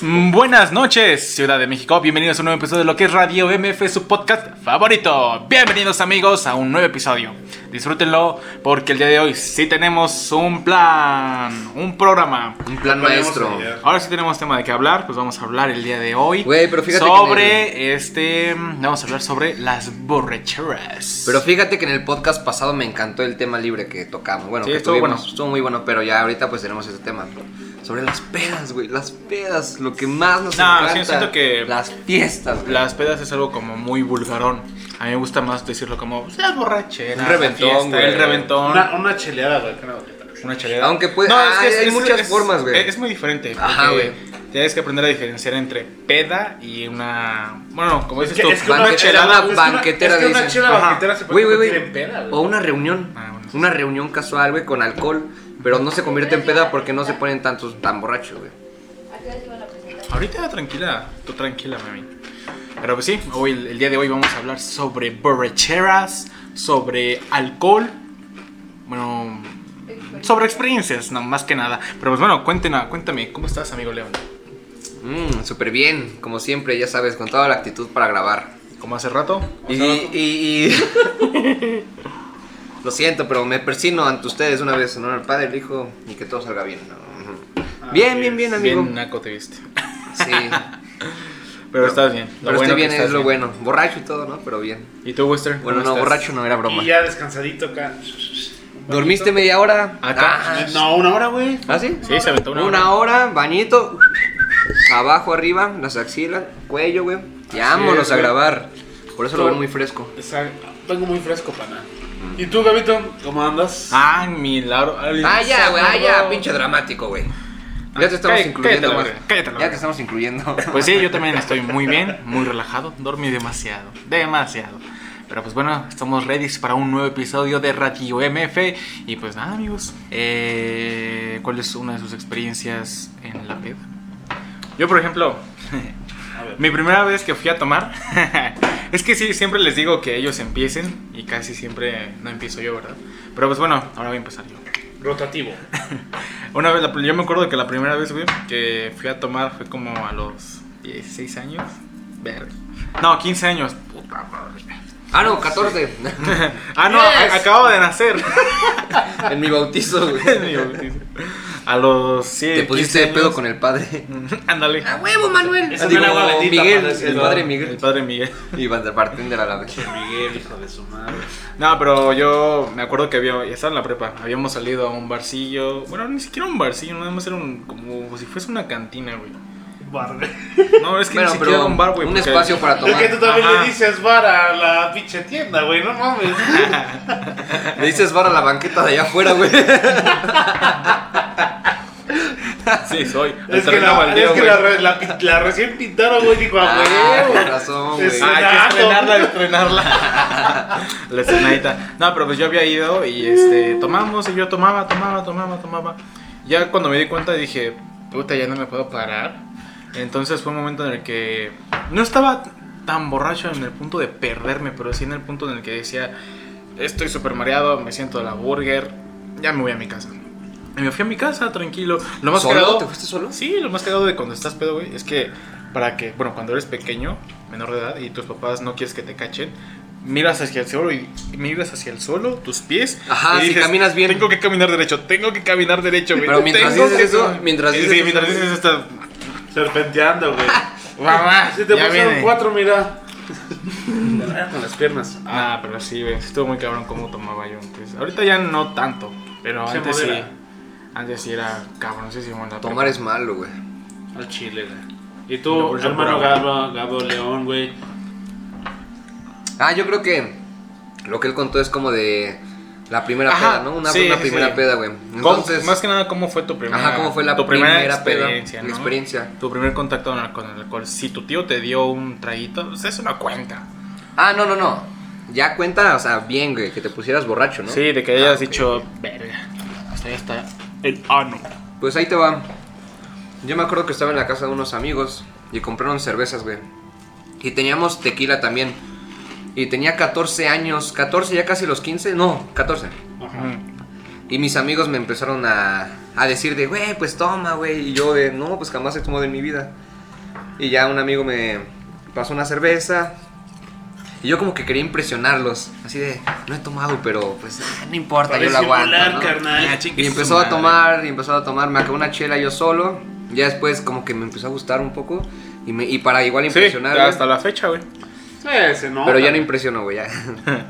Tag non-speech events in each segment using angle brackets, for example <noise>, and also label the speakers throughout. Speaker 1: Mm, Buenas noches, Ciudad de México. Bienvenidos a un nuevo episodio de lo que es Radio MF, su podcast favorito. Bienvenidos, amigos, a un nuevo episodio. Disfrútenlo porque el día de hoy sí tenemos un plan, un programa.
Speaker 2: Un plan
Speaker 3: Podemos
Speaker 2: maestro.
Speaker 3: fallar.
Speaker 1: Ahora sí tenemos tema de qué hablar, pues vamos a hablar el día de hoy.
Speaker 2: Güey, pero fíjate que en
Speaker 1: sobre este. Vamos a hablar sobre las borracheras.
Speaker 2: Pero fíjate que en el podcast pasado me encantó el tema libre que tocamos. Bueno,
Speaker 1: Sí,
Speaker 2: que
Speaker 1: estuvo
Speaker 2: tuvimos.
Speaker 1: bueno.
Speaker 2: Estuvo muy bueno, pero ya ahorita pues tenemos este tema. Sobre las pedas, güey. Las pedas, lo que más nos
Speaker 1: No, sí,
Speaker 2: encanta.
Speaker 1: siento que-
Speaker 2: Las fiestas, güey.
Speaker 1: Las pedas es algo como muy vulgarón. A mí me gusta más decirlo como las borracheras.
Speaker 2: Un reventón,
Speaker 1: la fiesta,
Speaker 2: güey.
Speaker 1: El reventón.
Speaker 3: Una, una cheleada, güey. que no-
Speaker 1: Una cheleada.
Speaker 2: Aunque puede- ah, hay muchas formas, güey.
Speaker 1: Es, es muy diferente.
Speaker 2: Ajá,
Speaker 1: porque
Speaker 2: güey.
Speaker 1: Tienes que aprender a diferenciar entre peda y una. Bueno, como dices
Speaker 3: que-
Speaker 1: tú,
Speaker 3: es que
Speaker 1: una
Speaker 2: banquetera,
Speaker 1: chelada.
Speaker 2: una
Speaker 3: es que una-
Speaker 2: banquetera
Speaker 3: es que una
Speaker 2: dicen.
Speaker 3: chela
Speaker 2: Ajá.
Speaker 3: banquetera se puede
Speaker 2: Güey, güey, güey. Oh,
Speaker 3: convertir en peda, güey.
Speaker 2: O una reunión.
Speaker 1: Ah, bueno, sí.
Speaker 2: Una reunión casual, güey, con alcohol. Pero no se convierte en peda porque no se ponen tantos tan borrachos, güey.
Speaker 1: Ahorita tranquila, tú tranquila, mami. Pero pues sí, hoy, el el día de hoy vamos a hablar sobre borracheras, sobre alcohol, bueno, sobre experiencias, no, más que nada. Pero pues bueno, cuéntena, cuéntame, ¿cómo estás, amigo León?
Speaker 2: Mm, Súper bien, como siempre, ya sabes, con toda la actitud para grabar.
Speaker 1: ¿Cómo hace rato?
Speaker 2: Y, y- y- <laughs> Lo siento, pero me persino ante ustedes una vez en honor al Padre, el Hijo y que todo salga bien. ¿no?
Speaker 3: Ah,
Speaker 2: Bien, bien, bien,
Speaker 1: <laughs>
Speaker 2: amigo.
Speaker 1: Bien naco te viste.
Speaker 2: Sí.
Speaker 1: Pero estás bien.
Speaker 2: Pero
Speaker 1: bueno
Speaker 2: estoy
Speaker 1: que
Speaker 2: bien, es
Speaker 1: estás
Speaker 2: lo bueno. Borracho y todo, ¿no? Pero bien.
Speaker 1: ¿Y tú, Wester?
Speaker 2: Bueno, no,
Speaker 1: ¿Cómo estás?
Speaker 2: borracho no era broma.
Speaker 3: Y ya descansadito acá.
Speaker 2: ¿Dormiste media hora?
Speaker 1: Acá.
Speaker 2: Ah,
Speaker 3: No, una hora, güey.
Speaker 2: ¿ah, sí?
Speaker 1: Sí, se aventó una,
Speaker 2: Una, hora, bañito. Abajo, arriba, las axilas, cuello, güey. Y vámonos
Speaker 3: es,
Speaker 2: a
Speaker 3: güey.
Speaker 2: grabar. Por eso lo
Speaker 3: Todo-
Speaker 2: veo muy fresco.
Speaker 3: Está- Vengo muy fresco, pana. ¿Y tú, Gabito? ¿Cómo andas?
Speaker 1: Ah, mi laro.
Speaker 2: Ah, ya, güey, ah, ya, pinche dramático, güey. Ya te estamos
Speaker 1: Ah, Cállate,
Speaker 2: incluyendo.
Speaker 1: cállate la
Speaker 2: güey.
Speaker 1: verga, cállate la
Speaker 2: ya
Speaker 1: verga.
Speaker 2: te
Speaker 1: <laughs>
Speaker 2: estamos incluyendo.
Speaker 1: Pues sí, yo también estoy muy bien, muy relajado. Dormí demasiado, demasiado. Pero pues bueno, estamos ready para un nuevo episodio de Radio MF. Y pues nada, amigos. eh, ¿Cuál es una de sus experiencias en la peda? Yo, por <laughs> ejemplo,
Speaker 3: A ver.
Speaker 1: mi primera vez que fui a tomar. <laughs> es que sí, siempre les digo que ellos empiecen. Y casi siempre no empiezo yo, ¿verdad? Pero pues bueno, ahora voy a empezar yo.
Speaker 3: Rotativo.
Speaker 1: Una vez, la- yo me acuerdo que la primera vez, güey, que fui a tomar fue como a los 16 años. Verga. No, 15 años. Puta madre.
Speaker 2: Ah, no, 14.
Speaker 1: Ah, no,
Speaker 3: Yes.
Speaker 1: a- acabo de nacer.
Speaker 2: <laughs>
Speaker 1: <laughs>
Speaker 2: en mi bautizo, güey.
Speaker 1: Mi bautizo. a los 7.
Speaker 2: Te pusiste de pedo con el padre.
Speaker 1: <laughs> Ándale.
Speaker 3: Ah,
Speaker 2: ¡A huevo, Manuel!
Speaker 3: Esa no
Speaker 2: Digo,
Speaker 3: era agua bendita,
Speaker 2: Miguel,
Speaker 3: padre,
Speaker 2: el
Speaker 3: no.
Speaker 2: padre
Speaker 1: El
Speaker 2: Miguel.
Speaker 1: padre Miguel.
Speaker 2: Y Van der Bartender a la vez.
Speaker 3: Miguel, hijo de su madre.
Speaker 1: No, pero yo me acuerdo que había, estaba en la prepa, habíamos salido a un barcillo. Bueno, ni siquiera un barcillo, nada más era un, como si fuese una cantina, güey.
Speaker 3: Barbe.
Speaker 1: No, es que
Speaker 2: Bueno,
Speaker 1: ni siquiera
Speaker 2: pero
Speaker 1: era un bar, güey.
Speaker 2: un
Speaker 1: porque-
Speaker 2: espacio para
Speaker 3: Es que tú
Speaker 2: tomar.
Speaker 3: también
Speaker 1: Ajá.
Speaker 3: le dices bar a la pinche tienda, güey. No <laughs> mames.
Speaker 2: Le dices bar a la banqueta de allá afuera,
Speaker 1: <laughs>
Speaker 2: güey.
Speaker 1: <laughs> Sí, soy. El
Speaker 3: Es que,
Speaker 1: terreno
Speaker 3: la,
Speaker 1: baldío,
Speaker 3: es que
Speaker 1: güey.
Speaker 3: la, re- la pi- la recién pintaron, güey. Dijo, a
Speaker 2: Ah,
Speaker 3: huevo.
Speaker 2: con razón, güey.
Speaker 3: Es-
Speaker 1: Ah, hay
Speaker 3: Nato.
Speaker 1: que estrenarla, estrenarla. <laughs> La estrenadita. No, pero pues yo había ido y este, tomamos y yo tomaba, tomaba, tomaba, tomaba. Ya cuando me di cuenta dije, puta, ya no me puedo parar. Entonces fue un momento en el que no estaba tan borracho en el punto de perderme, pero sí en el punto en el que decía, estoy súper mareado, me siento de la burger, ya me voy a mi casa. Y me fui a mi casa, tranquilo. Lo más
Speaker 2: ¿Solo?
Speaker 1: cagado-
Speaker 2: ¿Te fuiste solo?
Speaker 1: Sí, lo más cagado de cuando estás pedo, güey, es que para que, bueno, cuando eres pequeño, menor de edad, y tus papás no quieres que te cachen, miras hacia el suelo y y miras hacia el suelo, tus pies.
Speaker 2: Ajá,
Speaker 1: y
Speaker 2: si caminas bien.
Speaker 1: Tengo que caminar derecho, tengo que caminar derecho, güey.
Speaker 2: Pero mientras
Speaker 1: tengo
Speaker 2: dices
Speaker 1: que-
Speaker 2: eso, mientras
Speaker 1: Sí,
Speaker 2: dices
Speaker 1: sí,
Speaker 2: eso-
Speaker 1: mientras dices esto.
Speaker 3: Serpenteando, güey.
Speaker 1: Mamá,
Speaker 2: <laughs>
Speaker 3: Si te
Speaker 1: Ah, ya
Speaker 3: pasaron
Speaker 1: viene.
Speaker 4: <laughs>
Speaker 3: cuatro, mira. Con las piernas.
Speaker 1: Ah, pero sí, güey, estuvo muy cabrón cómo tomaba yo antes. Ahorita ya no tanto, pero
Speaker 3: Se
Speaker 1: antes sí.
Speaker 3: modera.
Speaker 1: Antes sí era cabroncísimo en la
Speaker 2: Tomar
Speaker 1: prepa.
Speaker 2: es malo, güey.
Speaker 3: Al chile, güey. Y
Speaker 1: Una
Speaker 3: tú,
Speaker 1: bolsa
Speaker 3: hermano
Speaker 1: brava.
Speaker 3: Gabo, Gabo León, güey.
Speaker 2: Ah, yo creo que lo que él contó es como de la primera
Speaker 1: Ajá,
Speaker 2: peda, ¿no? Una,
Speaker 1: sí,
Speaker 2: una
Speaker 1: sí,
Speaker 2: primera
Speaker 1: sí.
Speaker 2: peda, güey.
Speaker 1: ¿Cómo-
Speaker 2: Entonces,
Speaker 1: más que nada, ¿cómo fue tu primera
Speaker 2: Ajá, ¿cómo fue la
Speaker 1: tu primera,
Speaker 2: primera peda,
Speaker 1: experiencia,
Speaker 2: la
Speaker 1: ¿no?
Speaker 2: experiencia?
Speaker 1: Tu primer contacto con el, con el alcohol. Si tu tío te dio un traguito, pues es una cuenta.
Speaker 2: Ah, no, no, no. Ya cuenta, o sea, bien, güey, que te pusieras borracho, ¿no?
Speaker 1: Sí, de que hayas
Speaker 2: Ah, ok.
Speaker 1: dicho, verga, hasta ahí está el ano.
Speaker 2: Pues ahí te va. Yo me acuerdo que estaba en la casa de unos amigos y compraron cervezas, güey. Y teníamos tequila también. Y tenía 14 años, 14 ya casi los 15, no, 14. Y mis amigos me empezaron a, a decir de, güey, pues toma, güey. Y yo de, no, pues jamás he tomado en mi vida. Y ya un amigo me pasó una cerveza. Y yo como que quería impresionarlos. Así de, no he tomado, pero pues ah, no importa,
Speaker 4: Para
Speaker 2: yo lo aguanto.
Speaker 4: simular,
Speaker 2: ¿no?".
Speaker 4: carnal.
Speaker 1: Ah, chingue
Speaker 2: Y
Speaker 1: su
Speaker 2: empezó a
Speaker 1: madre.
Speaker 2: tomar, y empezó a tomar, me acabó una chela yo solo. Ya después como que me empezó a gustar un poco. Y, me, y para igual
Speaker 1: Sí,
Speaker 2: impresionar. güey.
Speaker 1: hasta la fecha, güey.
Speaker 4: Sí, se nota.
Speaker 2: pero ya no impresionó,
Speaker 1: <laughs>
Speaker 2: güey, ya.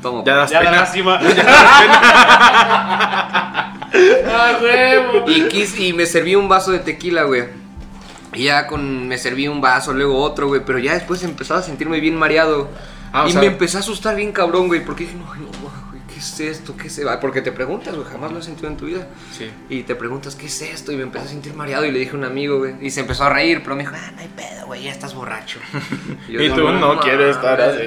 Speaker 2: Tomo.
Speaker 1: Ya das
Speaker 4: Ya da
Speaker 1: pena.
Speaker 4: lástima. <laughs> ¡Ah, huevo!
Speaker 2: Y, quis- y me serví un vaso de tequila, güey. Y ya con, me serví un vaso, luego otro, güey. Pero ya después empezaba a sentirme bien mareado.
Speaker 1: Ah, o
Speaker 2: y
Speaker 1: sea-
Speaker 2: me empecé a asustar bien cabrón, güey. Porque dije, no, no, güey, ¿qué es esto? ¿Qué se va? Porque te preguntas, güey, jamás lo has sentido en tu vida.
Speaker 1: Sí.
Speaker 2: Y te preguntas, ¿qué es esto? Y me empecé a sentir mareado y le dije a un amigo, güey. Y se empezó a reír, pero me dijo, ah, no hay pedo, güey, ya estás
Speaker 1: <laughs>
Speaker 2: borracho. yo,
Speaker 1: Y tú no
Speaker 2: mames.
Speaker 1: quieres estar así.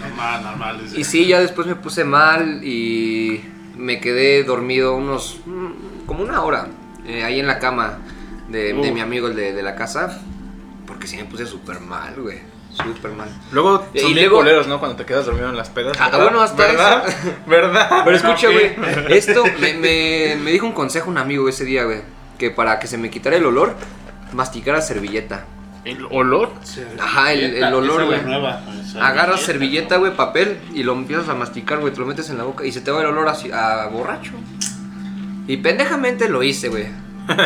Speaker 4: Normal, normal. es-
Speaker 2: Y sí, ya después me puse mal y me quedé dormido unos. mm, como una hora eh, ahí en la cama de, de
Speaker 4: Uh.
Speaker 2: mi amigo, el de, de la casa. Porque sí me puse súper mal, güey. Súper mal.
Speaker 1: Luego son
Speaker 2: Y
Speaker 1: bien
Speaker 2: luego-
Speaker 1: culeros, ¿no? Cuando te quedas dormido en las pedas.
Speaker 2: Ah,
Speaker 1: ¿verdad?
Speaker 2: bueno, hasta
Speaker 1: ¿Verdad? <laughs> ¿Verdad?
Speaker 2: Pero escucha,
Speaker 4: sí.
Speaker 2: güey. <laughs> Esto me, me- me dijo un consejo un amigo ese día, güey. Que para que se me quitara el olor, masticara servilleta.
Speaker 1: ¿El
Speaker 2: <laughs>
Speaker 1: olor?
Speaker 2: Ajá, el- el
Speaker 4: Servilleta,
Speaker 2: olor,
Speaker 4: esa es la
Speaker 2: güey.
Speaker 4: nueva,
Speaker 2: Agarras servilleta, güey, papel y lo empiezas a masticar, güey, te lo metes en la boca y se te va el olor así- a borracho. Y pendejamente lo hice, güey,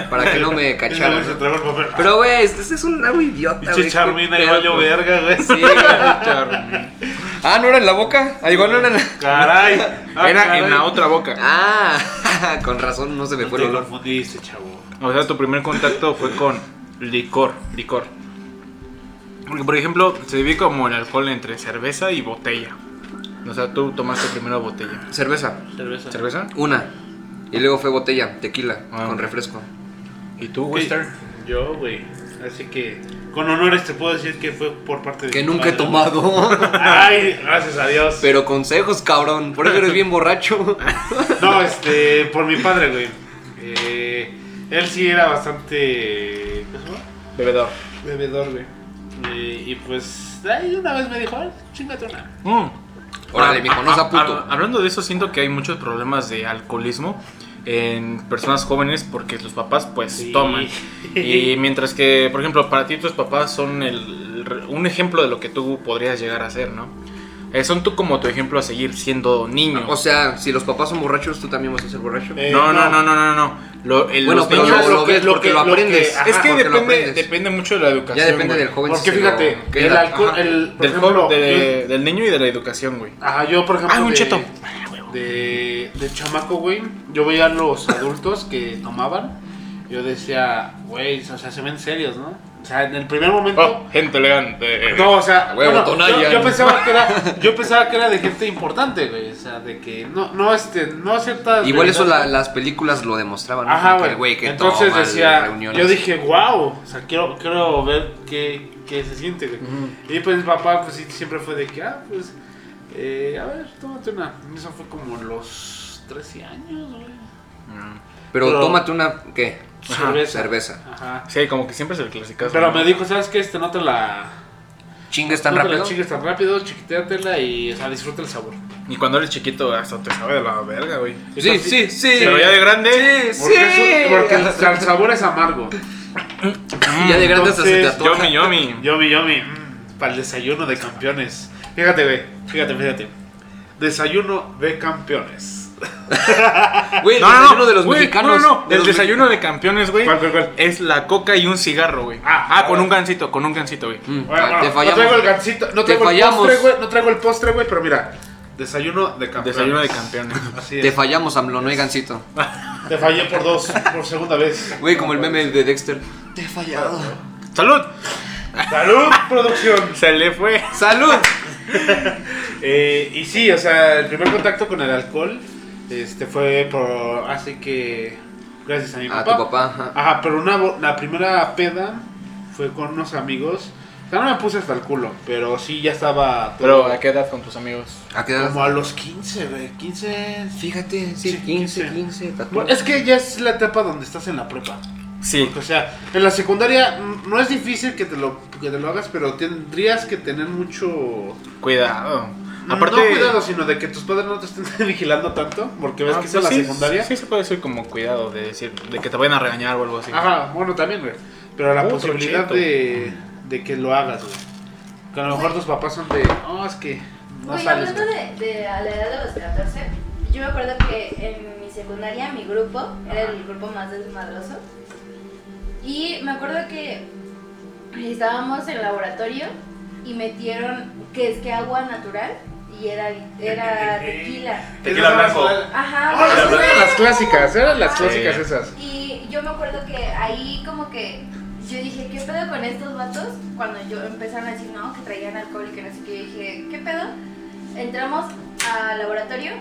Speaker 2: para que
Speaker 1: <laughs>
Speaker 2: no me
Speaker 4: Cachara.
Speaker 2: cacharan. ¿no? Pero, güey, este este es un algo idiota, güey.
Speaker 4: Pinche
Speaker 2: qué
Speaker 4: Charmina
Speaker 2: pedo,
Speaker 4: igual yo
Speaker 2: güey.
Speaker 4: verga, güey.
Speaker 2: Sí, güey. Ah, ¿no era en la boca? Ah, igual no era en la...
Speaker 4: Caray.
Speaker 1: <laughs>
Speaker 4: Ah,
Speaker 1: Era
Speaker 4: caray.
Speaker 1: en la otra boca.
Speaker 2: Ah, <laughs> con razón no se me
Speaker 4: No
Speaker 2: fue el
Speaker 4: te
Speaker 2: olor.
Speaker 4: confundiste, chavo.
Speaker 1: O sea, tu primer contacto fue con licor, licor. Porque, por ejemplo, se divide como el alcohol entre cerveza y botella. O sea, tú tomaste primero botella.
Speaker 2: Cerveza,
Speaker 4: Cerveza.
Speaker 1: ¿Cerveza?
Speaker 2: una. Y luego fue botella, tequila,
Speaker 1: Ah,
Speaker 2: con
Speaker 1: ok.
Speaker 2: refresco.
Speaker 1: ¿Y tú,
Speaker 4: Ok,
Speaker 1: Wester?
Speaker 4: Yo, güey. Así que con honores te puedo decir que fue por parte de
Speaker 2: Que
Speaker 4: mi
Speaker 2: nunca he
Speaker 1: <laughs>
Speaker 4: padre.
Speaker 2: tomado.
Speaker 4: Ay, gracias a Dios.
Speaker 2: Pero consejos, cabrón. Por eso eres
Speaker 1: <laughs>
Speaker 2: bien borracho.
Speaker 4: No, este, por mi padre, güey. Eh, él sí era bastante. ¿Qué se llama?
Speaker 1: Bebedor.
Speaker 4: Bebedor, güey. Eh, y pues, ahí una vez me dijo, "Ay, chingate una.
Speaker 1: Mm.
Speaker 2: Órale, mijo, no sea
Speaker 1: Ah, ah,
Speaker 2: puto.
Speaker 1: ah, Hablando de eso, siento que hay muchos problemas de alcoholismo en personas jóvenes porque los papás pues
Speaker 4: Sí. <laughs>
Speaker 1: toman. Y mientras que, por ejemplo, para ti tus papás son el, un ejemplo de lo que tú podrías llegar a ser, ¿no? Eh, son tú como tu ejemplo a seguir siendo niño.
Speaker 2: O sea, si los papás son borrachos, tú también vas a ser borracho.
Speaker 4: Eh,
Speaker 1: no, no,
Speaker 4: no.
Speaker 1: no, no, no, no. Lo- el-
Speaker 2: Bueno,
Speaker 1: los
Speaker 2: pero
Speaker 1: niños-
Speaker 2: lo,
Speaker 4: lo
Speaker 2: lo
Speaker 4: que-
Speaker 2: ves
Speaker 4: lo
Speaker 2: porque
Speaker 4: que-
Speaker 2: lo
Speaker 4: lo que-
Speaker 2: aprendes.
Speaker 4: ajá,
Speaker 1: es que
Speaker 2: porque lo
Speaker 1: depende,
Speaker 2: aprendes.
Speaker 1: depende mucho de la educación.
Speaker 2: Ya depende
Speaker 1: güey.
Speaker 2: del joven.
Speaker 4: Porque
Speaker 2: si lo-
Speaker 4: fíjate,
Speaker 2: ¿qué
Speaker 4: el
Speaker 2: edad?
Speaker 4: alcohol,
Speaker 2: Ajá.
Speaker 4: Ah, el. por
Speaker 1: Del,
Speaker 4: ejemplo,
Speaker 1: joven- de-
Speaker 4: yo-
Speaker 1: del niño y de la educación, güey.
Speaker 4: Ajá, yo, por
Speaker 2: Ah,
Speaker 4: ejemplo.
Speaker 1: Ay, un
Speaker 4: de-
Speaker 1: cheto.
Speaker 4: De, de chamaco, güey. Yo veía
Speaker 2: <laughs>
Speaker 4: a los adultos que tomaban. Yo decía, güey, o sea, se ven serios, ¿no? O sea, en el primer momento.
Speaker 1: Oh, gente elegante.
Speaker 4: No, o sea,
Speaker 2: A huevo,
Speaker 4: bueno,
Speaker 2: Tonayan.
Speaker 4: yo, yo pensaba que era,
Speaker 2: <laughs>
Speaker 4: yo pensaba que era de gente importante, güey, o sea, de que no, no, este, no ciertas.
Speaker 2: Igual eso la-
Speaker 4: bebidas,
Speaker 2: las películas lo demostraban. ¿no?
Speaker 4: Ajá,
Speaker 2: Como que el
Speaker 4: güey.
Speaker 2: que
Speaker 4: Entonces
Speaker 2: toma, las
Speaker 4: decía,
Speaker 2: reuniones.
Speaker 4: yo dije, wow, o sea, quiero, quiero ver qué, qué se siente, güey. Y pues mi papá, pues sí, siempre fue de que, ah, pues, eh, a ver, tómate una. Eso fue como los 13 años, güey.
Speaker 2: Pero,
Speaker 4: pero-
Speaker 2: tómate una, ¿qué?
Speaker 1: Ajá,
Speaker 4: Cerveza.
Speaker 2: Cerveza.
Speaker 4: Ajá.
Speaker 1: Sí, como que siempre es el clasicazo.
Speaker 4: Pero
Speaker 1: ¿no?
Speaker 4: me dijo, ¿sabes qué? Este, no te la.
Speaker 2: ¿Chingues tan
Speaker 4: no te
Speaker 2: rápido?
Speaker 4: la chingues tan rápido, chiquitéatela y, o sea, disfruta el sabor.
Speaker 1: Y cuando eres chiquito, hasta te sabe de la verga, güey.
Speaker 2: Sí, sí, sí.
Speaker 1: Pero ya de grande.
Speaker 2: Sí,
Speaker 4: Porque,
Speaker 2: sí.
Speaker 4: eso- porque el, el sabor es amargo.
Speaker 2: Ya de grande hasta se te
Speaker 4: Entonces,
Speaker 2: atora.
Speaker 1: Yomi, yomi.
Speaker 4: Yomi, yomi. mm, para el desayuno de campeones. Fíjate, güey. Fíjate, fíjate. Desayuno de campeones.
Speaker 2: Güey, el desayuno de los
Speaker 1: güey,
Speaker 2: mexicanos.
Speaker 1: No, no,
Speaker 2: de
Speaker 1: El
Speaker 2: los Mm,
Speaker 1: desayuno de campeones, güey.
Speaker 4: ¿Cuál, cuál, cuál?
Speaker 1: Es la coca y un cigarro, güey.
Speaker 4: Ah,
Speaker 1: Ah,
Speaker 4: ah,
Speaker 1: con un
Speaker 4: bueno.
Speaker 1: gancito, con un gancito, güey.
Speaker 2: mexicanos. Mm,
Speaker 4: Bueno, bueno,
Speaker 2: te
Speaker 4: No traigo el
Speaker 2: fallamos.
Speaker 4: gancito, no
Speaker 2: Te
Speaker 4: traigo el
Speaker 2: fallamos.
Speaker 4: postre, güey. No traigo el postre, güey, pero mira. Desayuno de campeones.
Speaker 1: Desayuno de campeones.
Speaker 4: Así es.
Speaker 2: Te fallamos, AMLO, no hay gancito.
Speaker 4: Te fallé por dos, por segunda vez.
Speaker 2: Güey, como el meme de Dexter. Te he fallado.
Speaker 1: ¡Salud!
Speaker 4: ¡Salud, producción!
Speaker 1: Se le fue.
Speaker 2: ¡Salud!
Speaker 4: Eh, y sí, o sea, el primer contacto con el alcohol este, fue por. Así que. Gracias a mi
Speaker 2: A
Speaker 4: papá.
Speaker 2: tu papá. ajá.
Speaker 4: Ajá, pero una, bo- la primera peda fue con unos amigos. O sea, no me puse hasta el culo, pero sí ya estaba. todo-
Speaker 1: Pero, ¿a qué edad con tus amigos?
Speaker 2: ¿A qué edad?
Speaker 4: Como a los 15, güey. 15.
Speaker 2: Fíjate, sí,
Speaker 4: Sí,
Speaker 2: 15,
Speaker 4: 15.
Speaker 2: 15,
Speaker 4: Bueno, es que ya es la etapa donde estás en la prepa.
Speaker 1: Sí.
Speaker 4: O sea, en la secundaria mm, no es difícil que te lo, que te lo hagas, pero tendrías que tener mucho.
Speaker 1: Cuidado. Aparte,
Speaker 4: Mm, no cuidado, sino de que tus padres no te estén <laughs> vigilando tanto, porque ves
Speaker 1: Ah,
Speaker 4: que es
Speaker 1: pues
Speaker 4: en la
Speaker 1: sí,
Speaker 4: secundaria.
Speaker 1: Sí, se puede decir como cuidado de decir, de que te vayan a regañar o algo así.
Speaker 4: Ajá, bueno, también, güey. Pero la
Speaker 1: Otro
Speaker 4: posibilidad
Speaker 1: cheto.
Speaker 4: de, de que lo hagas, güey. Que a lo mejor tus papás son de, no, es que no
Speaker 5: Oye,
Speaker 4: sales.
Speaker 5: hablando de, de a la edad de los 14, yo me acuerdo que en mi secundaria mi grupo era el grupo más desmadroso. Y me acuerdo que estábamos en el laboratorio y metieron que es que agua natural y era, era tequila.
Speaker 3: Tequila blanco.
Speaker 5: Ajá.
Speaker 4: Ahora,
Speaker 5: güey.
Speaker 4: eran las clásicas, eran las
Speaker 5: Sí.
Speaker 4: clásicas
Speaker 1: <laughs>
Speaker 4: esas.
Speaker 5: Y yo me acuerdo que ahí como que yo dije, ¿qué pedo con estos vatos? Cuando yo empezaron a decir, no, que traían alcohol y que no sé qué, yo dije, ¿qué pedo? Entramos al laboratorio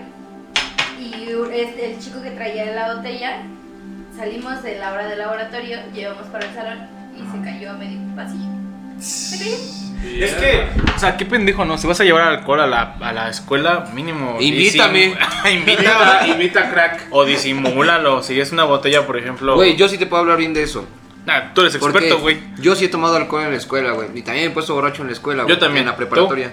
Speaker 5: y un- este, el chico que traía la botella, salimos de la hora del laboratorio, llevamos para el salón y se cayó a medio pasillo. Se cayó.
Speaker 1: Es que, o sea, qué pendejo, ¿no? Si vas a llevar alcohol a la, a la escuela, mínimo.
Speaker 2: Invítame.
Speaker 1: disim- <laughs>
Speaker 4: Invita,
Speaker 1: Invítame.
Speaker 4: invita crack.
Speaker 1: o disimúlalo. Si es una botella, por ejemplo.
Speaker 2: Güey, yo sí te puedo hablar bien de eso.
Speaker 1: Nah, tú eres
Speaker 2: Porque
Speaker 1: experto, güey.
Speaker 2: Yo sí he tomado alcohol en la escuela, güey. Y también me he puesto borracho en la escuela,
Speaker 1: Yo
Speaker 2: güey,
Speaker 1: también.
Speaker 2: En la preparatoria.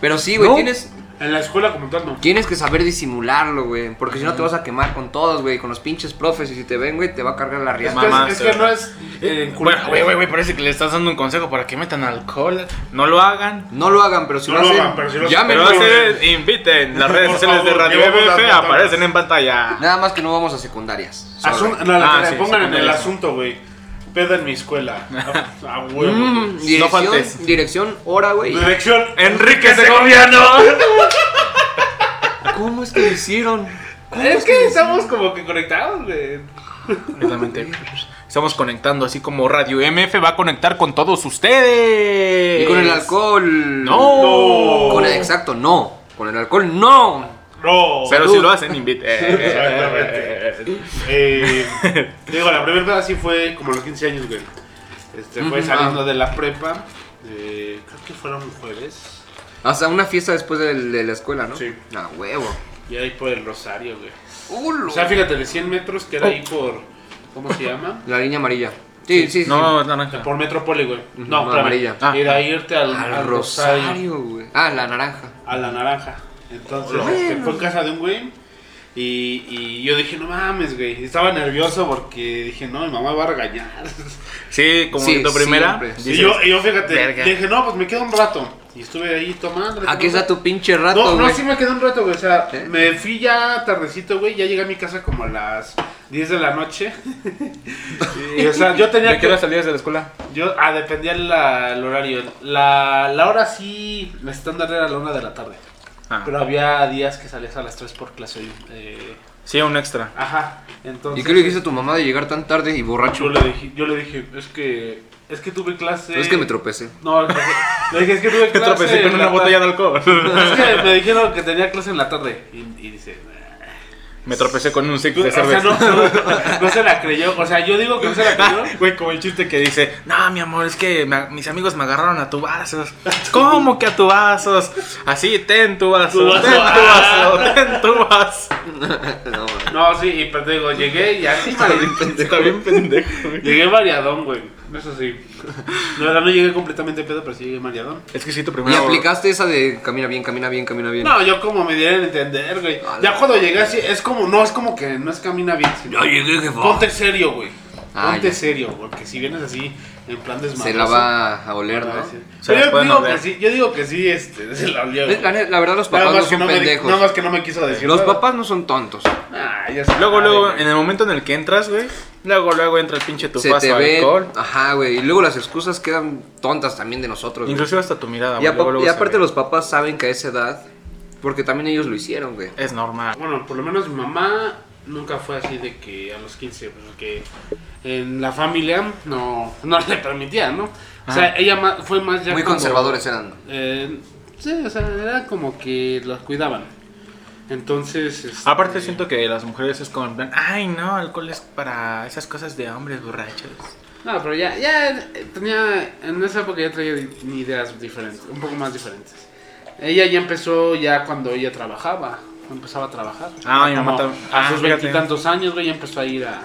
Speaker 2: Pero sí, güey,
Speaker 1: ¿No?
Speaker 2: tienes,
Speaker 4: En la escuela como tal, no.
Speaker 2: tienes que saber disimularlo, güey. Porque si no te vas a quemar con todos, güey. Con los pinches profes. Y si te ven, güey, te va a cargar la
Speaker 4: Es
Speaker 2: riata.
Speaker 1: más-
Speaker 4: que,
Speaker 1: Mamá,
Speaker 4: es, es
Speaker 1: sí.
Speaker 4: que no es... eh, cul-
Speaker 1: Bueno, güey, güey, güey, parece que le estás dando un consejo para que metan alcohol. No lo hagan.
Speaker 2: No lo hagan, pero si
Speaker 4: No
Speaker 2: lo
Speaker 4: lo
Speaker 2: hacen,
Speaker 4: hagan, pero si lo hacen,
Speaker 2: llamen,
Speaker 1: Pero
Speaker 2: güey.
Speaker 1: hacer, inviten. Las redes
Speaker 4: Por
Speaker 1: sociales de
Speaker 4: favor,
Speaker 1: Radio
Speaker 4: llevemos las
Speaker 1: BBF
Speaker 4: botellas.
Speaker 1: aparecen en pantalla.
Speaker 2: Nada más que no vamos a secundarias. Sorry.
Speaker 4: Asun- no, la
Speaker 1: Ah,
Speaker 4: que le
Speaker 1: sí,
Speaker 4: pongan en el
Speaker 1: secundaria.
Speaker 4: asunto, güey. Pedo en mi escuela.
Speaker 1: <laughs>
Speaker 4: A, a huevo.
Speaker 2: Mm,
Speaker 4: güey.
Speaker 2: dirección,
Speaker 1: faltes.
Speaker 2: dirección, hora, güey.
Speaker 4: Dirección.
Speaker 1: Enrique Segoviano.
Speaker 2: ¿Cómo es que lo hicieron?
Speaker 4: Es que estamos como que conectados, güey.
Speaker 1: Exactamente. Estamos conectando así como Radio MF va a conectar con todos ustedes.
Speaker 2: Y con el alcohol.
Speaker 1: No.
Speaker 4: No.
Speaker 2: Con el, exacto, no. Con el alcohol, no.
Speaker 4: No.
Speaker 1: Pero
Speaker 2: Salud.
Speaker 1: si lo hacen,
Speaker 4: <laughs>
Speaker 1: eh, invite. eh,
Speaker 4: Exactamente. Eh, digo, la primera vez sí fue como a los 15 años, güey. Este, fue
Speaker 2: Ujú,
Speaker 4: saliendo
Speaker 2: ah.
Speaker 4: de la prepa. eh, creo que fueron jueves.
Speaker 2: Hasta una fiesta después del- de, la escuela, ¿no?
Speaker 4: Sí.
Speaker 2: Ah, huevo.
Speaker 4: Y ahí por el Rosario, güey.
Speaker 2: Ulo.
Speaker 4: O sea, fíjate, de 100 metros que era ahí
Speaker 2: Oh.
Speaker 4: por. ¿Cómo se llama?
Speaker 2: La línea amarilla. Sí, sí, sí.
Speaker 1: No, es naranja.
Speaker 4: Por Metrópoli, güey. No,
Speaker 2: No,
Speaker 4: espérame.
Speaker 2: amarilla.
Speaker 1: Ah.
Speaker 4: Era irte al,
Speaker 2: Al
Speaker 4: al Rosario.
Speaker 2: rosario, güey. Ah, la naranja.
Speaker 4: a la naranja. Entonces,
Speaker 2: Bueno.
Speaker 4: este, fue en casa de un güey. Y, y yo dije, no mames, güey. Estaba nervioso porque dije, no, mi mamá va a regañar. <laughs>
Speaker 1: Sí, como
Speaker 2: Sí,
Speaker 1: en tu primera.
Speaker 2: siempre.
Speaker 1: dices,
Speaker 4: Y yo, y yo fíjate,
Speaker 1: "Verga".
Speaker 4: dije, no, pues me quedo un rato. Y estuve ahí tomando.
Speaker 2: Aquí está tu pinche rato,
Speaker 4: No,
Speaker 2: güey.
Speaker 4: no, sí me quedé un rato, güey. O sea,
Speaker 2: ¿Eh?
Speaker 4: me fui ya tardecito, güey. Ya llegué a mi casa como a las 10 de la noche. <laughs> y, o sea, yo tenía
Speaker 1: ¿De qué
Speaker 4: que.
Speaker 1: hora salías de la escuela?
Speaker 4: Yo, ah, dependía la- el horario. La, la hora sí, la estándar era la 1 de la tarde.
Speaker 1: Ah,
Speaker 4: Pero había días que salías a las 3 por clase. eh,
Speaker 1: sí, un extra.
Speaker 4: ajá, entonces.
Speaker 2: ¿Y qué le dijiste a tu mamá de llegar tan tarde y borracho? Pues
Speaker 4: Yo le dije, yo le dije, es que es que tuve clase.
Speaker 2: Es que me tropecé.
Speaker 4: No, le dije- le dije, es que
Speaker 1: <laughs>
Speaker 4: tuve
Speaker 1: Te
Speaker 4: clase.
Speaker 1: tropecé con
Speaker 4: en
Speaker 1: una
Speaker 4: la
Speaker 1: botella de alcohol. <laughs>
Speaker 4: tarde". Es que me dijeron que tenía clase en la tarde y, y dice, "Ah".
Speaker 1: Me tropecé con un six
Speaker 4: o
Speaker 1: de
Speaker 4: sea,
Speaker 1: cerveza.
Speaker 4: no, no- no se la creyó, o sea, yo digo que no se la
Speaker 1: <laughs>
Speaker 4: creyó.
Speaker 1: Güey, como el chiste que dice, no, mi amor, es que me- mis amigos me agarraron a
Speaker 4: <laughs>
Speaker 1: tubazos. ¿Cómo que a tubazos? Así, ten tu vaso,
Speaker 4: Tu vaso.
Speaker 1: ten tu vaso, <laughs> ten tu vaso.
Speaker 2: No, güey.
Speaker 4: No, sí, y pues te digo, llegué y así mareadito.
Speaker 1: Está bien pendejo, güey.
Speaker 4: Llegué variadón, güey. Eso sí. La verdad no llegué completamente pedo, pero sí llegué variadón.
Speaker 1: Es que sí, tu
Speaker 2: ¿Y
Speaker 1: primera.
Speaker 2: aplicaste esa de camina bien, camina bien, camina bien?
Speaker 4: No, yo como me dieron a entender, güey.
Speaker 2: A la
Speaker 4: Ya cuando llegué así, es como, no, es como que no es camina bien. sino-
Speaker 2: jefa.
Speaker 4: Ponte serio, güey.
Speaker 2: Ah,
Speaker 4: Ponte
Speaker 2: ya.
Speaker 4: serio, porque si vienes así, en plan desmadroso.
Speaker 2: Se la va a oler,
Speaker 4: ¿no?
Speaker 2: ¿no?
Speaker 1: Se la
Speaker 4: Ah, yo,
Speaker 1: pueden
Speaker 4: digo
Speaker 1: oler.
Speaker 4: que sí, yo digo que sí, este, se la olió.
Speaker 2: La,
Speaker 4: güey.
Speaker 2: ne- la verdad, los
Speaker 4: Nada
Speaker 2: papás no
Speaker 4: más, que
Speaker 2: son
Speaker 4: no me, di-
Speaker 2: pendejos.
Speaker 4: nada más que no me quiso decir.
Speaker 2: Los
Speaker 4: nada.
Speaker 2: papás no son tontos.
Speaker 4: Ah, ya se
Speaker 1: Luego,
Speaker 4: sabe,
Speaker 1: luego,
Speaker 4: güey.
Speaker 1: en el momento en el que entras, güey, luego, luego entra el pinche tu
Speaker 2: Se
Speaker 1: vaso
Speaker 2: te ve.
Speaker 1: alcohol.
Speaker 2: Ajá, güey. Y luego las excusas quedan tontas también de nosotros. güey.
Speaker 1: Inclusive hasta tu mirada,
Speaker 2: Y,
Speaker 1: güey.
Speaker 2: apa-
Speaker 1: luego, luego
Speaker 2: y
Speaker 1: se
Speaker 2: aparte,
Speaker 1: ve.
Speaker 2: los papás saben que a esa edad. Porque también ellos lo hicieron, güey.
Speaker 1: Es normal.
Speaker 4: Bueno, por lo menos mi mamá nunca fue así de que a los 15, porque en la familia no, no le permitía, ¿no? O sea, ella ma- fue más ya
Speaker 2: Muy
Speaker 4: como-
Speaker 2: conservadores eran.
Speaker 4: Eh, sí, o sea, era como que los cuidaban. Entonces. este,
Speaker 1: Aparte siento que las mujeres es como en plan, ay no, alcohol es para esas cosas de hombres borrachos.
Speaker 4: No, pero ya, ya eh, tenía. En esa época ya traía di- ideas diferentes, un poco más diferentes. Ella ya empezó ya cuando ella trabajaba. Empezaba a trabajar.
Speaker 1: Ah, mi mamá
Speaker 4: Como
Speaker 1: tam-
Speaker 4: A
Speaker 1: ah,
Speaker 4: sus
Speaker 1: fíjate.
Speaker 4: veintitantos años, güey, ya empezó a ir a,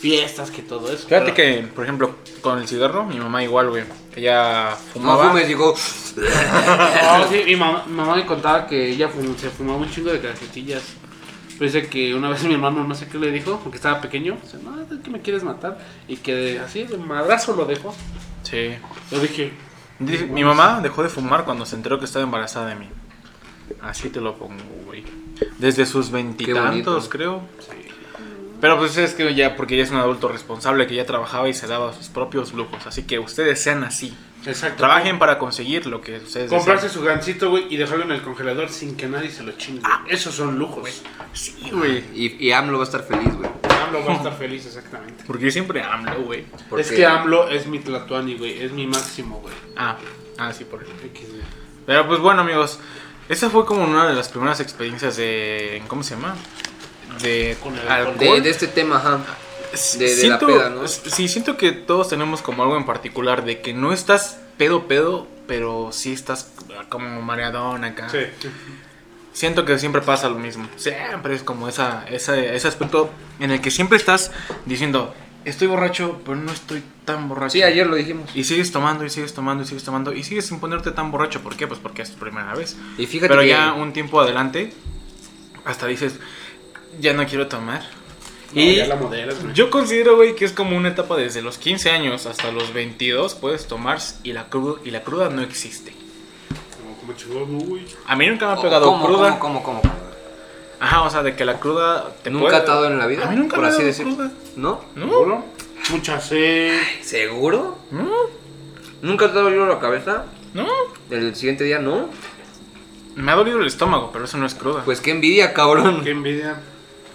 Speaker 4: fiestas, que todo eso.
Speaker 1: Fíjate
Speaker 4: pero-
Speaker 1: que, por ejemplo, con el cigarro, mi mamá igual, güey. Ella
Speaker 2: No
Speaker 1: fumaba.
Speaker 2: fumes, digo.
Speaker 1: <laughs>
Speaker 4: No, oh, sí, mi mamá, mi mamá me contaba que ella fum- se fumaba un chingo de cajetillas. Pero dice que una vez <laughs> mi hermano, no sé qué le dijo, porque estaba pequeño, dice, no, es que me quieres matar. Y que de- así, de madrazo lo dejó.
Speaker 1: Sí.
Speaker 4: Yo dije,
Speaker 1: Dice, mi mamá dejó de fumar cuando se enteró que estaba embarazada de mí. Así te lo pongo, güey. Desde sus veintitantos,
Speaker 2: bonito.
Speaker 1: creo. Pero pues es que ya, porque ella es un adulto responsable que ya trabajaba y se daba sus propios lujos. Así que ustedes sean así.
Speaker 4: exacto.
Speaker 1: Trabajen para conseguir lo que ustedes
Speaker 4: Comprarse
Speaker 1: desean.
Speaker 4: su gancito, güey, y dejarlo en el congelador sin que nadie se lo chingue.
Speaker 2: Ah.
Speaker 4: Esos son lujos.
Speaker 1: Sí, güey.
Speaker 2: Y, y AMLO va a estar feliz, güey.
Speaker 4: AMLO va
Speaker 2: <laughs>
Speaker 4: a estar feliz, exactamente.
Speaker 1: Porque yo siempre AMLO, güey.
Speaker 2: porque-
Speaker 4: Es que AMLO es mi tlatoani, güey, es mi máximo, güey.
Speaker 1: Ah, ah, sí, por
Speaker 4: XD.
Speaker 1: Pero pues bueno, amigos. Esa fue como una de las primeras experiencias de. ¿Cómo se llama? De.
Speaker 4: Con el alcohol.
Speaker 1: alcohol.
Speaker 2: De, de este tema, ajá. de- de la peda, ¿no?
Speaker 1: Sí, siento que todos tenemos como algo en particular de que no estás pedo, pedo, pero sí estás ah, como mareadón acá.
Speaker 4: Sí.
Speaker 1: Siento que siempre pasa lo mismo. Siempre es como esa, esa- ese aspecto en el que siempre estás diciendo, estoy borracho, pero no estoy tan borracho.
Speaker 2: Sí, ayer lo dijimos.
Speaker 1: Y sigues tomando, y sigues tomando, y sigues tomando, y sigues sin ponerte tan borracho. ¿Por qué? Pues porque es tu primera vez.
Speaker 2: Y fíjate
Speaker 1: Pero
Speaker 2: que-
Speaker 1: ya un tiempo adelante, hasta dices, ya no quiero tomar.
Speaker 4: No,
Speaker 1: y
Speaker 4: ya la moderas, güey.
Speaker 1: yo considero, güey, que es como una etapa desde los 15 años hasta los 22, puedes tomar y la, cruda, y la cruda no existe.
Speaker 4: Como, como chingón, güey.
Speaker 1: A mí nunca me ha
Speaker 2: ¿Cómo,
Speaker 1: pegado
Speaker 2: cómo,
Speaker 1: cruda.
Speaker 2: cómo, cómo, cómo?
Speaker 1: Ajá, o sea, de que la cruda te
Speaker 2: ¿Nunca
Speaker 1: puede-
Speaker 2: ha dado en la vida?
Speaker 1: A mí nunca
Speaker 2: por
Speaker 1: me ha
Speaker 2: así
Speaker 1: dado
Speaker 2: decirlo.
Speaker 1: cruda.
Speaker 2: ¿No?
Speaker 1: ¿No?
Speaker 4: ¿Seguro? Mucha sed.
Speaker 2: ¿Seguro?
Speaker 1: ¿No?
Speaker 2: ¿Nunca te ha dolido la cabeza?
Speaker 1: ¿No?
Speaker 2: ¿El siguiente día no?
Speaker 1: Me ha dolido el estómago, pero eso no es cruda.
Speaker 2: Pues qué envidia, cabrón.
Speaker 4: Qué envidia.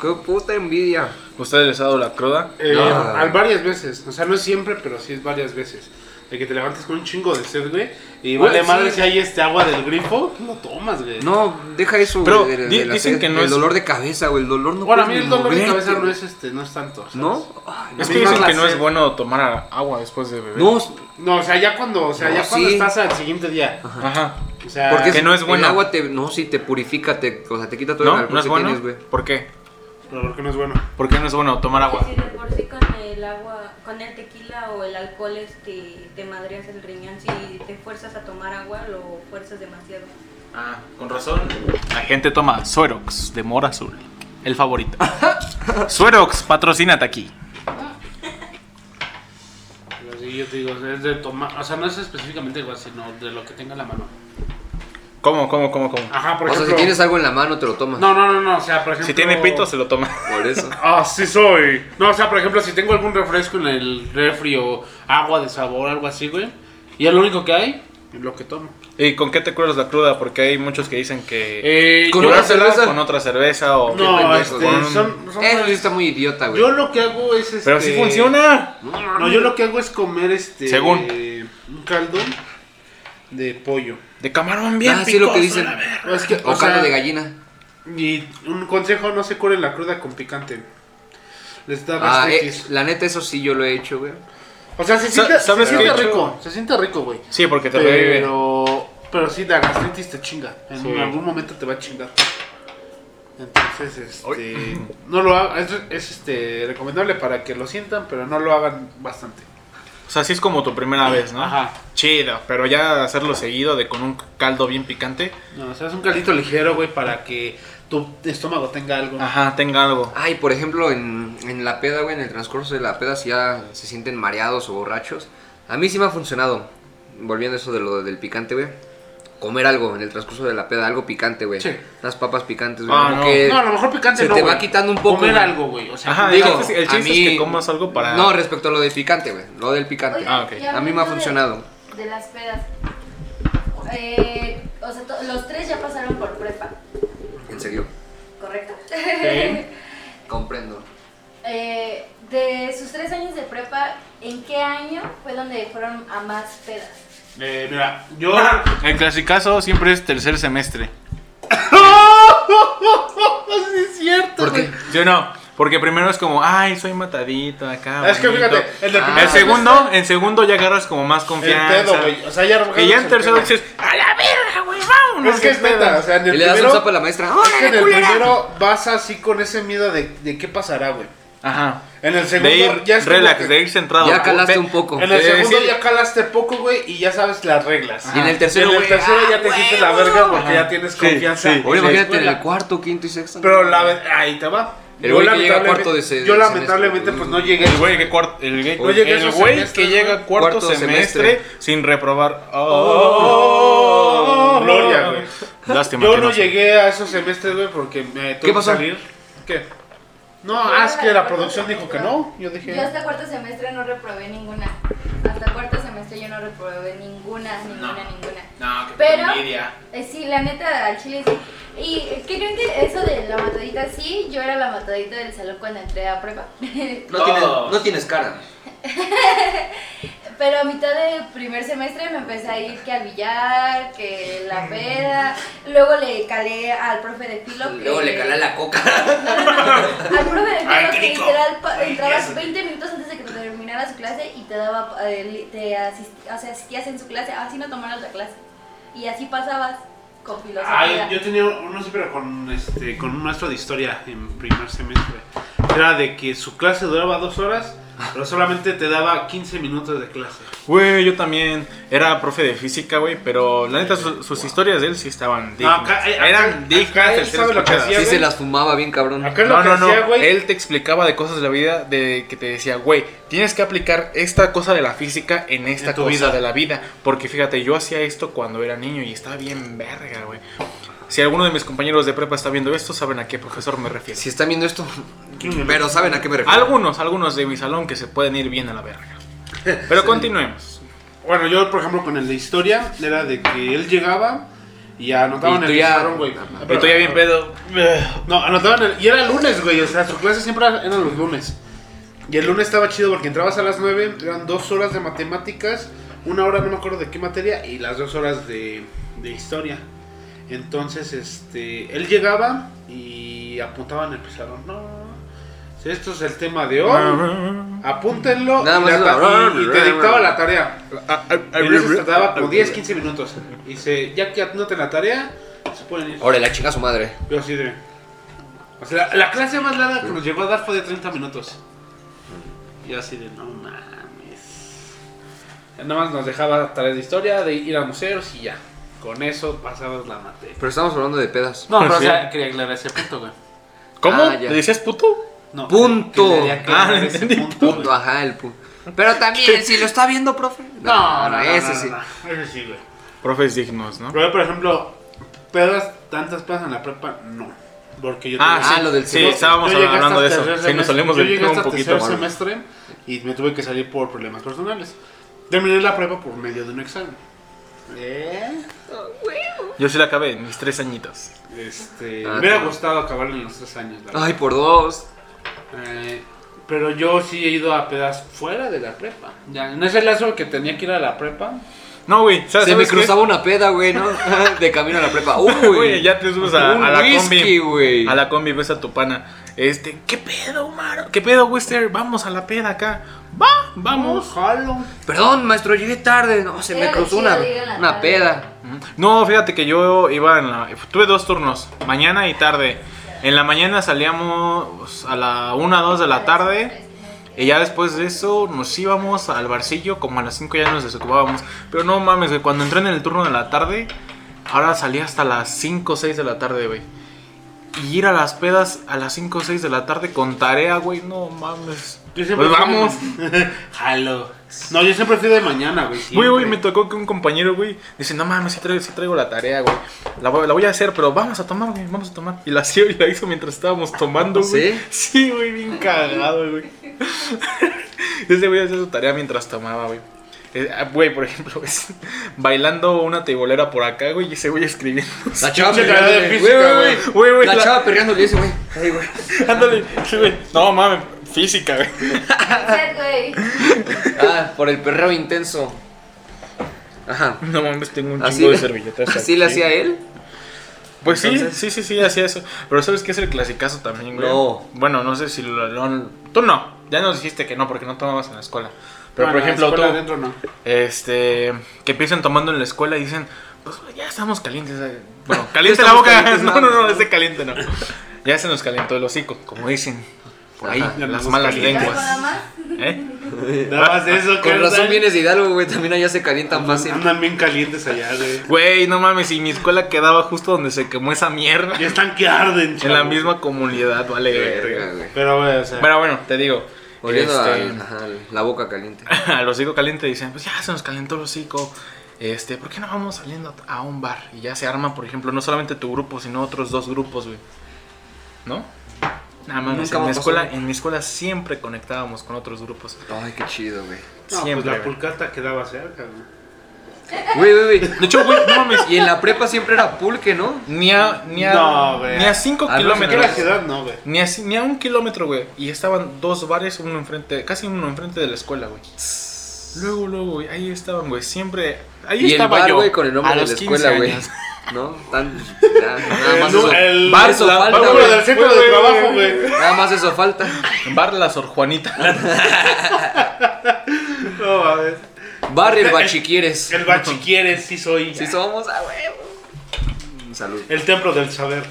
Speaker 2: Qué puta envidia.
Speaker 1: ¿Ustedes les ha dado la cruda?
Speaker 4: Eh,
Speaker 2: Ah.
Speaker 4: al- varias veces, o sea, no siempre, pero sí es varias veces. De que te levantes con un chingo de sed, güey. Y
Speaker 2: Güey,
Speaker 4: vale
Speaker 2: sí.
Speaker 4: madre si hay este agua del grifo, tú lo tomas, güey.
Speaker 2: No, deja eso,
Speaker 1: Pero
Speaker 2: güey, de-
Speaker 1: di-
Speaker 2: de la
Speaker 1: dicen
Speaker 2: sed.
Speaker 1: que no
Speaker 2: El
Speaker 1: es-
Speaker 2: dolor de cabeza, güey. El dolor no
Speaker 4: bueno, a mí
Speaker 2: puedes
Speaker 4: el
Speaker 2: ni
Speaker 4: dolor de
Speaker 2: moverte,
Speaker 4: cabeza no
Speaker 2: güey.
Speaker 4: es este, no es tanto. ¿sabes?
Speaker 2: ¿No? Ay,
Speaker 1: Es
Speaker 4: A
Speaker 1: que
Speaker 4: mí
Speaker 1: dicen
Speaker 4: más
Speaker 1: que
Speaker 4: la
Speaker 1: no es
Speaker 4: sed.
Speaker 1: bueno tomar a- agua después de beber.
Speaker 2: No,
Speaker 4: No, o sea, ya cuando, o sea,
Speaker 2: No,
Speaker 4: ya cuando
Speaker 2: sí.
Speaker 4: estás al siguiente día.
Speaker 1: Ajá.
Speaker 4: O sea,
Speaker 2: porque
Speaker 1: Ah, que
Speaker 2: es-
Speaker 1: no es
Speaker 2: El
Speaker 1: bueno.
Speaker 2: agua te, no, sí, te purifica, te, o sea, te quita todo el
Speaker 1: ¿No?
Speaker 2: alcohol
Speaker 1: ¿No es
Speaker 2: que
Speaker 1: bueno?
Speaker 2: tienes, güey.
Speaker 1: ¿Por qué?
Speaker 4: Pero que no es bueno.
Speaker 1: ¿Por qué no es bueno tomar agua?
Speaker 5: Si de por sí con el agua, con el tequila o el alcohol este, te madreas el riñón, si te fuerzas a tomar agua, lo fuerzas demasiado.
Speaker 1: Ah, con razón. La gente toma Suerox de mora azul. El favorito. <laughs> Suerox, patrocínate aquí.
Speaker 4: Pero sí, yo te digo, o sea, es de tomar, o sea, no es específicamente igual, sino de lo que tenga en la mano.
Speaker 1: ¿Cómo, cómo, cómo, cómo?
Speaker 4: Ajá, por
Speaker 2: O sea, si
Speaker 4: ejemplo.
Speaker 2: tienes algo en la mano, te lo tomas.
Speaker 4: No, no, no, no, o sea, Ah, por ejemplo.
Speaker 1: Si tiene pito, se lo toma. <laughs>
Speaker 2: Por eso.
Speaker 4: Ah, sí soy. No, o sea, por ejemplo, si tengo algún refresco en el refri o agua de sabor, algo así, güey. Y es lo único que hay, es lo que tomo.
Speaker 1: ¿Y con qué te curas la cruda? Porque hay muchos que dicen que.
Speaker 4: Eh,
Speaker 2: Con
Speaker 4: yo,
Speaker 2: una
Speaker 1: curársela
Speaker 2: cerveza.
Speaker 1: Con otra cerveza o.
Speaker 4: No,
Speaker 2: pendejo,
Speaker 4: este,
Speaker 2: güey.
Speaker 4: son- son-
Speaker 2: Eso sí Eh, está muy idiota, güey. Ah,
Speaker 4: yo lo que hago es este.
Speaker 1: Pero si funciona.
Speaker 4: No, yo lo que hago es comer este.
Speaker 1: Según.
Speaker 4: Un caldo de pollo.
Speaker 1: De camarón bien.
Speaker 2: Ah, sí, lo que
Speaker 1: picoso,
Speaker 2: dicen.
Speaker 1: la verga.
Speaker 4: No, es que,
Speaker 2: O,
Speaker 4: o
Speaker 2: caldo
Speaker 4: sea,
Speaker 2: de gallina.
Speaker 4: Y un consejo: no se curen la cruda con picante. Les da
Speaker 2: Ah, eh,
Speaker 4: gastritis.
Speaker 2: la neta, eso sí yo lo he hecho, güey.
Speaker 4: o sea, se
Speaker 1: sa-
Speaker 4: siente, se
Speaker 1: ¿sabes
Speaker 4: siente
Speaker 1: qué?
Speaker 4: rico. Se siente rico, güey.
Speaker 1: Sí, porque te revive.
Speaker 4: Pero, pero sí, la gastritis te chinga. En
Speaker 1: Sí.
Speaker 4: algún momento te va a chingar. Entonces, este, no lo hagan. Es, es, este, recomendable para que lo sientan, pero no lo hagan bastante.
Speaker 1: O sea, así es como tu primera vez, ¿no?
Speaker 4: Ajá.
Speaker 1: Chido, pero ya hacerlo seguido de con un caldo bien picante.
Speaker 4: No, o sea, es un caldito ligero, güey, para que tu estómago tenga algo.
Speaker 2: Ah.
Speaker 1: Ajá, tenga algo.
Speaker 2: Ay, por ejemplo, en, en la peda, güey, en el transcurso de la peda, si ya se sienten mareados o borrachos. A mí sí me ha funcionado. Volviendo a eso de lo del picante, güey. Comer algo en el transcurso de la peda, algo picante, güey.
Speaker 4: Sí.
Speaker 2: Las papas picantes, güey.
Speaker 1: Ah,
Speaker 2: como
Speaker 1: no.
Speaker 2: que-
Speaker 4: No, a lo mejor picante
Speaker 2: se
Speaker 4: no,
Speaker 2: te va
Speaker 4: güey.
Speaker 2: quitando un poco,
Speaker 4: Comer
Speaker 2: güey.
Speaker 4: algo, güey. O sea,
Speaker 1: Ajá,
Speaker 4: Ah, digo,
Speaker 1: el chiste, el chiste
Speaker 2: a mí-
Speaker 1: es que comas algo para.
Speaker 2: No, respecto a lo del picante, güey. Lo del picante.
Speaker 5: Oye,
Speaker 1: Ah, ok.
Speaker 5: y
Speaker 2: A mí me
Speaker 5: hablando
Speaker 2: ha
Speaker 5: de-
Speaker 2: funcionado.
Speaker 5: De las pedas. Eh, o sea, to- los tres ya pasaron por prepa,
Speaker 2: En serio.
Speaker 5: ¿correcto?
Speaker 2: Comprendo.
Speaker 5: <laughs> Eh, de sus tres años de prepa, ¿en qué año fue donde fueron a más pedas?
Speaker 4: eh, mira, yo.
Speaker 1: El clasicazo siempre es tercer semestre.
Speaker 4: sí, es cierto.
Speaker 2: ¿Por qué?
Speaker 4: güey.
Speaker 1: Yo no, porque primero es como, ay, soy matadito acá.
Speaker 4: Es que
Speaker 1: bonito".
Speaker 4: fíjate, el del
Speaker 2: Ah.
Speaker 4: primer
Speaker 1: El segundo, en segundo ya agarras como más confianza.
Speaker 4: El pedo, güey. O sea, ya
Speaker 1: Y ya
Speaker 4: arrancamos
Speaker 1: en
Speaker 4: el
Speaker 1: tercero
Speaker 4: pedo.
Speaker 1: dices, a la verga, güey, vámonos.
Speaker 4: Es que es
Speaker 1: ¿qué pedo?".
Speaker 4: neta, o sea, en
Speaker 2: Y
Speaker 4: el
Speaker 2: le das un
Speaker 4: primero-
Speaker 2: zapo a la maestra.
Speaker 4: Es que en
Speaker 2: ¡Órale,
Speaker 4: el
Speaker 2: culera!
Speaker 4: primero vas así con ese miedo de, de qué pasará, güey.
Speaker 1: Ajá.
Speaker 3: En el segundo
Speaker 1: De ir
Speaker 3: ya es como
Speaker 1: relax,
Speaker 3: que-
Speaker 1: de ir centrado.
Speaker 2: Ya calaste
Speaker 1: Ve-
Speaker 2: un poco.
Speaker 3: En
Speaker 1: Eh,
Speaker 3: el segundo
Speaker 1: sí.
Speaker 3: ya calaste poco, güey, y ya sabes las reglas.
Speaker 2: Y en el tercero,
Speaker 3: en el
Speaker 2: güey,
Speaker 3: tercero
Speaker 2: ah,
Speaker 3: ya te hiciste
Speaker 2: güey,
Speaker 3: la verga porque
Speaker 1: Ajá.
Speaker 3: ya tienes
Speaker 1: Sí,
Speaker 3: confianza.
Speaker 1: sí.
Speaker 2: Ahora
Speaker 1: En la
Speaker 2: imagínate en
Speaker 3: escuela.
Speaker 2: el cuarto, quinto y sexto.
Speaker 3: Pero la, ahí te va.
Speaker 2: El güey que llega a
Speaker 3: lamentablemente-
Speaker 2: cuarto de se-
Speaker 3: yo
Speaker 2: de
Speaker 3: lamentablemente
Speaker 2: semestre.
Speaker 3: pues no llegué.
Speaker 1: El güey que, cuart- el güey-
Speaker 3: Oye, que
Speaker 1: el
Speaker 3: esos
Speaker 1: güey
Speaker 3: semestres,
Speaker 1: que llega
Speaker 3: ¿no?
Speaker 1: cuarto,
Speaker 2: Cuarto
Speaker 1: semestre,
Speaker 2: semestre.
Speaker 1: sin reprobar.
Speaker 3: Oh,
Speaker 1: Oh,
Speaker 3: gloria, güey.
Speaker 1: Lástima.
Speaker 3: Yo
Speaker 1: que
Speaker 3: no
Speaker 1: se-
Speaker 3: llegué a esos semestres, güey, porque me tuve que
Speaker 2: pasó?
Speaker 3: salir. ¿Qué? No, ah, es que la producción dijo que no. Yo dije.
Speaker 5: Yo hasta cuarto semestre no reprobé ninguna. Hasta cuarto semestre yo no reprobé ninguna, ninguna, ninguna.
Speaker 3: No,
Speaker 5: Pero, eh, sí, la neta, al chile sí. ¿Y eh, qué creen que eso de la matadita? Sí, yo era la matadita del salón cuando entré a prueba. <laughs>
Speaker 2: No, tienes,
Speaker 3: Oh.
Speaker 2: no tienes cara.
Speaker 5: Pero a mitad de primer semestre me empecé a ir que al billar, que la peda. Luego le calé al profe de filo. que-
Speaker 2: Luego le cala la coca.
Speaker 5: No, no, no. Al profe de
Speaker 3: Ay,
Speaker 5: filo que
Speaker 3: crico.
Speaker 5: literal pa-
Speaker 3: Ay,
Speaker 5: entrabas
Speaker 3: eso.
Speaker 5: 20 minutos antes de que terminara su clase y te daba, eh, li- te asist- o sea, asistías en su clase, así no tomaras la clase. Y así pasabas con filosofía.
Speaker 3: Ay, yo tenía uno sí, pero con, este, con un maestro de historia en primer semestre. Era de que su clase duraba dos horas, pero solamente te daba 15 minutos de clase.
Speaker 1: Güey, yo también era profe de física, güey, pero la neta su- sus historias de él sí estaban dignas.
Speaker 3: acá- eh, acá-
Speaker 1: Eran
Speaker 3: acá
Speaker 1: dignas
Speaker 3: él
Speaker 1: de ser
Speaker 3: sabe lo que
Speaker 1: escuchadas.
Speaker 3: hacía,
Speaker 2: Sí
Speaker 3: güey.
Speaker 2: se las fumaba bien cabrón.
Speaker 3: Acá es lo
Speaker 1: No,
Speaker 3: que
Speaker 1: no, no.
Speaker 3: hacía, güey.
Speaker 1: Él te explicaba de cosas de la vida de que te decía, güey, tienes que aplicar esta cosa de la física en esta
Speaker 3: En tu
Speaker 1: cosa
Speaker 3: vida.
Speaker 1: de la vida. Porque fíjate, yo hacía esto cuando era niño y estaba bien verga, güey. Si alguno de mis compañeros de prepa está viendo esto, saben a qué profesor me refiero.
Speaker 2: Si están viendo esto, pero saben a qué me refiero.
Speaker 1: Algunos, algunos de mi salón que se pueden ir bien a la verga. Pero continuemos.
Speaker 3: Bueno, yo, por ejemplo, con el de historia, era de que él llegaba y anotaban
Speaker 2: Y
Speaker 3: en
Speaker 2: tú
Speaker 3: el
Speaker 2: ya-
Speaker 3: pizarrón, güey.
Speaker 1: Y tú ya bien pedo.
Speaker 3: No, anotaban el- Y era lunes, güey. O sea, su clase siempre era- eran los lunes. Y el lunes estaba chido porque entrabas a las 9, eran dos horas de matemáticas, una hora no me acuerdo de qué materia y las dos horas de, de historia. Entonces, este, él llegaba y apuntaba en el pizarrón. No, si esto es el tema de
Speaker 1: Ah,
Speaker 3: hoy, apúntenlo
Speaker 2: Nada
Speaker 3: y,
Speaker 2: más
Speaker 3: la
Speaker 2: es
Speaker 3: ta-
Speaker 2: la-
Speaker 3: y- y te dictaba la tarea. Y a veces tardaba como 10,
Speaker 1: 10,
Speaker 3: 15 minutos. Y dice, ya que anoten la tarea, se pueden ir.
Speaker 2: Ahora la chica su madre.
Speaker 3: Yo así de... O sea, la, la clase más larga que nos llegó a dar fue de 30 minutos.
Speaker 1: Mm.
Speaker 3: Y yo así de, no mames. Ya Nada más nos dejaba tareas de historia, de ir a museos y ya. Con eso pasabas la materia.
Speaker 2: Pero estamos hablando de pedas.
Speaker 3: No, pero o
Speaker 1: Sí.
Speaker 3: sea, quería aclarar ese punto, güey.
Speaker 1: ¿Cómo?
Speaker 2: Ah, ya.
Speaker 1: ¿Le decías puto?
Speaker 3: No,
Speaker 2: Punto.
Speaker 3: quería aclarar
Speaker 1: Ah,
Speaker 3: ese
Speaker 1: entendí,
Speaker 3: punto,
Speaker 2: Punto,
Speaker 3: güey.
Speaker 2: ajá, el punto. Pero también, si lo está viendo, profe.
Speaker 3: No, no, no,
Speaker 2: ese
Speaker 3: no,
Speaker 2: sí.
Speaker 3: no, Ese sí, güey.
Speaker 1: Profes dignos, ¿no?
Speaker 3: Pero, por ejemplo, pedas, tantas pedas en la prepa, no. Porque yo
Speaker 1: Ah,
Speaker 3: tenía-
Speaker 1: sí,
Speaker 2: Ah, lo del
Speaker 1: sí,
Speaker 2: segundo.
Speaker 1: estábamos
Speaker 3: Yo llegué hasta
Speaker 1: hablando de
Speaker 3: tercer
Speaker 1: eso. Sí, nos
Speaker 3: semestre-
Speaker 1: salimos
Speaker 3: yo
Speaker 1: del
Speaker 3: llegué
Speaker 1: tema un
Speaker 3: hasta
Speaker 1: poquito.
Speaker 3: tercer
Speaker 1: Maru.
Speaker 3: semestre y me tuve que salir por problemas personales. Terminé la prepa por medio de un examen. ¿Eh?
Speaker 1: Yo sí la acabé en mis tres añitos.
Speaker 3: Este,
Speaker 2: Ah,
Speaker 3: me hubiera
Speaker 2: claro.
Speaker 3: gustado acabar en los tres
Speaker 1: Ah,
Speaker 3: años, la verdad.
Speaker 2: Ay, por dos.
Speaker 3: Eh, pero yo sí he ido a pedas fuera de la prepa. Ya, en ese lazo que tenía que ir a la prepa.
Speaker 1: No, güey. ¿sabes-
Speaker 2: Se me
Speaker 1: sabes qué?
Speaker 2: cruzaba una peda, güey, ¿no? <laughs> De camino a la prepa. Uy,
Speaker 1: Güey, ya te subes a,
Speaker 2: Un
Speaker 1: a la combi.
Speaker 2: whisky, güey.
Speaker 1: A la combi ves a tu pana. Este, ¿qué pedo, Maro? ¿Qué pedo, Wester? Vamos a la peda acá. Va, vamos.
Speaker 3: jalo.
Speaker 2: Perdón, maestro, llegué tarde. No, se me
Speaker 5: Era
Speaker 2: cruzó
Speaker 5: chido
Speaker 2: una,
Speaker 5: ir en la
Speaker 2: una
Speaker 5: tarde.
Speaker 2: peda.
Speaker 1: No, fíjate que yo iba en la. Tuve dos turnos, mañana y tarde. En la mañana salíamos a la 1, 2 de la tarde. Y ya después de eso nos íbamos al barcillo, como a las 5 ya nos desocupábamos. Pero no mames, güey, cuando entré en el turno de la tarde, ahora salí hasta las 5 o 6 de la tarde, güey. Y ir a las pedas a las 5 o 6 de la tarde con tarea, güey, no mames.
Speaker 3: Yo
Speaker 1: Pues
Speaker 3: siempre fui de
Speaker 1: vamos.
Speaker 3: ma- <laughs> jalo. No, yo siempre fui de mañana, güey.
Speaker 1: Güey, güey, me
Speaker 3: siempre.
Speaker 1: tocó que un compañero, güey, dice, no mames, sí traigo, sí traigo la tarea, güey. La, voy- la voy a hacer, pero vamos a tomar, güey, vamos a tomar. Y la hacía y la hizo mientras estábamos tomando, güey.
Speaker 2: ¿Sí?
Speaker 1: Sí, güey, bien cagado, güey. <laughs> Ese güey hacía su tarea mientras tomaba, güey. Eh, ah, Güey, por ejemplo, <laughs> es- bailando una tebolera por acá, güey, y ese güey escribiendo.
Speaker 2: La chava
Speaker 3: Pinche tarea de
Speaker 2: perreándole. Güey, güey,
Speaker 3: física, güey.
Speaker 1: Güey, güey,
Speaker 2: La,
Speaker 1: la-
Speaker 2: chava perreándole ese, güey. Ay,
Speaker 1: <laughs>
Speaker 2: güey.
Speaker 1: Ándale, sí, güey. No mames, física, güey. <laughs>
Speaker 5: Set, güey.
Speaker 2: Ah, por el perreo intenso. Ajá.
Speaker 1: No mames, tengo un chingo
Speaker 2: Así,
Speaker 1: de servilletas.
Speaker 2: <laughs> así le hacía él.
Speaker 1: Pues
Speaker 2: Entonces-
Speaker 1: sí, sí, sí, sí, hacía eso. Pero ¿sabes qué es el clasicazo también, güey?
Speaker 2: No.
Speaker 1: Bueno, no sé si lo, lo- Tú no. Ya nos dijiste que no, porque no tomabas en la escuela. Pero,
Speaker 3: Bueno,
Speaker 1: por ejemplo,
Speaker 3: escuela
Speaker 1: tú...
Speaker 3: adentro no.
Speaker 1: Este... Que empiezan tomando en la escuela y dicen... Pues ya estamos calientes. eh".
Speaker 2: <laughs>
Speaker 1: Bueno,
Speaker 2: Ya
Speaker 1: caliente la <laughs>
Speaker 2: estamos
Speaker 1: boca.
Speaker 2: calientes,
Speaker 1: no, no, no,
Speaker 2: vamos.
Speaker 1: ese caliente no. Ya se nos calentó el hocico, como dicen. Ahí,
Speaker 2: Ajá.
Speaker 1: las
Speaker 3: Las
Speaker 1: malas
Speaker 3: calientas.
Speaker 5: ¿Algo
Speaker 1: lenguas.
Speaker 5: nada más?
Speaker 1: ¿Eh?
Speaker 3: Nada más eso,
Speaker 2: Con
Speaker 3: carnal.
Speaker 2: razón vienes de Hidalgo, güey. También allá se calientan fácil.
Speaker 3: Andan bien calientes allá, güey.
Speaker 1: Güey, no mames, y mi escuela quedaba justo donde se quemó esa mierda.
Speaker 3: Ya están que arden,
Speaker 1: En la
Speaker 3: chavo.
Speaker 1: misma comunidad, vale.
Speaker 2: Verga,
Speaker 1: verga.
Speaker 2: güey.
Speaker 3: Pero, güey, o sea.
Speaker 1: Pero bueno, te digo.
Speaker 2: Oliendo
Speaker 1: este,
Speaker 2: al- ajá, la boca caliente.
Speaker 1: <laughs> al hocico caliente dicen, pues ya se nos calentó el hocico. Este, ¿por qué no vamos saliendo a un bar? Y ya se arma, por ejemplo, no solamente tu grupo, sino otros dos grupos, güey. ¿No? Nada más,
Speaker 2: Nunca
Speaker 1: en
Speaker 2: me
Speaker 1: mi
Speaker 2: pasó,
Speaker 1: escuela,
Speaker 2: güey.
Speaker 1: en mi escuela siempre conectábamos con otros grupos.
Speaker 2: Ay, qué chido, güey.
Speaker 3: no, pues
Speaker 1: siempre.
Speaker 3: la
Speaker 1: güey.
Speaker 3: pulcata quedaba cerca, güey.
Speaker 2: Güey, güey, güey.
Speaker 1: de hecho, güey, no mames.
Speaker 2: Y en la prepa siempre era pulque, ¿no?
Speaker 1: Ni a, ni a,
Speaker 3: No, güey.
Speaker 1: ni a cinco
Speaker 2: Al menos en
Speaker 3: Aquí en
Speaker 1: kilómetros.
Speaker 3: la ciudad no, güey.
Speaker 1: Ni a, ci- ni a un kilómetro, güey. Y estaban dos bares, uno enfrente, casi uno enfrente de la escuela, güey. Luego, luego, güey, ahí estaban, güey. Siempre. Ahí
Speaker 2: y el
Speaker 1: estaba
Speaker 2: bar,
Speaker 1: yo.
Speaker 2: güey, con el nombre
Speaker 1: a
Speaker 2: de la
Speaker 1: los 15
Speaker 2: escuela, güey.
Speaker 1: años.
Speaker 2: ¿No? Tan, ya, nada más
Speaker 3: El-
Speaker 2: eso.
Speaker 3: el-
Speaker 2: Bar, eso
Speaker 1: la-
Speaker 2: falta,
Speaker 1: Falta,
Speaker 3: Vámonos
Speaker 1: güey.
Speaker 3: del centro
Speaker 1: Güey,
Speaker 3: de
Speaker 1: güey,
Speaker 3: trabajo,
Speaker 1: güey.
Speaker 3: güey.
Speaker 2: Nada más eso falta.
Speaker 1: Bar La Sor <laughs> Juanita.
Speaker 3: No, a ver.
Speaker 2: Bar el
Speaker 1: <laughs>
Speaker 2: bachiquieres.
Speaker 3: El bachi quieres, sí soy.
Speaker 2: Si somos ah, a huevo. Salud.
Speaker 3: El templo del saber.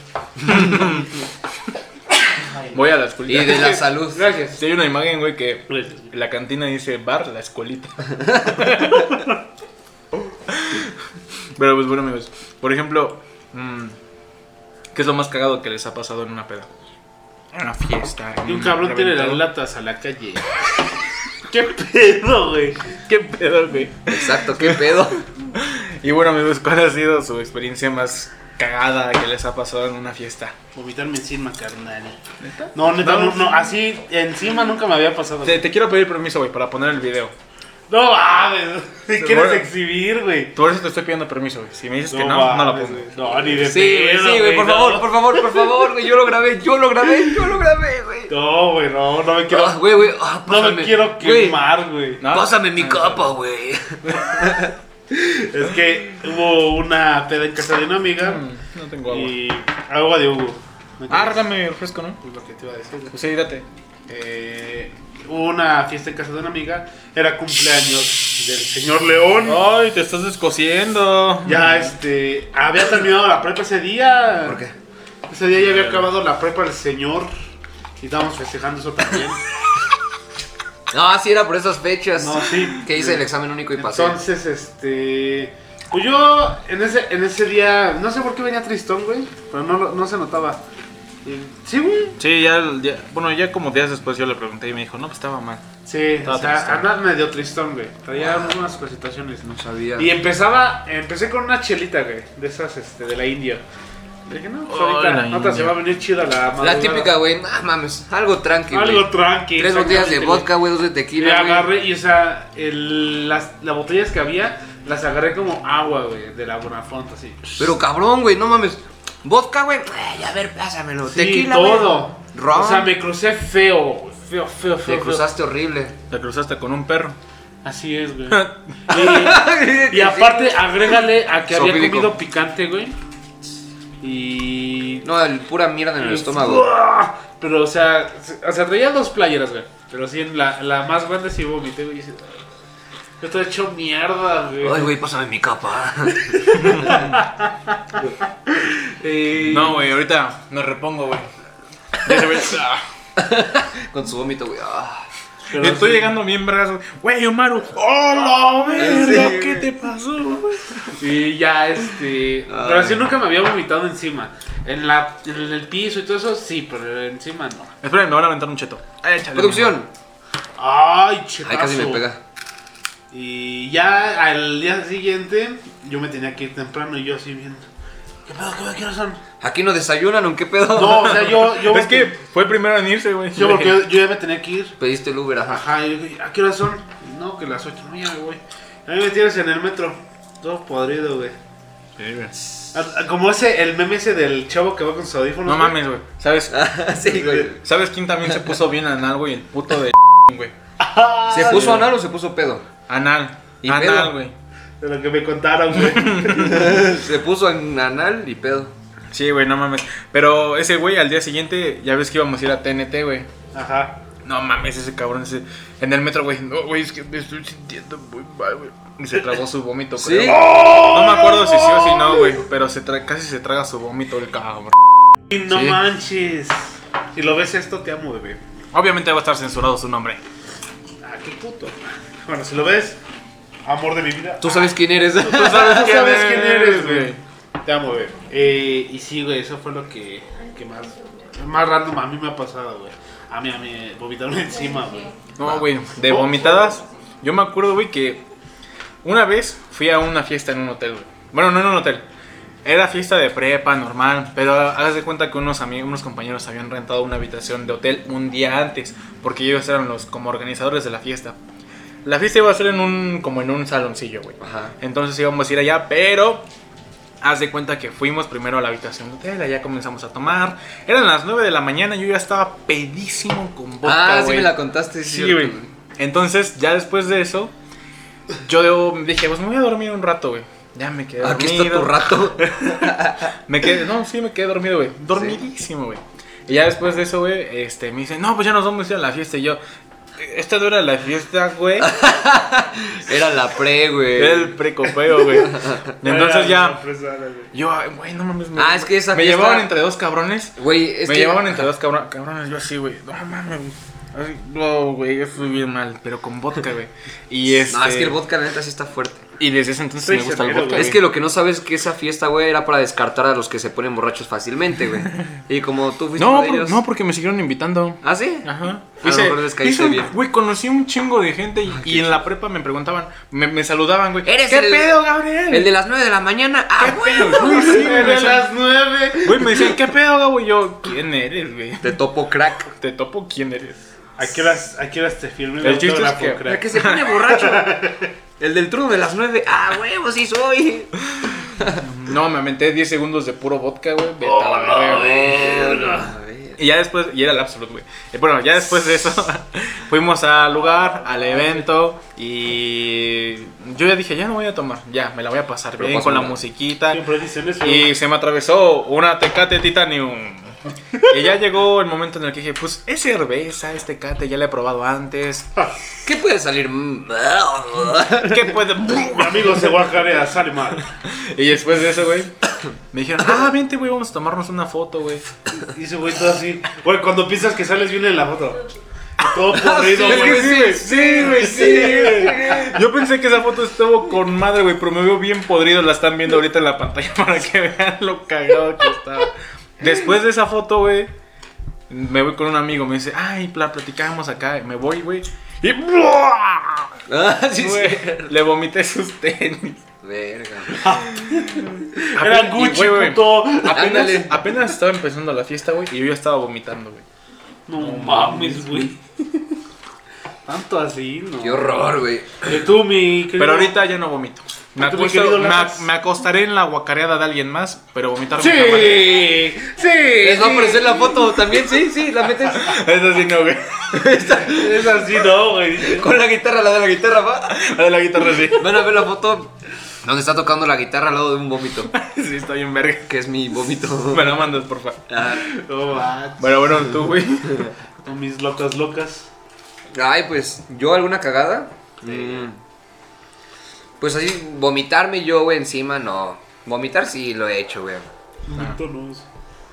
Speaker 1: Voy a la escuelita.
Speaker 2: Y
Speaker 1: <laughs>
Speaker 2: de la salud.
Speaker 3: Gracias.
Speaker 1: Sí, hay una imagen, güey, que
Speaker 3: Gracias.
Speaker 1: en la cantina dice bar La
Speaker 3: <laughs>
Speaker 1: Escuelita. Pero pues bueno, amigos. Por ejemplo, mm, ¿qué es lo más cagado que les ha pasado en una peda? En una fiesta. en
Speaker 3: Y un cabrón tiene las
Speaker 1: Mm, reventado.
Speaker 3: latas a la calle. <laughs> ¿Qué pedo, güey?
Speaker 1: ¿Qué pedo, güey?
Speaker 2: Exacto, qué pedo.
Speaker 1: Y bueno, amigos, ¿cuál ha sido su experiencia más cagada que les ha pasado en una fiesta?
Speaker 3: Vomitarme encima, carnal. No, neta, no, no, así encima nunca me había pasado.
Speaker 1: Te, te quiero pedir permiso, güey, para poner el video.
Speaker 3: No mames, te
Speaker 1: Se
Speaker 3: quieres
Speaker 1: muere.
Speaker 3: exhibir, güey.
Speaker 1: Por eso te estoy pidiendo permiso, güey. Si me dices que no, no la
Speaker 3: mames,
Speaker 1: pongo.
Speaker 3: güey. No, ni de
Speaker 2: Sí, güey,
Speaker 3: pedo,
Speaker 2: sí, güey, por
Speaker 3: no.
Speaker 2: favor, por favor, por favor, güey. Yo lo grabé, yo lo grabé, yo lo grabé, güey.
Speaker 3: No, güey, no, no me
Speaker 2: <laughs>
Speaker 3: quiero.
Speaker 2: Ah, güey, güey. ah,
Speaker 3: no
Speaker 2: pásame,
Speaker 3: me quiero
Speaker 2: güey,
Speaker 3: quemar, güey.
Speaker 1: ¿No?
Speaker 2: Pásame mi
Speaker 1: Ah,
Speaker 2: capa, güey.
Speaker 3: Es que hubo una peda en casa de una amiga
Speaker 1: Mm, No tengo agua.
Speaker 3: y agua de Hugo. ¿No
Speaker 1: Ah,
Speaker 3: quieres?
Speaker 1: regálame el fresco, ¿no?
Speaker 3: Es lo que te iba a decir. güey.
Speaker 1: Pues sí, date.
Speaker 3: Eh, hubo una fiesta en casa de una amiga, era cumpleaños del señor León.
Speaker 2: Oh.
Speaker 1: Ay, te estás descosiendo.
Speaker 3: Ya este, había terminado la prepa ese día.
Speaker 2: ¿Por qué?
Speaker 3: Ese día ya había acabado la prepa el señor y estábamos festejando eso también.
Speaker 2: No, sí era por esas fechas.
Speaker 3: No, sí.
Speaker 2: Que hice el examen único y pasé.
Speaker 3: Entonces, este. Pues yo en ese, en ese día, no sé por qué venía tristón, güey, pero no, lo- no se notaba. Y- Sí, güey.
Speaker 1: Sí, ya, ya- Bueno, ya como días después yo le pregunté y me dijo, no, pues estaba mal.
Speaker 3: Sí,
Speaker 1: Estaba
Speaker 3: o sea,
Speaker 1: tristón.
Speaker 3: andaba medio tristón, güey. Traía unas presentaciones, ¿no?
Speaker 2: No sabía.
Speaker 3: Y empezaba, empecé con una chelita, güey, de esas, este, de la India. Le dije, no, pues
Speaker 1: Ay,
Speaker 3: ahorita,
Speaker 1: la
Speaker 3: ahorita se
Speaker 1: India.
Speaker 3: va a venir chida la
Speaker 2: La
Speaker 3: madrugada.
Speaker 2: típica, güey. No mames, algo tranqui, güey.
Speaker 3: Algo tranqui.
Speaker 2: Tres botellas de
Speaker 3: exactamente, güey.
Speaker 2: vodka, güey, dos de
Speaker 3: Le
Speaker 2: tequila, güey.
Speaker 3: agarré, y o sea, el- las, las botellas que había, las agarré como agua, güey, de la Bonafont, así.
Speaker 2: Pero cabrón, güey, no mames. Vodka, güey. Ay, a ver, pásamelo.
Speaker 3: Sí,
Speaker 2: Tequila, güey.
Speaker 3: todo.
Speaker 2: Ron.
Speaker 3: O sea, me crucé feo, güey, feo, feo, feo.
Speaker 2: Te
Speaker 3: feo.
Speaker 2: cruzaste horrible.
Speaker 1: Te cruzaste con un perro.
Speaker 3: Así es, <laughs> güey.
Speaker 2: <laughs>
Speaker 3: Y, y aparte, agrégale a que había
Speaker 2: Sofílico.
Speaker 3: comido picante, güey. Y
Speaker 2: No, el pura mierda en el estómago.
Speaker 3: ¡Uah! Pero, o sea, se- o sea, traía dos playeras, güey. Pero sí, en la, la más grande sí vomité, güey. y sí- Yo estoy hecho mierda, güey.
Speaker 2: Ay, güey, pásame mi capa.
Speaker 3: Eh,
Speaker 1: No, güey, ahorita me repongo, güey. Ya se ve-
Speaker 3: <laughs>
Speaker 1: Ah.
Speaker 2: Con su vómito, güey. Ah.
Speaker 3: pero
Speaker 1: Estoy
Speaker 3: sí.
Speaker 1: llegando bien brazo. Güey, Omaru. ¡Hola, verga! ¿Qué te pasó, güey?
Speaker 3: Y ya, este. Pero así nunca me había vomitado encima. En, la, en el piso y todo eso, sí, pero encima no.
Speaker 1: Esperen, me van a aventar un cheto. Ah, Échale,
Speaker 2: Producción.
Speaker 3: Ay, chetazo.
Speaker 2: Ay, casi me pega.
Speaker 3: Y ya al día siguiente, yo me tenía que ir temprano y yo así viendo. ¿Qué pedo? ¿Qué pedo? ¿Qué hora son?
Speaker 2: Aquí no desayunan, ¿o qué pedo?
Speaker 3: No, o sea, yo. yo
Speaker 1: Es que fue primero en irse, güey.
Speaker 3: Yo, porque yo, yo ya me tenía que ir.
Speaker 2: <laughs> Pediste el
Speaker 1: <laughs>
Speaker 2: Uber, ajá.
Speaker 3: Ajá, y yo dije, ¿a qué hora son? No, que las 8. No, ya me voy. A mí me tienes en el metro. Todo podrido, güey.
Speaker 1: Sí, güey.
Speaker 3: A- a- Como ese, el meme ese del chavo que va con sus audífonos.
Speaker 1: No
Speaker 3: güey.
Speaker 1: mames, güey. ¿Sabes?
Speaker 2: sí, güey.
Speaker 1: ¿Sabes quién también se puso bien anal, güey? El puto <laughs> de güey. Ah,
Speaker 2: ¿Se puso anal o se puso pedo?
Speaker 1: Anal.
Speaker 2: Y
Speaker 1: Anal,
Speaker 2: pedo.
Speaker 1: güey.
Speaker 3: De lo que me contaron,
Speaker 1: <laughs>
Speaker 3: güey.
Speaker 2: se puso en anal y pedo.
Speaker 1: Sí, güey, no mames. Pero ese güey al día siguiente, ya ves que íbamos a ir a TNT, güey.
Speaker 3: Ajá.
Speaker 1: No mames, ese cabrón ese, en el metro, güey. No, güey, es que me estoy sintiendo muy mal, güey. Y se tragó su vómito,
Speaker 2: ¿Sí?
Speaker 1: creo. No me acuerdo si sí o si no, güey. Pero se tra- casi se traga su vómito el cabrón.
Speaker 3: Y no
Speaker 2: Sí.
Speaker 3: manches. Si lo ves esto, te amo, bebé.
Speaker 1: Obviamente va a estar censurado su nombre.
Speaker 3: Ah, qué puto. Bueno, si lo ves, amor de mi vida.
Speaker 2: Tú sabes quién eres.
Speaker 3: <laughs> Tú sabes, tú sabes quién eres,
Speaker 1: güey.
Speaker 3: güey. Te amo, güey. Eh, y sí, güey, eso fue lo que, que más, más random a mí me ha pasado, güey. A mí, a mí, vomitaron encima, güey.
Speaker 1: No, güey. De vomitadas. Yo me acuerdo, güey, que una vez fui a una fiesta en un hotel, güey. Bueno, no en un hotel. Era fiesta de prepa, normal. Pero haz de cuenta que unos, amigos, unos compañeros habían rentado una habitación de hotel un día antes. Porque ellos eran los como organizadores de la fiesta. La fiesta iba a ser en un, como en un saloncillo, güey.
Speaker 2: Ajá.
Speaker 1: Entonces íbamos a ir allá, pero haz de cuenta que fuimos primero a la habitación de hotel, allá comenzamos a tomar. Eran las 9 de la mañana, yo ya estaba pedísimo con vodka,
Speaker 2: ah, sí
Speaker 1: güey.
Speaker 2: me la contaste. es
Speaker 1: Sí,
Speaker 2: cierto,
Speaker 1: güey. Entonces, ya después de eso, yo dije, pues me voy a dormir un rato, güey. Ya me quedé
Speaker 2: Aquí
Speaker 1: dormido.
Speaker 2: está tu
Speaker 1: <laughs>
Speaker 2: rato.
Speaker 1: Me quedé, no, sí, me quedé dormido, güey. Dormidísimo, güey. Y ya después de eso, güey, este, me dicen, no, pues ya nos vamos a ir a la fiesta. Y yo, esta dura la fiesta,
Speaker 2: <laughs>
Speaker 1: güey.
Speaker 2: Era la pre, güey.
Speaker 1: Era el precopeo,
Speaker 2: <laughs>
Speaker 1: güey. Entonces
Speaker 3: Era
Speaker 1: ya...
Speaker 3: una sorpresa, güey.
Speaker 1: Yo, ay, güey, no mames. Me,
Speaker 2: Ah, es que esa
Speaker 1: Me
Speaker 2: fiesta-
Speaker 1: llevaban entre dos cabrones.
Speaker 2: Güey, es
Speaker 1: me
Speaker 2: que-
Speaker 1: llevaban entre dos cabrones. Cabrones, yo así, güey. No mames. güey. Ay, No, güey, yo fui bien mal, pero con vodka, güey. Y este,
Speaker 2: No, es que el vodka la neta sí está fuerte.
Speaker 1: Y desde ese entonces
Speaker 3: Soy
Speaker 1: me gusta el
Speaker 3: cervero,
Speaker 1: vodka.
Speaker 3: güey.
Speaker 1: güey.
Speaker 2: Es que lo que no sabes es que esa fiesta, güey, era para descartar a los que se ponen borrachos
Speaker 1: <laughs>
Speaker 2: fácilmente, güey. Y como tú fuiste uno
Speaker 1: No,
Speaker 2: de
Speaker 1: por-
Speaker 2: ellos.
Speaker 1: no, porque me siguieron invitando.
Speaker 2: ¿Ah, sí?
Speaker 1: Ajá.
Speaker 2: A lo mejor les caíste
Speaker 1: hice-
Speaker 2: bien. Ah,
Speaker 1: Güey, conocí un chingo de gente y, y en la prepa me preguntaban, me, me saludaban, güey.
Speaker 2: Eres
Speaker 1: ¿Qué
Speaker 2: el-
Speaker 1: pedo, Gabriel? <laughs>
Speaker 2: El de las 9 de la mañana.
Speaker 1: ¿Qué
Speaker 2: ¡Ah, güey!
Speaker 1: pedo?
Speaker 2: <laughs>
Speaker 1: Güey, sí, güey, me
Speaker 3: Era
Speaker 1: decían-
Speaker 3: las nueve.
Speaker 1: Güey, me decían, ¿qué pedo, Gabo? Y yo, ¿quién eres, güey?
Speaker 2: Te topo crack.
Speaker 1: Te topo, ¿quién eres?
Speaker 3: ¿A qué horas, a qué horas te firmé
Speaker 1: El chiste es que-
Speaker 2: El que se
Speaker 1: <laughs>
Speaker 2: pone borracho. El del truco de las 9. ¡Ah, huevo, sí soy!
Speaker 1: No, me aventé 10 segundos de puro vodka, güey. Vete a la
Speaker 3: Oh,
Speaker 1: verga,
Speaker 3: no,
Speaker 1: güey.
Speaker 2: Verga, verga.
Speaker 1: Y ya después, y era el Absolute, güey. Eh, Bueno, ya después de eso, <laughs> fuimos al lugar, al
Speaker 2: Ah,
Speaker 1: evento, y yo ya dije, ya no voy a tomar, ya, me la voy a pasar
Speaker 2: Pero
Speaker 1: bien
Speaker 2: pasa
Speaker 1: con la
Speaker 2: nada.
Speaker 1: musiquita.
Speaker 3: Siempre dicen eso.
Speaker 1: Y se me atravesó una Tecate
Speaker 2: <laughs>
Speaker 1: Titanium. Y ya llegó el momento en el que dije, pues es cerveza, es Tecate, ya la he probado antes.
Speaker 2: ¿Qué puede salir? Ah,
Speaker 1: ¿Qué
Speaker 2: <laughs>
Speaker 1: puede...?
Speaker 3: Mi amigo se guacarea, sale mal.
Speaker 1: Y después de eso, güey, me dijeron, ah, vente, güey, vamos a tomarnos una foto, güey.
Speaker 3: Y ese güey todo así. Güey, cuando piensas que sales bien en la foto. Todo
Speaker 1: <laughs>
Speaker 3: corrido,
Speaker 2: Sí,
Speaker 3: güey.
Speaker 2: sí,
Speaker 1: Sí, güey, sí, güey. Yo pensé que esa foto estuvo con madre, güey, pero me veo bien podrido. La están viendo ahorita en la pantalla <laughs> para que vean lo cagado que estaba. Después de esa foto, güey, me voy con un amigo. Me dice, ay, pla- platicamos acá. Me voy, güey. Y ¡buah!
Speaker 2: Ah, sí,
Speaker 1: Güey,
Speaker 2: sí.
Speaker 1: le vomité sus tenis.
Speaker 2: Verga.
Speaker 3: Era
Speaker 1: Y,
Speaker 3: Gucci,
Speaker 1: güey,
Speaker 3: puto.
Speaker 1: Apenas,
Speaker 2: Ándale.
Speaker 1: apenas estaba empezando la fiesta, güey, y yo ya estaba vomitando, güey.
Speaker 3: No mames, güey. Tanto así, no.
Speaker 2: Qué horror, güey.
Speaker 3: Que tú, mi. querido-
Speaker 1: Pero ahorita ya no vomito. Me,
Speaker 3: Tú, mi
Speaker 1: acuesto-
Speaker 3: querido
Speaker 1: me-
Speaker 3: Lajas.
Speaker 1: me acostaré en la guacareada de alguien más, pero vomitar
Speaker 3: Sí,
Speaker 1: nunca más.
Speaker 3: sí.
Speaker 2: Les va a
Speaker 3: sí.
Speaker 2: aparecer la foto también, sí, sí, la metes
Speaker 1: Eso sí no, güey.
Speaker 3: Es <laughs> así, no, güey.
Speaker 1: <laughs>
Speaker 2: con la guitarra, la de la guitarra, va.
Speaker 1: La de la guitarra sí.
Speaker 2: Van a ver la foto donde está tocando la guitarra al lado de un vómito,
Speaker 1: <laughs> Sí, está bien verga.
Speaker 2: que es mi vómito.
Speaker 1: <laughs> Me la mandas, por favor.
Speaker 2: Ah.
Speaker 3: No, va.
Speaker 1: Bueno, bueno, tú, güey. <laughs>
Speaker 3: Con mis locas, locas.
Speaker 2: Ay, pues, ¿yo alguna cagada? Mm. Pues así, vomitarme yo, güey, encima, no. Vomitar sí lo he hecho, güey. Ah.
Speaker 3: Mítonos.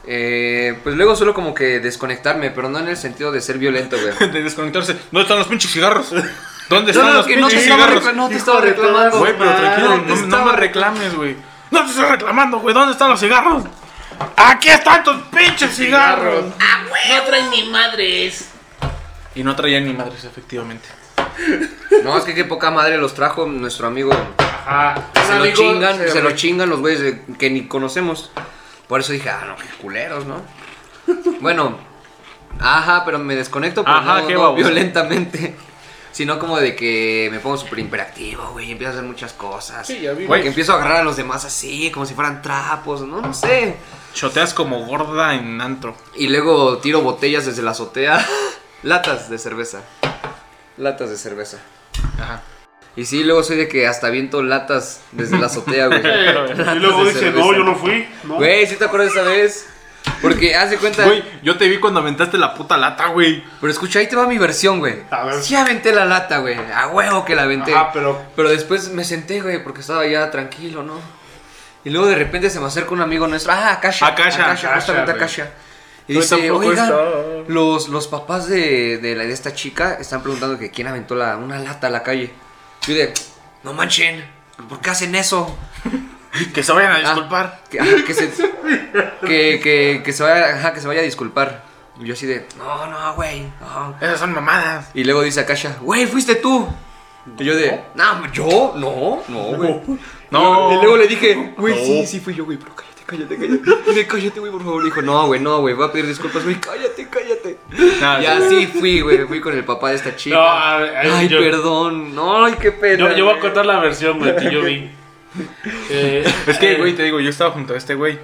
Speaker 2: Eh, pues luego solo como que desconectarme, pero no en el sentido de ser violento,
Speaker 1: <laughs>
Speaker 2: güey.
Speaker 1: De desconectarse. ¿Dónde están los pinches cigarros? ¿Dónde
Speaker 2: No,
Speaker 1: están
Speaker 2: no,
Speaker 1: los
Speaker 2: que no te
Speaker 1: pinches
Speaker 2: estaba,
Speaker 1: cigarros?
Speaker 2: recla- no te
Speaker 3: Hijo
Speaker 2: estaba
Speaker 3: de
Speaker 2: reclamando.
Speaker 1: Güey, pero tranquilo,
Speaker 2: te
Speaker 1: no, no
Speaker 2: estaba-
Speaker 1: me reclames, güey. No te estoy reclamando, güey. ¿Dónde están los cigarros? Aquí están tus pinches cigarros.
Speaker 4: No traen ni madres.
Speaker 1: Y no traían ni madres, efectivamente.
Speaker 2: No, es que qué poca madre los trajo nuestro amigo.
Speaker 3: Ajá.
Speaker 2: Se lo
Speaker 3: Amigo,
Speaker 2: chingan,
Speaker 3: se-
Speaker 2: se lo chingan los güeyes de- que ni conocemos. Por eso dije, ah, no, qué culeros, ¿no? Bueno, ajá, pero me desconecto pero
Speaker 1: Ajá,
Speaker 2: no,
Speaker 1: qué
Speaker 2: no
Speaker 1: baboso.
Speaker 2: violentamente. <laughs> Sino como de que me pongo súper imperactivo, güey, empiezo a hacer muchas cosas.
Speaker 3: Sí, ya vi.
Speaker 2: Como que empiezo a agarrar a los demás así, como si fueran trapos, no, no sé.
Speaker 1: Choteas como gorda en antro.
Speaker 2: Y luego tiro botellas desde la azotea. <laughs> Latas de cerveza. Latas de cerveza.
Speaker 1: Ajá.
Speaker 2: Y sí, luego soy de que hasta viento latas desde la azotea,
Speaker 3: <laughs>
Speaker 2: güey.
Speaker 3: Y luego
Speaker 2: Latas de
Speaker 3: dice, no,
Speaker 2: cerveza.
Speaker 3: yo no fui. No.
Speaker 2: Güey, ¿sí te acuerdas esa vez? Porque hace cuenta.
Speaker 1: Güey, yo te vi cuando aventaste la puta lata, güey.
Speaker 2: Pero escucha, ahí te va mi versión, güey.
Speaker 3: A ver.
Speaker 2: Sí aventé la lata, güey. A huevo que la aventé.
Speaker 3: Ajá, pero-
Speaker 2: Pero después me senté, güey, porque estaba ya tranquilo, ¿no? Y luego de repente se me acerca un amigo nuestro. Ah, Akasha.
Speaker 1: Akasha,
Speaker 2: Akasha, justamente
Speaker 3: Akasha, güey.
Speaker 2: Akasha. Y Y dice,
Speaker 1: tampoco
Speaker 2: oigan,
Speaker 1: estaba".
Speaker 2: los, los papás de, de, la, de esta chica están preguntando que quién aventó la, una lata a la calle. Yo de, no manchen, ¿por qué hacen eso?
Speaker 1: Que se vayan a
Speaker 2: Ah,
Speaker 1: disculpar.
Speaker 2: Que, ajá, que se, que, que- que se vaya, ajá, que se vaya a disculpar. Y yo así de, no, no, güey, no".
Speaker 1: Esas son mamadas.
Speaker 2: Y luego dice Akasha, güey, fuiste tú. Y yo de, no, yo, no, no, güey.
Speaker 1: No.
Speaker 2: Y luego le dije, güey,
Speaker 1: No.
Speaker 2: sí, sí fui yo, güey, pero cállate, cállate, cállate. Y le, cállate, güey, por favor. Y dijo, no, güey, no, güey, voy a pedir disculpas, güey, cállate, cállate.
Speaker 1: No,
Speaker 2: y así
Speaker 1: sí.
Speaker 2: fui, güey, fui con el papá de esta chica.
Speaker 3: No, a ver, a ver,
Speaker 2: ah, ay,
Speaker 3: ah, yo-
Speaker 2: perdón, no, ay, qué pena.
Speaker 3: Yo, yo voy a
Speaker 2: güey.
Speaker 3: contar la versión, güey,
Speaker 2: <laughs>
Speaker 3: que yo vi. Eh,
Speaker 1: Es que,
Speaker 3: eh,
Speaker 1: güey, te digo, yo estaba junto a este güey.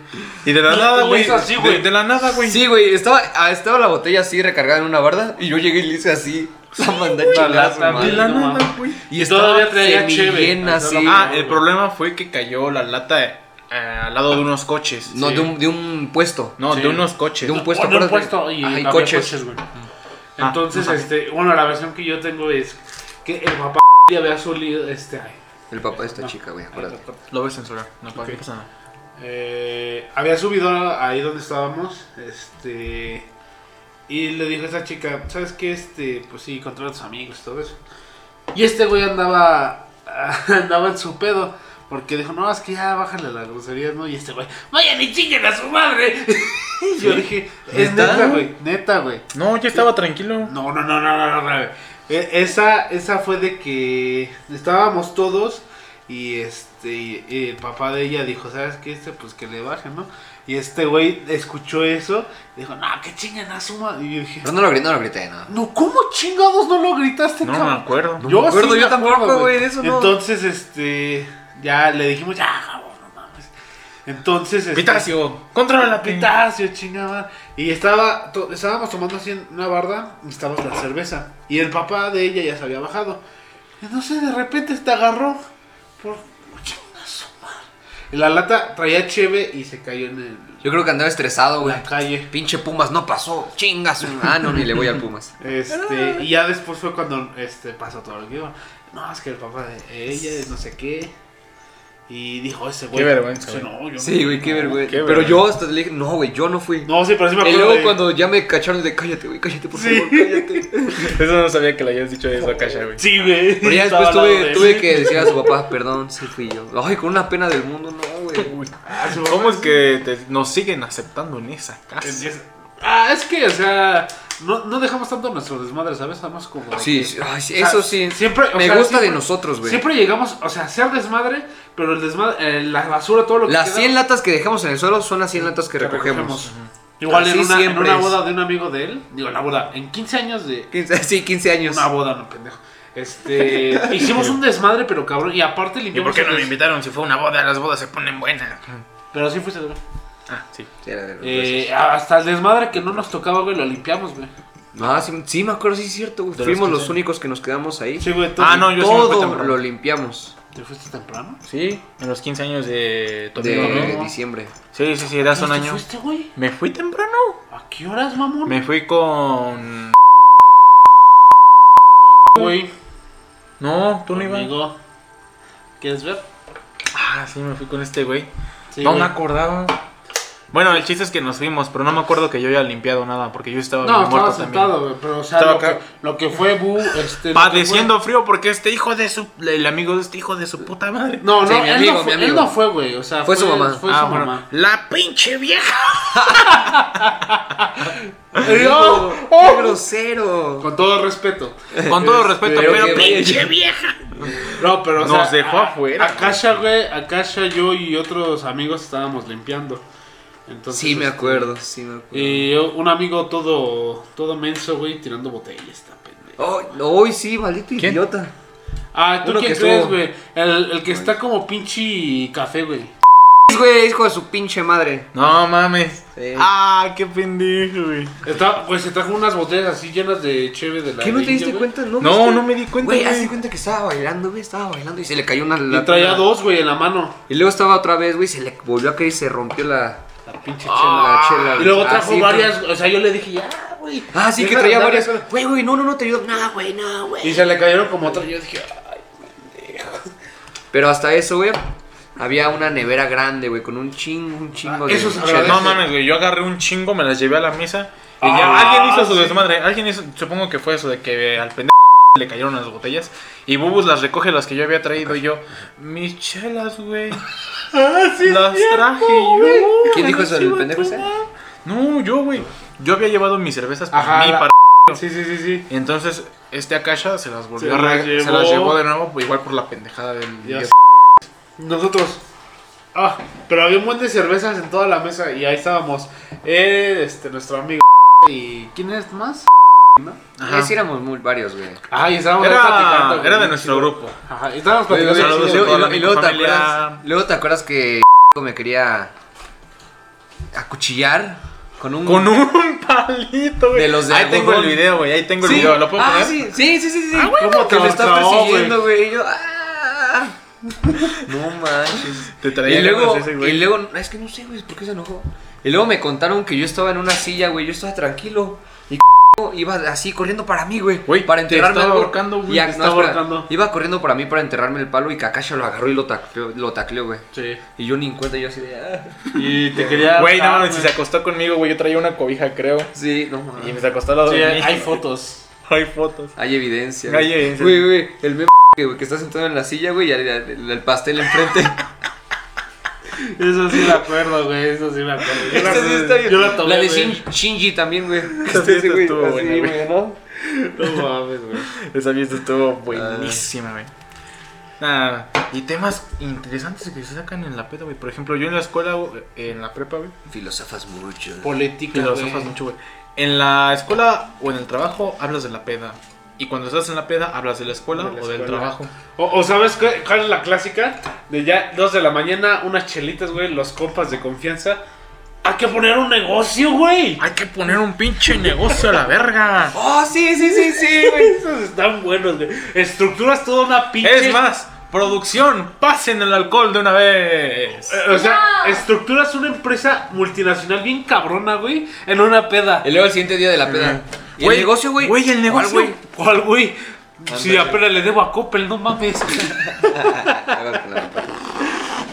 Speaker 1: Y de la
Speaker 3: Y-
Speaker 1: nada,
Speaker 3: y
Speaker 1: güey.
Speaker 3: es así,
Speaker 1: de-
Speaker 3: güey.
Speaker 1: De la nada, güey.
Speaker 2: Sí, güey, estaba, ah, estaba la botella así recargada en una barda y yo llegué y le hice así. <laughs> La mandé a chingar a su
Speaker 3: lata,
Speaker 1: De
Speaker 2: madre.
Speaker 1: la
Speaker 3: Ay, no
Speaker 1: nada,
Speaker 3: mames.
Speaker 1: güey.
Speaker 2: Y
Speaker 3: Y
Speaker 2: estaba
Speaker 3: todavía traía cheve.
Speaker 2: llena
Speaker 3: Ah,
Speaker 2: así.
Speaker 3: no,
Speaker 1: Ah,
Speaker 3: no,
Speaker 1: el
Speaker 3: güey.
Speaker 1: problema fue que cayó la lata eh, al lado de unos coches.
Speaker 2: No,
Speaker 3: sí.
Speaker 2: de, un, de un puesto.
Speaker 1: No,
Speaker 3: Sí.
Speaker 1: de unos coches.
Speaker 2: De un puesto,
Speaker 3: bueno, un
Speaker 2: acuérdate.
Speaker 3: puesto y
Speaker 2: Ajá, y
Speaker 3: había
Speaker 2: coches.
Speaker 3: coches. güey. Entonces, este, bueno, la versión que yo tengo es que el papá le había solido, este, ay,
Speaker 2: El papá de esta
Speaker 3: No.
Speaker 2: chica, güey,
Speaker 3: ay,
Speaker 2: acuérdate.
Speaker 3: papá.
Speaker 1: Lo voy a censurar. No pasa-
Speaker 3: Ok.
Speaker 1: no pasa nada.
Speaker 3: Eh, había subido ahí donde estábamos, este, y le dijo a esa chica, ¿sabes qué? Este, pues sí, controla a tus amigos y todo eso. Y este güey andaba, <laughs> andaba en su pedo, porque dijo, no, es que ya bájale las groserías, ¿no? Y este güey, vayan y chinguen a su madre. <laughs> Y yo dije, es
Speaker 2: ¿Neta?
Speaker 3: neta, güey, neta, güey.
Speaker 1: No, yo estaba tranquilo.
Speaker 3: No, no, no, no, no, no, no. E- Esa, esa fue de que estábamos todos y este y- y el papá de ella dijo, ¿sabes qué? Este, pues que le bajen, ¿no? Y este güey escuchó eso, dijo, no, que chingan a su madre. Y yo dije,
Speaker 2: Pero no lo grité, no lo grité, no.
Speaker 3: no, ¿cómo chingados no lo gritaste,
Speaker 1: No me
Speaker 3: cabrón?
Speaker 1: acuerdo.
Speaker 2: No me acuerdo,
Speaker 3: sí
Speaker 2: yo tampoco,
Speaker 3: acuerdo,
Speaker 2: güey, de eso no.
Speaker 3: Entonces, este, ya le dijimos, ya, cabrón, no mames. Entonces, este,
Speaker 1: Pitacio, controla la pita.
Speaker 3: Ah, Pitacio, chingada. Y estaba, to- estábamos tomando así en una barda y estábamos la cerveza. Y el papá de ella ya se había bajado. Entonces de repente te agarró por chinga su madre. Y la lata traía cheve y se cayó en el-
Speaker 2: Yo creo que andaba estresado, güey.
Speaker 3: la calle.
Speaker 2: Pinche Pumas, no pasó. Chingas. Ah, no, ni le voy al
Speaker 1: <laughs>
Speaker 2: Pumas.
Speaker 3: Este, y ya después fue cuando este, pasó todo lo que iba. No, es que el papá de ella, es no sé qué. Y dijo ese güey.
Speaker 1: Qué vergüenza,
Speaker 3: dice,
Speaker 1: güey.
Speaker 3: "No, yo no".
Speaker 2: Sí, güey, qué vergüenza.
Speaker 1: qué
Speaker 2: Pero
Speaker 1: vergüenza.
Speaker 2: yo hasta le dije, no, güey, yo no fui.
Speaker 3: No, sí, pero sí me
Speaker 2: y
Speaker 3: acuerdo.
Speaker 2: luego
Speaker 3: de-
Speaker 2: cuando ya me cacharon de cállate, güey, cállate, por
Speaker 3: Sí.
Speaker 2: favor, cállate.
Speaker 1: Eso no sabía que le habías dicho eso a Kasha, güey.
Speaker 3: Sí, güey.
Speaker 2: Pero ya
Speaker 3: <laughs> estaba
Speaker 2: después
Speaker 3: al lado de
Speaker 2: tuve,
Speaker 3: él.
Speaker 2: tuve que decir a su papá, perdón, sí fui yo. Ay, con una pena del mundo, no, güey.
Speaker 3: Ah, su
Speaker 1: ¿Cómo
Speaker 3: mamá
Speaker 1: es que te- nos siguen aceptando en esa
Speaker 3: Es-
Speaker 1: casa?
Speaker 3: es- Ah, es que, o sea, no, no dejamos tanto nuestro desmadre, ¿sabes? Estamos como.
Speaker 2: Sí, sí, ay, sí,
Speaker 3: O sea,
Speaker 2: eso sí.
Speaker 3: Siempre, o
Speaker 2: me
Speaker 3: sea,
Speaker 2: gusta de
Speaker 3: siempre-
Speaker 2: nosotros, güey.
Speaker 3: Siempre llegamos, o sea, hacer desmadre, pero el desmadre, eh, la basura, todo lo que.
Speaker 2: Las
Speaker 3: queda,
Speaker 2: 100 latas que dejamos en el suelo son las 100 latas que
Speaker 3: que
Speaker 2: recogemos.
Speaker 3: Igual en
Speaker 2: Así
Speaker 3: una, en
Speaker 2: siempre
Speaker 3: una
Speaker 2: es.
Speaker 3: boda de un amigo de él, digo, en la boda, en 15 años de.
Speaker 2: 15 sí, 15 años.
Speaker 3: Una boda, no pendejo. Este. <laughs> hicimos un desmadre, pero cabrón, y aparte
Speaker 1: ¿Y
Speaker 3: limpiamos.
Speaker 1: por qué
Speaker 3: el
Speaker 1: no me
Speaker 3: des-
Speaker 1: invitaron? Si fue una boda, las bodas se ponen buenas.
Speaker 3: Pero sí fuiste, güey.
Speaker 1: Ah, sí.
Speaker 2: Sí, era de los
Speaker 3: Eh, hasta el desmadre que no nos tocaba, güey, lo limpiamos, güey.
Speaker 2: besos. Ah, sí, sí, me acuerdo, sí es cierto, güey.
Speaker 1: De los
Speaker 2: Fuimos
Speaker 1: 15.
Speaker 2: los únicos que nos quedamos ahí.
Speaker 3: Sí, güey, tú-
Speaker 1: Ah, no, yo sí me fui
Speaker 2: Todo
Speaker 1: temprano.
Speaker 2: lo limpiamos.
Speaker 3: ¿Te fuiste temprano?
Speaker 1: Sí, en los 15 años de tu amigo,
Speaker 2: De
Speaker 1: ¿no?
Speaker 2: diciembre.
Speaker 1: Sí, sí, sí, das un
Speaker 3: ¿Te
Speaker 1: año.
Speaker 3: fuiste, güey?
Speaker 1: Me fui temprano.
Speaker 3: ¿A qué horas, mamón?
Speaker 1: Me fui con.
Speaker 3: Güey,
Speaker 1: No, tú no ibas.
Speaker 3: conmigo. ¿Quieres ver?
Speaker 1: Ah, sí, me fui con este güey.
Speaker 3: Sí,
Speaker 1: no
Speaker 3: güey.
Speaker 1: me acordaba. Bueno, el chiste es que nos fuimos, pero no me acuerdo que yo haya limpiado nada, porque yo estaba
Speaker 3: No,
Speaker 1: bien
Speaker 3: estaba
Speaker 1: muerto
Speaker 3: sentado,
Speaker 1: también.
Speaker 3: güey. Pero, o sea,
Speaker 1: Estaba
Speaker 3: lo que,
Speaker 1: acá.
Speaker 3: lo que fue Bu, este. lo que
Speaker 1: Padeciendo frío porque este hijo de su. El amigo de este hijo de su puta madre.
Speaker 3: fue- No, no,
Speaker 2: Sí, mi
Speaker 3: él,
Speaker 2: amigo,
Speaker 3: no fue,
Speaker 2: mi
Speaker 3: él
Speaker 2: amigo.
Speaker 3: no fue, güey. O sea,
Speaker 2: Fue su mamá.
Speaker 3: Fue
Speaker 1: Ah,
Speaker 3: su
Speaker 1: bueno.
Speaker 3: mamá.
Speaker 1: La pinche vieja.
Speaker 3: ¡Oh!
Speaker 2: ¡Qué grosero!
Speaker 3: Con
Speaker 1: <laughs>
Speaker 3: todo respeto.
Speaker 1: Con todo
Speaker 3: Este,
Speaker 1: respeto,
Speaker 2: pero
Speaker 1: pero,
Speaker 2: que
Speaker 1: pinche
Speaker 2: vaya.
Speaker 1: vieja.
Speaker 3: No, pero o
Speaker 1: Nos
Speaker 3: sea,
Speaker 1: dejó
Speaker 3: a-
Speaker 1: afuera.
Speaker 2: pues.
Speaker 3: Akasha, güey. Akasha, yo y otros amigos estábamos limpiando. Entonces,
Speaker 2: Sí, me
Speaker 3: este,
Speaker 2: acuerdo, sí me acuerdo.
Speaker 3: Y yo- un amigo todo, todo menso, güey, tirando botellas, está pendejo.
Speaker 2: Hoy hoy sí, maldito
Speaker 1: ¿Quién?
Speaker 2: idiota.
Speaker 3: Ah, ¿tú
Speaker 2: Oh, Uno
Speaker 3: quién
Speaker 2: que
Speaker 3: crees,
Speaker 2: estuvo-
Speaker 3: güey? El, el que está como pinche café, güey.
Speaker 2: Güey, hijo de su pinche madre.
Speaker 1: No mames.
Speaker 2: Sí.
Speaker 1: Ah, qué pendejo, güey.
Speaker 3: Está, pues se trajo unas botellas así llenas de cheve de la
Speaker 2: ¿Qué no te
Speaker 3: de India,
Speaker 2: diste
Speaker 3: güey.
Speaker 2: cuenta? No,
Speaker 1: No,
Speaker 2: viste?
Speaker 1: no me di cuenta,
Speaker 2: Güey, haz
Speaker 1: güey.
Speaker 2: de cuenta que estaba bailando, güey, estaba bailando y se le cayó una
Speaker 3: Y
Speaker 2: lata.
Speaker 3: traía dos, güey, en la mano.
Speaker 2: Y luego estaba otra vez, güey, se le volvió a caer y se rompió la,
Speaker 3: La pinche
Speaker 2: la chela.
Speaker 3: chela.
Speaker 2: güey.
Speaker 3: Y luego
Speaker 2: Ah,
Speaker 3: trajo
Speaker 2: sí,
Speaker 3: varias, o sea, yo le dije, ya, güey.
Speaker 2: güey. Ah, sí, que
Speaker 3: Deja de
Speaker 2: traía
Speaker 3: andar
Speaker 2: varias.
Speaker 3: de eso.
Speaker 2: Güey, güey, no, no, no, te ayudo. No, güey, no,
Speaker 3: Y
Speaker 2: güey.
Speaker 3: se le cayeron como otras. Yo dije, ay,
Speaker 2: Pero hasta eso, güey, Había una nevera grande, güey, con un chingo, un chingo
Speaker 3: Ah,
Speaker 2: de.
Speaker 3: eso se
Speaker 2: chelas.
Speaker 3: agradece.
Speaker 1: No mames, güey. Yo agarré un chingo, me las llevé a la mesa. Y
Speaker 3: Ah,
Speaker 1: ya alguien hizo su
Speaker 3: sí.
Speaker 1: desmadre. Alguien hizo, supongo que fue eso de que al pendejo le cayeron las botellas. Y Bubus las recoge las que yo había traído. Y yo, mis chelas,
Speaker 3: <laughs>
Speaker 1: güey.
Speaker 3: Ah,
Speaker 1: las traje yo.
Speaker 2: ¿Quién dijo
Speaker 1: las
Speaker 2: eso, el
Speaker 1: iba a
Speaker 2: pendejo ese?
Speaker 1: tomar". No, yo, güey. Yo había llevado mis cervezas para
Speaker 3: Ajá,
Speaker 1: mí,
Speaker 3: la-
Speaker 1: para
Speaker 3: Sí, sí, sí, sí.
Speaker 1: Entonces, este Akasha se las volvió
Speaker 3: Se
Speaker 1: a
Speaker 3: las
Speaker 1: reg- se las
Speaker 3: llevó.
Speaker 1: llevó de nuevo, pues, igual por la pendejada del.
Speaker 3: Ya sé. Nosotros. Ah, pero había un buen de cervezas en toda la mesa y ahí estábamos. Eh, este, nuestro amigo. ¿Y quién es más?
Speaker 1: Ajá.
Speaker 2: Sí, éramos muy varios, güey.
Speaker 3: Ah, y estábamos ahí
Speaker 1: Era,
Speaker 3: platicando.
Speaker 1: era de
Speaker 3: güey.
Speaker 1: nuestro grupo.
Speaker 3: Ajá, y estábamos
Speaker 2: Oye,
Speaker 1: Saludos
Speaker 2: oye,
Speaker 1: a toda
Speaker 2: y
Speaker 3: platicando.
Speaker 2: luego- y
Speaker 1: la
Speaker 2: luego- y luego te
Speaker 1: familia.
Speaker 2: acuerdas- Luego te acuerdas que <laughs> me quería acuchillar con un.
Speaker 1: Con un palito, güey.
Speaker 2: De los de
Speaker 1: Ahí tengo el
Speaker 2: algodón.
Speaker 1: video, güey. Ahí tengo el
Speaker 2: Sí.
Speaker 1: video. ¿Lo puedo
Speaker 2: ah,
Speaker 1: poner?
Speaker 2: Sí, sí, sí, sí. sí.
Speaker 3: Ah, güey,
Speaker 2: ¿Cómo
Speaker 3: ¿cómo
Speaker 2: que
Speaker 3: te
Speaker 2: me está
Speaker 3: avanzó,
Speaker 2: persiguiendo, güey? Y yo. ah. No manches.
Speaker 1: Te traía
Speaker 2: Y luego,
Speaker 1: ganas ese, güey.
Speaker 2: y luego, es que no sé, güey, ¿por qué se enojó? Y luego me contaron que yo estaba en una silla, güey, yo estaba tranquilo. Y <laughs> iba así corriendo para mí, güey.
Speaker 1: Güey,
Speaker 2: para
Speaker 1: te
Speaker 2: enterrarme.
Speaker 1: estaba
Speaker 2: al-
Speaker 1: ahorcando, güey,
Speaker 2: y a-
Speaker 3: te
Speaker 2: no,
Speaker 3: estaba
Speaker 2: espera,
Speaker 3: ahorcando.
Speaker 2: Iba corriendo para mí para enterrarme el palo y Kakasha lo agarró y lo tacleó, lo tacleó, güey.
Speaker 3: Sí.
Speaker 2: Y yo ni en cuenta, yo así de. ah.
Speaker 3: Y te quería.
Speaker 1: Güey, no,
Speaker 3: Ah,
Speaker 1: si se acostó conmigo, güey. Yo traía una cobija, creo.
Speaker 2: Sí, no mames.
Speaker 1: Y me se acostó al lado
Speaker 3: Sí,
Speaker 1: de
Speaker 3: hay
Speaker 1: mí.
Speaker 3: hay fotos.
Speaker 1: Hay fotos.
Speaker 2: Hay evidencia.
Speaker 1: Hay
Speaker 2: güey.
Speaker 1: evidencia.
Speaker 2: Güey, güey, el meme que, güey, que está sentado en la silla, güey, y el, el- el
Speaker 1: <laughs>
Speaker 2: pastel enfrente.
Speaker 3: Eso sí me acuerdo, güey. Eso sí me acuerdo. Yo la,
Speaker 2: Esta Este sí está bien.
Speaker 3: yo la tomé.
Speaker 2: de
Speaker 3: güey.
Speaker 2: Shin- Shinji también, güey.
Speaker 1: Esta
Speaker 2: Este,
Speaker 1: fiesta
Speaker 2: güey,
Speaker 1: estuvo
Speaker 2: así,
Speaker 1: buena, güey.
Speaker 2: güey, ¿no? Ah.
Speaker 3: No mames, güey.
Speaker 1: Esa fiesta estuvo buenísima, güey. Nada, y temas interesantes que se sacan en la peda, güey. Por ejemplo, yo en la escuela, güey, en la prepa, güey,
Speaker 2: Filosofas mucho.
Speaker 3: Política.
Speaker 1: filosofas
Speaker 3: güey.
Speaker 1: mucho, güey. En la escuela o en el trabajo hablas de la peda. Y cuando estás en la peda, hablas de la escuela
Speaker 3: De la
Speaker 1: o del
Speaker 3: escuela.
Speaker 1: trabajo.
Speaker 3: O, o sabes qué- cuál es la clásica de ya 2 de la mañana, unas chelitas, güey, los compas de confianza. Hay que poner un negocio, güey.
Speaker 1: Hay que poner un pinche negocio a la verga.
Speaker 2: Oh, sí, sí, sí, sí, güey.
Speaker 3: Esos están buenos, güey. Estructuras toda una pinche.
Speaker 1: Es más, producción, pasen el alcohol de una vez.
Speaker 3: Eh, O sea,
Speaker 5: No.
Speaker 3: estructuras una empresa multinacional bien cabrona, güey, en una peda.
Speaker 2: Y luego el siguiente día de la peda. ¿Y
Speaker 1: Güey,
Speaker 2: el negocio, güey?
Speaker 1: güey, el
Speaker 2: ¿Cuál,
Speaker 1: negocio?
Speaker 2: güey?
Speaker 3: ¿Cuál, güey? Si
Speaker 2: Ándale.
Speaker 3: apenas le debo a Coppel, no mames.
Speaker 2: Ah, Claro.
Speaker 3: <laughs>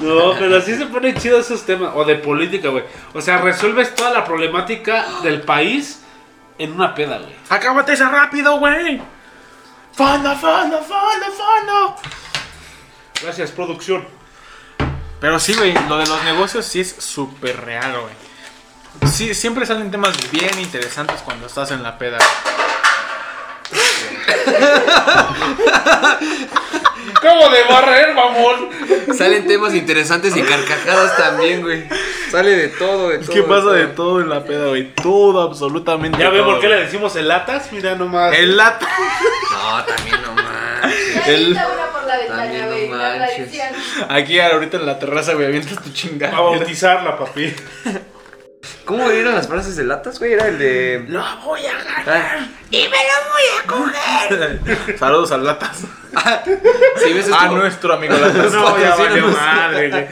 Speaker 3: No, pero sí se ponen chidos esos temas. O de política, güey. O sea, resuelves toda la problemática del país en una peda, güey.
Speaker 1: Acábate esa rápido, güey. Fana, fana, fana, fana.
Speaker 3: Gracias, producción.
Speaker 1: Pero sí, güey, lo de los negocios sí es súper real, güey. Sí, siempre salen temas bien interesantes cuando estás en la peda. güey.
Speaker 3: ¿Cómo de barrer, mamón?
Speaker 2: Salen temas interesantes y carcajadas también, güey. Sale de todo, de todo.
Speaker 1: ¿Qué pasa de todo en la peda, güey? Todo, absolutamente.
Speaker 3: Ya ve
Speaker 1: todo,
Speaker 3: por qué le
Speaker 1: güey.
Speaker 3: decimos el latas, mira nomás.
Speaker 1: El lata.
Speaker 2: No, también no manches.
Speaker 5: Ya
Speaker 1: El-
Speaker 5: quita una por la
Speaker 2: También
Speaker 5: ventana, güey.
Speaker 2: no
Speaker 5: la
Speaker 2: manches.
Speaker 5: tradición.
Speaker 1: Aquí ahorita en la terraza, güey, avientas tu chingada.
Speaker 3: A bautizarla, papi.
Speaker 2: ¿Cómo eran las frases de latas, güey? Era el de.
Speaker 4: Lo voy a agarrar
Speaker 2: Ah,
Speaker 4: y me lo voy a coger.
Speaker 1: Saludos al latas.
Speaker 2: sí, ves esto.
Speaker 1: A nuestro amigo latas.
Speaker 3: No, ya valió
Speaker 2: patrocínanos.
Speaker 3: madre, güey.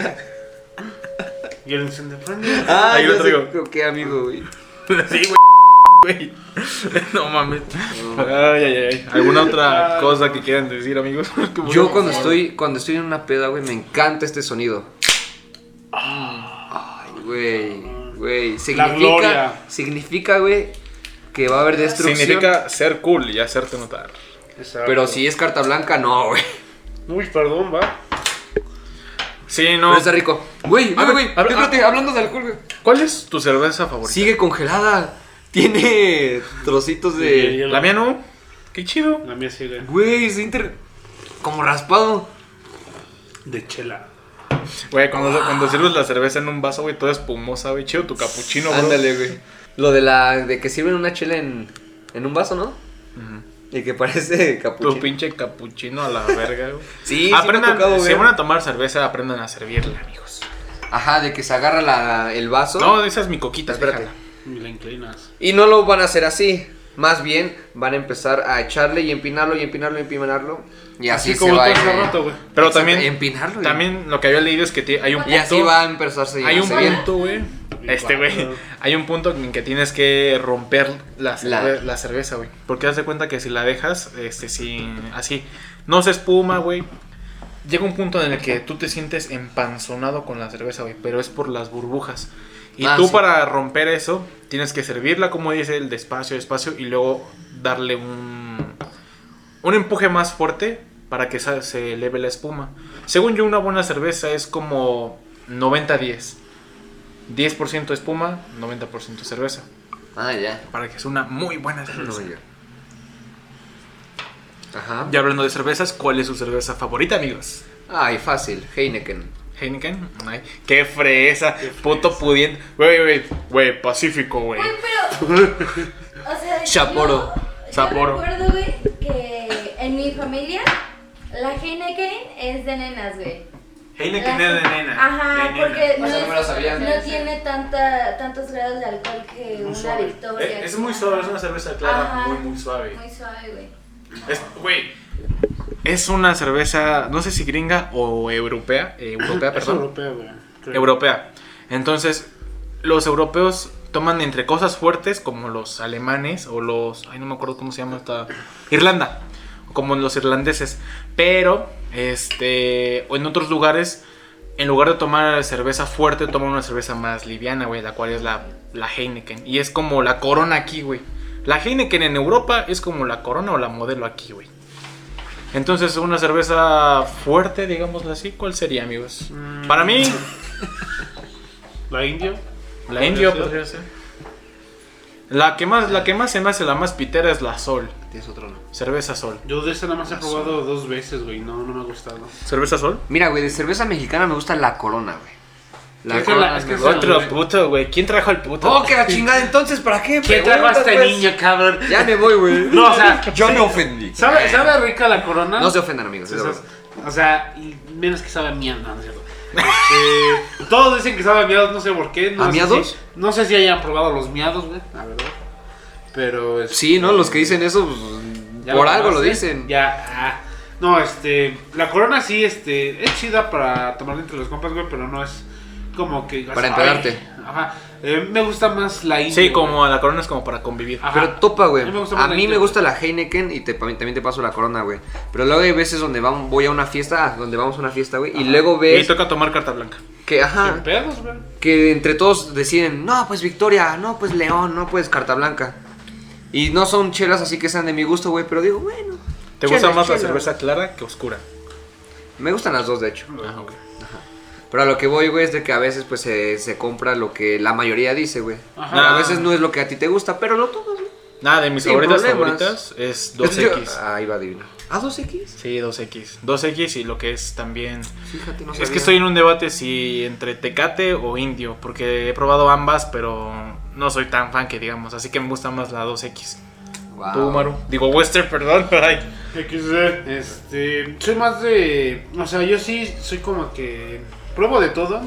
Speaker 3: Y el incendio prende.
Speaker 2: Ah,
Speaker 1: Ahí lo
Speaker 2: ya sé
Speaker 1: traigo.
Speaker 2: con ¿Qué amigo, güey?
Speaker 1: Sí, güey. Güey. <laughs> No mames. Ay, ay, ay. ¿Alguna otra
Speaker 3: Ay.
Speaker 1: cosa que quieran decir, amigos? <laughs>
Speaker 2: Yo cuando estoy, cuando estoy en una peda, güey, me encanta este sonido.
Speaker 1: Ah.
Speaker 2: Ay, güey, güey. Significa,
Speaker 3: gloria.
Speaker 2: significa, güey, que va a haber destrucción.
Speaker 1: Significa ser cool y hacerte notar.
Speaker 3: Exacto.
Speaker 2: Pero si es carta blanca, no, güey.
Speaker 3: Uy, perdón, va.
Speaker 1: Sí, no.
Speaker 2: Pero está rico. Güey,
Speaker 1: A
Speaker 2: güey,
Speaker 1: ver,
Speaker 2: güey.
Speaker 1: a ver,
Speaker 2: Espérate, hablando de alcohol, güey.
Speaker 1: ¿Cuál es tu cerveza favorita?
Speaker 2: Sigue congelada. Tiene trocitos de.
Speaker 1: La mía no. Qué chido.
Speaker 3: La mía sí, güey.
Speaker 2: Güey, es inter. Como raspado.
Speaker 3: De chela.
Speaker 1: Güey, cuando, cuando sirves la cerveza en un vaso, güey, toda espumosa, güey. Chido tu capuchino, bro.
Speaker 2: Ándale, güey. Lo de la. de que sirven una chela en. en un vaso, ¿no? Y que parece
Speaker 1: Tu
Speaker 2: capuchino.
Speaker 1: pinche capuchino a la verga, güey.
Speaker 2: Sí, sí me ha
Speaker 1: aprendan,
Speaker 2: Ah, tocado
Speaker 1: si
Speaker 2: ver.
Speaker 1: van a tomar cerveza, aprendan a servirla, amigos.
Speaker 2: Ajá, de que se agarra la, el vaso.
Speaker 1: No, esa es mi coquita,
Speaker 2: Espérate.
Speaker 1: déjala.
Speaker 3: Y la inclinas.
Speaker 2: Y no lo van a hacer así. Más bien van a empezar a echarle y empinarlo y empinarlo y empinarlo. Y así,
Speaker 3: Así
Speaker 2: se
Speaker 3: como
Speaker 2: va
Speaker 3: todo
Speaker 2: a
Speaker 3: ese
Speaker 2: ir-
Speaker 3: rato, güey.
Speaker 1: Pero
Speaker 2: Exacto,
Speaker 1: también,
Speaker 2: empinarlo. güey.
Speaker 1: también lo que había leído es que ti- hay un punto.
Speaker 2: Y así va a empezarse
Speaker 1: hay un
Speaker 5: bien.
Speaker 1: punto, güey. Este, güey. Hay un punto en que tienes que romper la, cerve- la cerveza, güey. Porque haz de cuenta que si la dejas, este, sin. Así. No se espuma, güey. llega un punto en el que tú te sientes empanzonado con la cerveza, güey, pero es por las burbujas. Y
Speaker 2: Ah,
Speaker 1: tú
Speaker 2: sí.
Speaker 1: para romper eso, tienes que servirla, como dice el despacio, despacio, y luego darle un, un empuje más fuerte para que sa- se eleve la espuma. Según yo, una buena cerveza es como 90-10. 10% espuma, 90% cerveza.
Speaker 2: Ah, ya.
Speaker 1: Para que sea una muy buena cerveza.
Speaker 2: No, ya. Ajá.
Speaker 1: Y hablando de cervezas, ¿cuál es su cerveza favorita, amigos?
Speaker 2: Ay, fácil. Heineken.
Speaker 1: Heineken. Ay, qué fresa, puto pudiente. Güey, güey, güey, Pacífico, güey.
Speaker 5: Güey, pero. O sea,
Speaker 1: Sapporo.
Speaker 5: Yo,
Speaker 1: Sapporo.
Speaker 5: yo recuerdo, güey, que en mi familia la Heineken es de nenas, güey.
Speaker 6: Heineken
Speaker 5: La-
Speaker 6: es de nena.
Speaker 5: Ajá,
Speaker 6: de nena.
Speaker 5: porque
Speaker 2: O sea,
Speaker 5: no,
Speaker 2: no me lo
Speaker 5: es-
Speaker 2: sabía.
Speaker 5: no tiene tanta, tantos grados de alcohol que
Speaker 6: Muy
Speaker 5: una
Speaker 6: suave.
Speaker 5: victoria.
Speaker 6: Eh, Es, muy suave, es una cerveza clara,
Speaker 5: Ajá.
Speaker 6: muy, muy suave.
Speaker 5: Muy suave, güey.
Speaker 6: Es, güey,
Speaker 1: Es una cerveza, no sé si gringa o europea. eh, europea,
Speaker 3: Es
Speaker 1: perdón.
Speaker 3: europeo, güey. creo.
Speaker 1: Europea. Entonces, los europeos toman entre cosas fuertes como los alemanes o los... Ay, no me acuerdo cómo se llama esta... Irlanda. Como los irlandeses. Pero, este... o En otros lugares, en lugar de tomar cerveza fuerte, toman una cerveza más liviana, güey. La cual es la, la Heineken. Y es como la corona aquí, güey. La Heineken en Europa es como la corona o la modelo aquí, güey. Entonces, una cerveza fuerte, digámoslo así, ¿cuál sería, amigos?
Speaker 3: Mm.
Speaker 1: Para mí,
Speaker 3: La indio.
Speaker 1: la indio
Speaker 3: podría
Speaker 1: podría
Speaker 3: ser.
Speaker 1: La que más, la que más se me hace la más pitera es la sol.
Speaker 2: Tienes otro no.
Speaker 1: Cerveza sol.
Speaker 3: Yo de esa nada más he probado dos veces, güey. No, no me ha gustado.
Speaker 1: ¿Cerveza sol?
Speaker 2: Mira, güey, de cerveza mexicana me gusta la corona, güey. La
Speaker 3: Es que
Speaker 2: corona
Speaker 3: la-
Speaker 2: es
Speaker 3: es
Speaker 2: mi
Speaker 3: que
Speaker 2: rollo.
Speaker 1: Otro puto, güey. ¿Quién trajo el puto?
Speaker 2: Oh, que la chingada, entonces, ¿para qué?
Speaker 3: ¿Qué trajo a
Speaker 2: Preguntas,
Speaker 3: este
Speaker 2: pues.
Speaker 3: niño, cabrón?
Speaker 2: Ya me voy, güey.
Speaker 3: No, o sea,
Speaker 2: yo me ofendí.
Speaker 3: ¿Sabe, ¿Sabe rica la corona?
Speaker 2: No se ofendan, amigos.
Speaker 3: Sí,
Speaker 2: es
Speaker 3: sabes.
Speaker 2: broma.
Speaker 3: O sea, y menos que sabe a mierda, ¿no es cierto? Este, todos dicen que sabe a miados, no sé por qué. No
Speaker 2: ¿A
Speaker 3: sé
Speaker 2: miados?
Speaker 3: si- no sé si hayan probado los miados, güey, la verdad. Pero. este,
Speaker 2: Sí, ¿no? Los que dicen eso, pues,
Speaker 3: ¿ya
Speaker 2: por algo lo
Speaker 3: probaste?
Speaker 2: dicen.
Speaker 3: Ya, ah. No, este. La corona sí, este. Es chida para tomar entre los compas, güey, pero no es como que.
Speaker 2: Para
Speaker 3: ay,
Speaker 2: empedarte.
Speaker 3: Ajá. Eh, me gusta más la india.
Speaker 1: Sí,
Speaker 3: güey.
Speaker 1: como la corona es como para convivir.
Speaker 3: Ajá.
Speaker 2: Pero topa, güey.
Speaker 3: A
Speaker 2: A
Speaker 3: mí
Speaker 2: mí
Speaker 3: me gusta
Speaker 2: me gusta
Speaker 3: más la Heineken.
Speaker 2: la Heineken y te- también te paso la corona, güey. Pero luego hay veces donde vamos, voy a una fiesta, ah, donde vamos a una fiesta, güey, y luego
Speaker 1: Y
Speaker 2: ves
Speaker 1: toca tomar carta blanca.
Speaker 2: que,
Speaker 3: Sin
Speaker 2: ajá,
Speaker 3: pedos, güey.
Speaker 2: que entre todos deciden, no, pues Victoria, no, pues León, no, pues Carta Blanca. Y no son chelas así que sean de mi gusto, güey, pero digo, bueno.
Speaker 1: ¿Te
Speaker 2: chelas,
Speaker 1: gusta más la
Speaker 2: chelas.
Speaker 1: cerveza clara que oscura?
Speaker 2: Me gustan las dos, de hecho. Pero a lo que voy, güey, es de que a veces pues se, se compra lo que la mayoría dice, güey.
Speaker 3: Ajá.
Speaker 2: A veces no es lo que a ti te gusta, pero lo tomas, güey.
Speaker 1: Nada, de mis
Speaker 2: Sin
Speaker 1: favoritas
Speaker 2: problemas.
Speaker 1: favoritas es
Speaker 2: Yo-
Speaker 1: 2X.
Speaker 2: Ah, iba a adivinar. ¿Ah, 2X?
Speaker 1: Sí, 2X. 2X y lo que es también...
Speaker 2: Fíjate, no
Speaker 1: Es
Speaker 2: sabía.
Speaker 1: que estoy en un debate si entre tecate o indio, porque he probado ambas, pero no soy tan fan que digamos, así que me gusta más la 2X.
Speaker 2: Wow.
Speaker 1: Tú, Maru. Digo, Western, perdón. <laughs> ay.
Speaker 3: XD. Este, soy más de, o sea, yo sí soy como que pruebo de todo.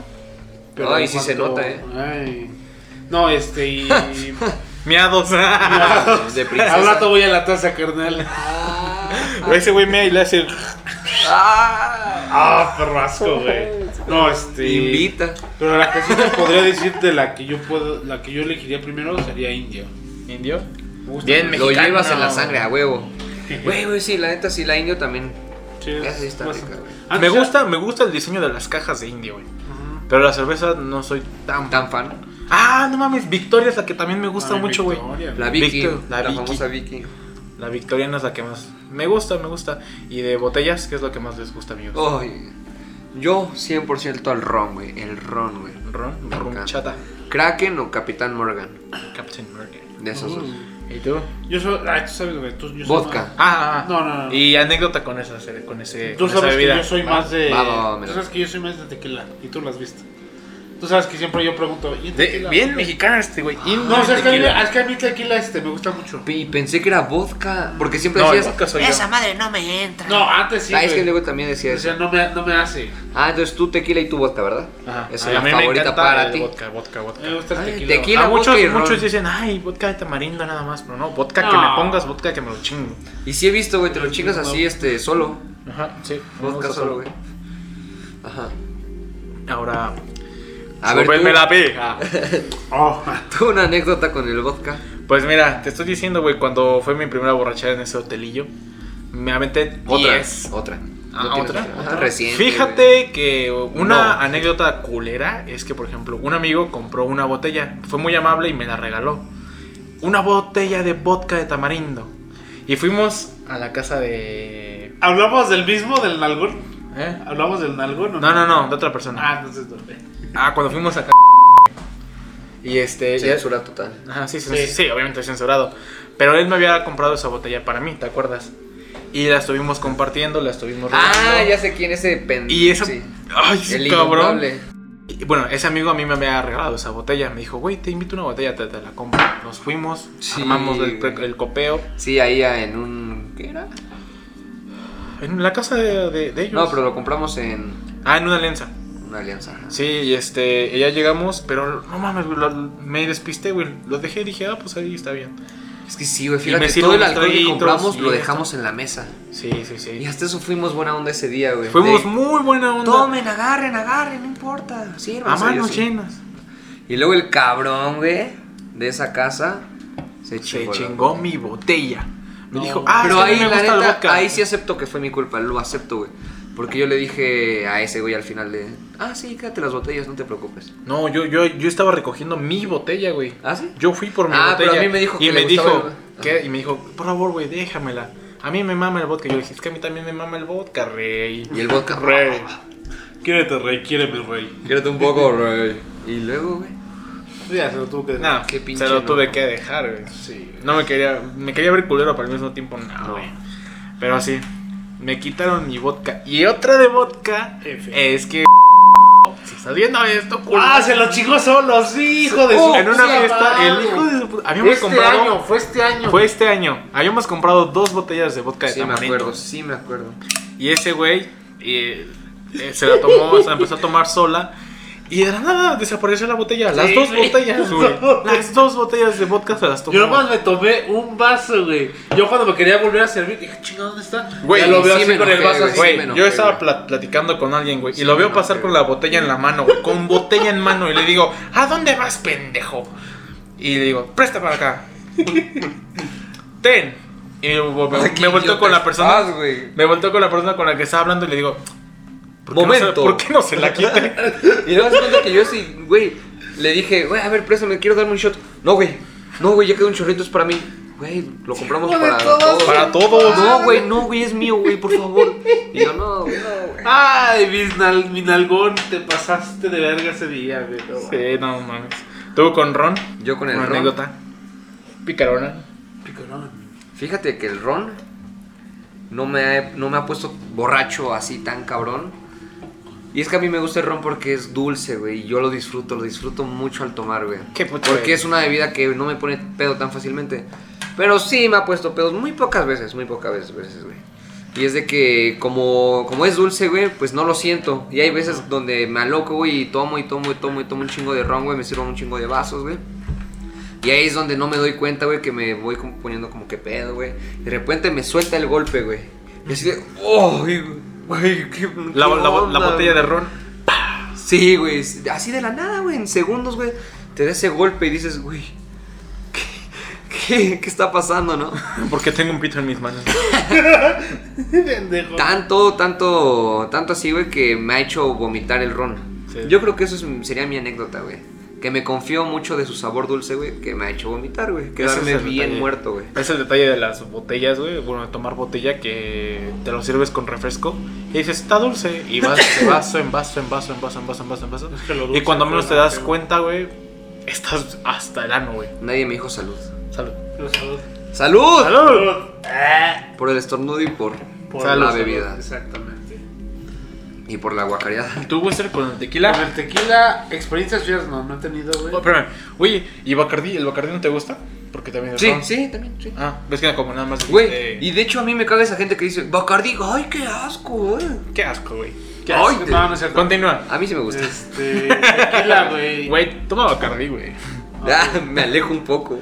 Speaker 2: Ay,
Speaker 3: en
Speaker 2: sí se nota, ¿eh?
Speaker 3: ay, no,
Speaker 2: <laughs>
Speaker 3: este y <laughs>
Speaker 1: Miados.
Speaker 2: Ah, De princesa.
Speaker 3: al rato voy a la taza, carnal.
Speaker 1: Ese güey mea y le hace.
Speaker 2: Ah,
Speaker 3: Ah, perrasco, güey. No, este
Speaker 2: te invita.
Speaker 3: Pero la que sí te podría decirte la que yo puedo, la que yo elegiría primero sería India.
Speaker 1: Indio.
Speaker 3: Me gusta
Speaker 1: Bien,
Speaker 3: más.
Speaker 2: Lo
Speaker 1: mexicano.
Speaker 2: llevas en la sangre,
Speaker 1: <laughs>
Speaker 2: a huevo. Güey, güey, sí, la neta, sí, la indio también.
Speaker 3: Sí,
Speaker 2: Esa sí está
Speaker 3: más-
Speaker 2: rica, güey.
Speaker 1: Me
Speaker 3: Antes-
Speaker 1: gusta, me gusta el diseño de las cajas de indio, güey.
Speaker 3: Ujú.
Speaker 1: Pero la cerveza no soy tan.
Speaker 2: Tan fan.
Speaker 1: Ah, no mames, Victoria es la que también me gusta
Speaker 3: Ay,
Speaker 1: mucho, güey.
Speaker 3: Victoria,
Speaker 2: La Vicky.
Speaker 1: Victor,
Speaker 2: la
Speaker 1: la Vicky.
Speaker 2: famosa Vicky.
Speaker 1: La Victoriana es la que más me gusta, me gusta. Y de botellas, que es lo que más les gusta, amigos.
Speaker 2: Ay, yo 100% al ron, güey. El ron, güey.
Speaker 1: Ron,
Speaker 2: Me encanta.
Speaker 1: ron, chata,
Speaker 2: Kraken o Capitán Morgan.
Speaker 1: Captain Morgan.
Speaker 2: De esos dos.
Speaker 1: ¿Y tú?
Speaker 3: Yo soy, ah, tú sabes, güey, tú- yo soy
Speaker 2: Vodka.
Speaker 3: más-
Speaker 1: Ah, ah, ah.
Speaker 3: No, no, no.
Speaker 1: Y anécdota con esa, cere- con ese,
Speaker 3: Tú
Speaker 1: con esa
Speaker 3: sabes que
Speaker 1: bebida.
Speaker 3: yo soy más de.
Speaker 2: va, va, va,
Speaker 3: tú
Speaker 2: mira.
Speaker 3: sabes que yo soy más de tequila y tú lo has visto. Tú sabes que siempre yo pregunto. ¿y en
Speaker 1: De-
Speaker 3: tequila?
Speaker 1: bien mexicano este, güey. Indio
Speaker 3: No, o sea, es que, a mí,
Speaker 1: tequila.
Speaker 3: es que a mí tequila este me gusta mucho.
Speaker 2: Pe- Y pensé que era vodka. Porque siempre
Speaker 1: No, el
Speaker 2: decías.
Speaker 1: vodka soy yo.
Speaker 4: Esa madre no me entra.
Speaker 3: No, antes sí.
Speaker 2: ah, es que
Speaker 3: güey.
Speaker 2: luego también decía
Speaker 1: Pues
Speaker 3: O sea,
Speaker 2: eso.
Speaker 3: no me, no me hace.
Speaker 2: Ah, entonces tú tequila y tu vodka, ¿verdad?
Speaker 1: Ajá.
Speaker 2: Esa
Speaker 1: Ay,
Speaker 2: es
Speaker 1: a mí
Speaker 2: la
Speaker 1: me
Speaker 2: favorita
Speaker 1: encanta
Speaker 2: para
Speaker 1: el
Speaker 2: ti.
Speaker 1: Vodka, vodka, vodka.
Speaker 3: Me gusta
Speaker 2: Ay,
Speaker 3: el tequila.
Speaker 2: tequila.
Speaker 1: A
Speaker 2: vodka
Speaker 1: muchos,
Speaker 2: y ron.
Speaker 1: muchos dicen, ay, vodka de tamarindo nada más, pero no, vodka que
Speaker 3: No.
Speaker 1: me pongas, vodka que me lo chingo.
Speaker 2: Y sí he visto, güey, te lo chingas así, este, solo.
Speaker 1: Ajá, sí. me
Speaker 2: Vodka
Speaker 1: gusta
Speaker 2: solo, güey. Ajá.
Speaker 1: Ahora,
Speaker 2: A ver,
Speaker 1: súbeme
Speaker 2: tú,
Speaker 1: la
Speaker 2: <laughs>
Speaker 1: pija.
Speaker 3: Oh,
Speaker 2: tú una anécdota con el vodka.
Speaker 1: Pues mira, te estoy diciendo, güey, cuando fue mi primera borrachera en ese hotelillo, me aventé
Speaker 2: Otra.
Speaker 1: 10.
Speaker 2: Otra.
Speaker 1: ¿A
Speaker 2: Lo tienes-
Speaker 1: Ah, otra?
Speaker 2: ajá,
Speaker 1: ¿Otra?
Speaker 2: reciente, güey.
Speaker 1: Fíjate que una
Speaker 2: No.
Speaker 1: anécdota culera es que, por ejemplo, un amigo compró una botella, fue muy amable y me la regaló. Una botella de vodka de tamarindo. Y fuimos a la casa de...
Speaker 3: ¿Hablamos del mismo, del nalgón?
Speaker 1: ¿eh?
Speaker 3: ¿Hablamos del nalgón o
Speaker 1: No, no, no, de otra persona.
Speaker 3: Ah, entonces no. eh.
Speaker 1: Ah, cuando fuimos acá. Y este. ya-
Speaker 2: Censura total.
Speaker 1: Ajá, sí, sí,
Speaker 3: Sí.
Speaker 1: sí, obviamente censurado. Pero él me había comprado esa botella para mí, ¿te acuerdas? Y la estuvimos compartiendo, la estuvimos
Speaker 2: Ah,
Speaker 1: regalando.
Speaker 2: ya sé quién es ese pendejo.
Speaker 1: Y esa. Ay, sí,
Speaker 2: El
Speaker 1: cabrón.
Speaker 2: innombrable.
Speaker 1: Y, bueno, ese amigo a mí me había regalado esa botella. Me dijo, güey, te invito una botella, te, te la compro. Nos fuimos,
Speaker 2: Sí,
Speaker 1: armamos el,
Speaker 2: güey.
Speaker 1: el copeo.
Speaker 2: Sí, ahí ah, en un. ¿Qué era?
Speaker 1: En la casa de, de- de ellos.
Speaker 2: No, pero lo compramos en
Speaker 1: Ah, en una alianza.
Speaker 2: una alianza.
Speaker 1: Sí, y este, y ya llegamos, pero no mames, güey, lo- me despisté, güey. Lo dejé y dije, ah, pues ahí está bien.
Speaker 2: Es que sí, güey,
Speaker 1: me
Speaker 2: fíjate,
Speaker 1: sirvo
Speaker 2: todo el
Speaker 1: mis
Speaker 2: alcohol que
Speaker 1: traguitos
Speaker 2: compramos
Speaker 1: y
Speaker 2: lo
Speaker 1: esto.
Speaker 2: dejamos en la mesa.
Speaker 1: Sí, sí, sí.
Speaker 2: Y este, hasta eso fuimos buena onda ese día, güey.
Speaker 1: Fuimos
Speaker 2: De,
Speaker 1: muy buena onda.
Speaker 2: Tomen, agarren, agarren, no importa.
Speaker 1: a
Speaker 2: Sírvanse.
Speaker 1: manos
Speaker 2: yo sí.
Speaker 1: llenas.
Speaker 2: Y luego el cabrón, güey, de esa casa se
Speaker 1: Se
Speaker 2: chingó.
Speaker 1: chingó mi botella. Me
Speaker 3: No.
Speaker 1: dijo, ah,
Speaker 2: Pero
Speaker 1: es que a mí
Speaker 2: ahí,
Speaker 1: me
Speaker 2: la
Speaker 1: gusta el
Speaker 2: neta,
Speaker 1: vodka.
Speaker 2: ahí sí acepto que fue mi culpa, lo acepto, güey. Porque yo le dije a ese güey al final de, ah, sí, quédate las botellas, no te preocupes.
Speaker 1: No, yo, yo, yo estaba recogiendo mi botella, güey.
Speaker 2: ¿Ah, sí?
Speaker 1: Yo fui por mi
Speaker 2: Ah,
Speaker 1: botella.
Speaker 2: pero a mí me dijo
Speaker 1: y
Speaker 2: que
Speaker 1: me
Speaker 2: le
Speaker 1: dijo,
Speaker 2: gustaba el-
Speaker 1: ¿qué? Y me dijo, por favor, güey, déjamela. A mí me mama el vodka. Yo le dije, es que a mí también me mama el vodka, rey.
Speaker 2: Y el vodka,
Speaker 1: Rey.
Speaker 3: Quiérete, rey, quiéreme, rey.
Speaker 2: Quédate un poco, rey. Y luego, güey.
Speaker 3: Ya se lo tuvo que
Speaker 1: No,
Speaker 2: Qué pinche
Speaker 1: se lo
Speaker 2: no.
Speaker 1: tuve que dejar, güey.
Speaker 3: Sí, güey.
Speaker 1: No me quería, me quería ver culero, pero al mismo tiempo no,
Speaker 2: No.
Speaker 1: güey. Pero así, me quitaron mi vodka. Y otra de vodka
Speaker 3: F.
Speaker 1: es que... <laughs> Si estás viendo esto, culo.
Speaker 3: ¡Ah, se lo chingó solo! Oh, ¡Sí, ah. hijo de su
Speaker 1: en una
Speaker 3: puta
Speaker 1: fiesta,
Speaker 3: madre!
Speaker 1: el hijo de su puta- Habíamos comprado.
Speaker 3: fue este año.
Speaker 1: Fue este año. Habíamos comprado dos botellas de vodka de
Speaker 2: Sí me
Speaker 1: tamarindo.
Speaker 2: acuerdo, sí me acuerdo.
Speaker 1: Y ese güey eh, eh, se la tomó, o sea, empezó a tomar sola. Y de la nada desapareció la botella. Las
Speaker 3: Sí,
Speaker 1: dos
Speaker 3: güey. <laughs>
Speaker 1: botellas, güey. Las dos botellas de vodka se las tomó.
Speaker 3: Yo nomás me tomé un vaso, güey. Yo cuando me quería volver a servir, dije, chingada, ¿dónde está?
Speaker 1: Güey,
Speaker 3: ya lo veo
Speaker 2: sí
Speaker 3: así
Speaker 2: me
Speaker 3: con el
Speaker 2: enojé,
Speaker 3: vaso
Speaker 1: Güey,
Speaker 3: así.
Speaker 2: Pues Sí me enojé,
Speaker 1: yo estaba
Speaker 2: güey.
Speaker 1: pla- platicando con alguien, güey,
Speaker 2: Sí,
Speaker 1: y lo veo
Speaker 2: me
Speaker 1: pasar
Speaker 2: enojé,
Speaker 1: con la
Speaker 2: güey.
Speaker 1: botella en la mano, güey, con botella en mano, y le digo, ¿a dónde vas, pendejo? Y le digo, presta para acá. Ten. Y me,
Speaker 2: Ay,
Speaker 1: me
Speaker 2: qué
Speaker 1: volteo con
Speaker 2: idiota
Speaker 1: la persona.
Speaker 2: estás, güey.
Speaker 1: me volteo con la persona con la que estaba hablando y le digo, ¿por qué
Speaker 2: Momento.
Speaker 1: No se, ¿Por qué no se la quita?
Speaker 2: <laughs> Y luego se cuenta que yo sí, güey, le dije, güey, a ver, préstame, quiero darme un shot. No, güey, no, güey, ya quedó un chorrito, es para mí. Güey, lo compramos
Speaker 3: Hijo de
Speaker 2: para
Speaker 3: todas
Speaker 1: <laughs>
Speaker 2: todos.
Speaker 1: Para todos.
Speaker 2: No, güey, no, güey, es mío, güey, por favor. Y yo, no, güey, no, güey.
Speaker 3: Ay, mis nal- mi nalgón, te pasaste de verga ese día, güey. no, güey.
Speaker 1: Sí, no mames. ¿Tú con Ron?
Speaker 2: Yo con el
Speaker 1: Una
Speaker 2: ron.
Speaker 1: anécdota. Picarona.
Speaker 3: Picorón.
Speaker 2: Fíjate que el ron no me, ha, no me ha puesto borracho así tan cabrón. Y es que a mí me gusta el ron porque es dulce, güey. Y yo lo disfruto, lo disfruto mucho al tomar, güey.
Speaker 1: Qué puto
Speaker 2: Porque
Speaker 1: eres.
Speaker 2: es una bebida que no me pone pedo tan fácilmente. Pero sí me ha puesto pedos muy pocas veces, muy pocas veces, veces, güey. Y es de que como, como es dulce, güey, pues no lo siento. Y hay veces donde me aloco, güey, y tomo y tomo y tomo y tomo un chingo de ron, güey. Me sirvo un chingo de vasos, güey. Y ahí es donde no me doy cuenta, güey, que me voy como poniendo como que pedo, güey. De repente me suelta el golpe, güey. Y así de, ¡oh! güey, Güey, qué.
Speaker 1: La,
Speaker 2: qué
Speaker 1: la- la
Speaker 2: onda,
Speaker 1: botella de
Speaker 2: güey".
Speaker 1: Ron.
Speaker 2: Sí, güey. es- Así de la nada, güey. En segundos, güey. Te da ese golpe y dices, güey. ¿Qué, qué, qué está pasando, no?
Speaker 1: Porque tengo un pito en mis manos.
Speaker 3: Pendejo.
Speaker 2: Tanto, tanto, tanto así, güey, que me ha hecho vomitar el ron.
Speaker 1: Sí.
Speaker 2: Yo creo que eso es- sería mi anécdota, güey. Que me confío mucho de su sabor dulce, güey, que me ha hecho vomitar, güey. Quedarme
Speaker 1: Ese es el
Speaker 2: bien
Speaker 1: detalle.
Speaker 2: muerto, güey.
Speaker 1: Es el detalle de las botellas, güey. Bueno, de tomar botella que te lo sirves con refresco y dices, está dulce. Y vas
Speaker 2: <laughs>
Speaker 1: de vaso en vaso, en vaso, en vaso, en vaso, en vaso, en vaso.
Speaker 3: que lo
Speaker 1: Y
Speaker 3: dulce
Speaker 1: cuando
Speaker 3: fue
Speaker 1: menos te
Speaker 3: la
Speaker 1: das
Speaker 3: peor.
Speaker 1: cuenta, güey, estás hasta el ano, güey.
Speaker 2: Nadie me dijo salud.
Speaker 1: Salud.
Speaker 3: Pero salud.
Speaker 2: ¡Salud!
Speaker 3: Salud. Eh,
Speaker 2: Por el estornudo y por,
Speaker 3: por
Speaker 2: la
Speaker 3: salud,
Speaker 2: bebida.
Speaker 3: Exactamente.
Speaker 2: Y por la guacareada.
Speaker 1: ¿Tú, Wester, con el tequila?
Speaker 3: Con el tequila, experiencias frías no, no he tenido,
Speaker 1: Oh,
Speaker 3: güey.
Speaker 1: espérame. Oye, ¿y Bacardí? ¿El Bacardí no te gusta? Porque también es
Speaker 2: Sí,
Speaker 1: ron.
Speaker 2: sí, también, sí.
Speaker 1: Ah, ves que como nada más.
Speaker 2: Güey,
Speaker 1: dijiste,
Speaker 2: y de hecho a mí me caga esa gente que dice, Bacardi, ay, qué asco, güey.
Speaker 1: Qué asco, güey.
Speaker 3: ¿Qué haces?
Speaker 2: Ay, te-
Speaker 3: no, no es cierto.
Speaker 1: Continúa.
Speaker 2: A mí sí me gusta.
Speaker 3: Este, tequila, güey.
Speaker 1: Güey, toma Bacardí, güey.
Speaker 2: <laughs> Ah, me alejo un poco.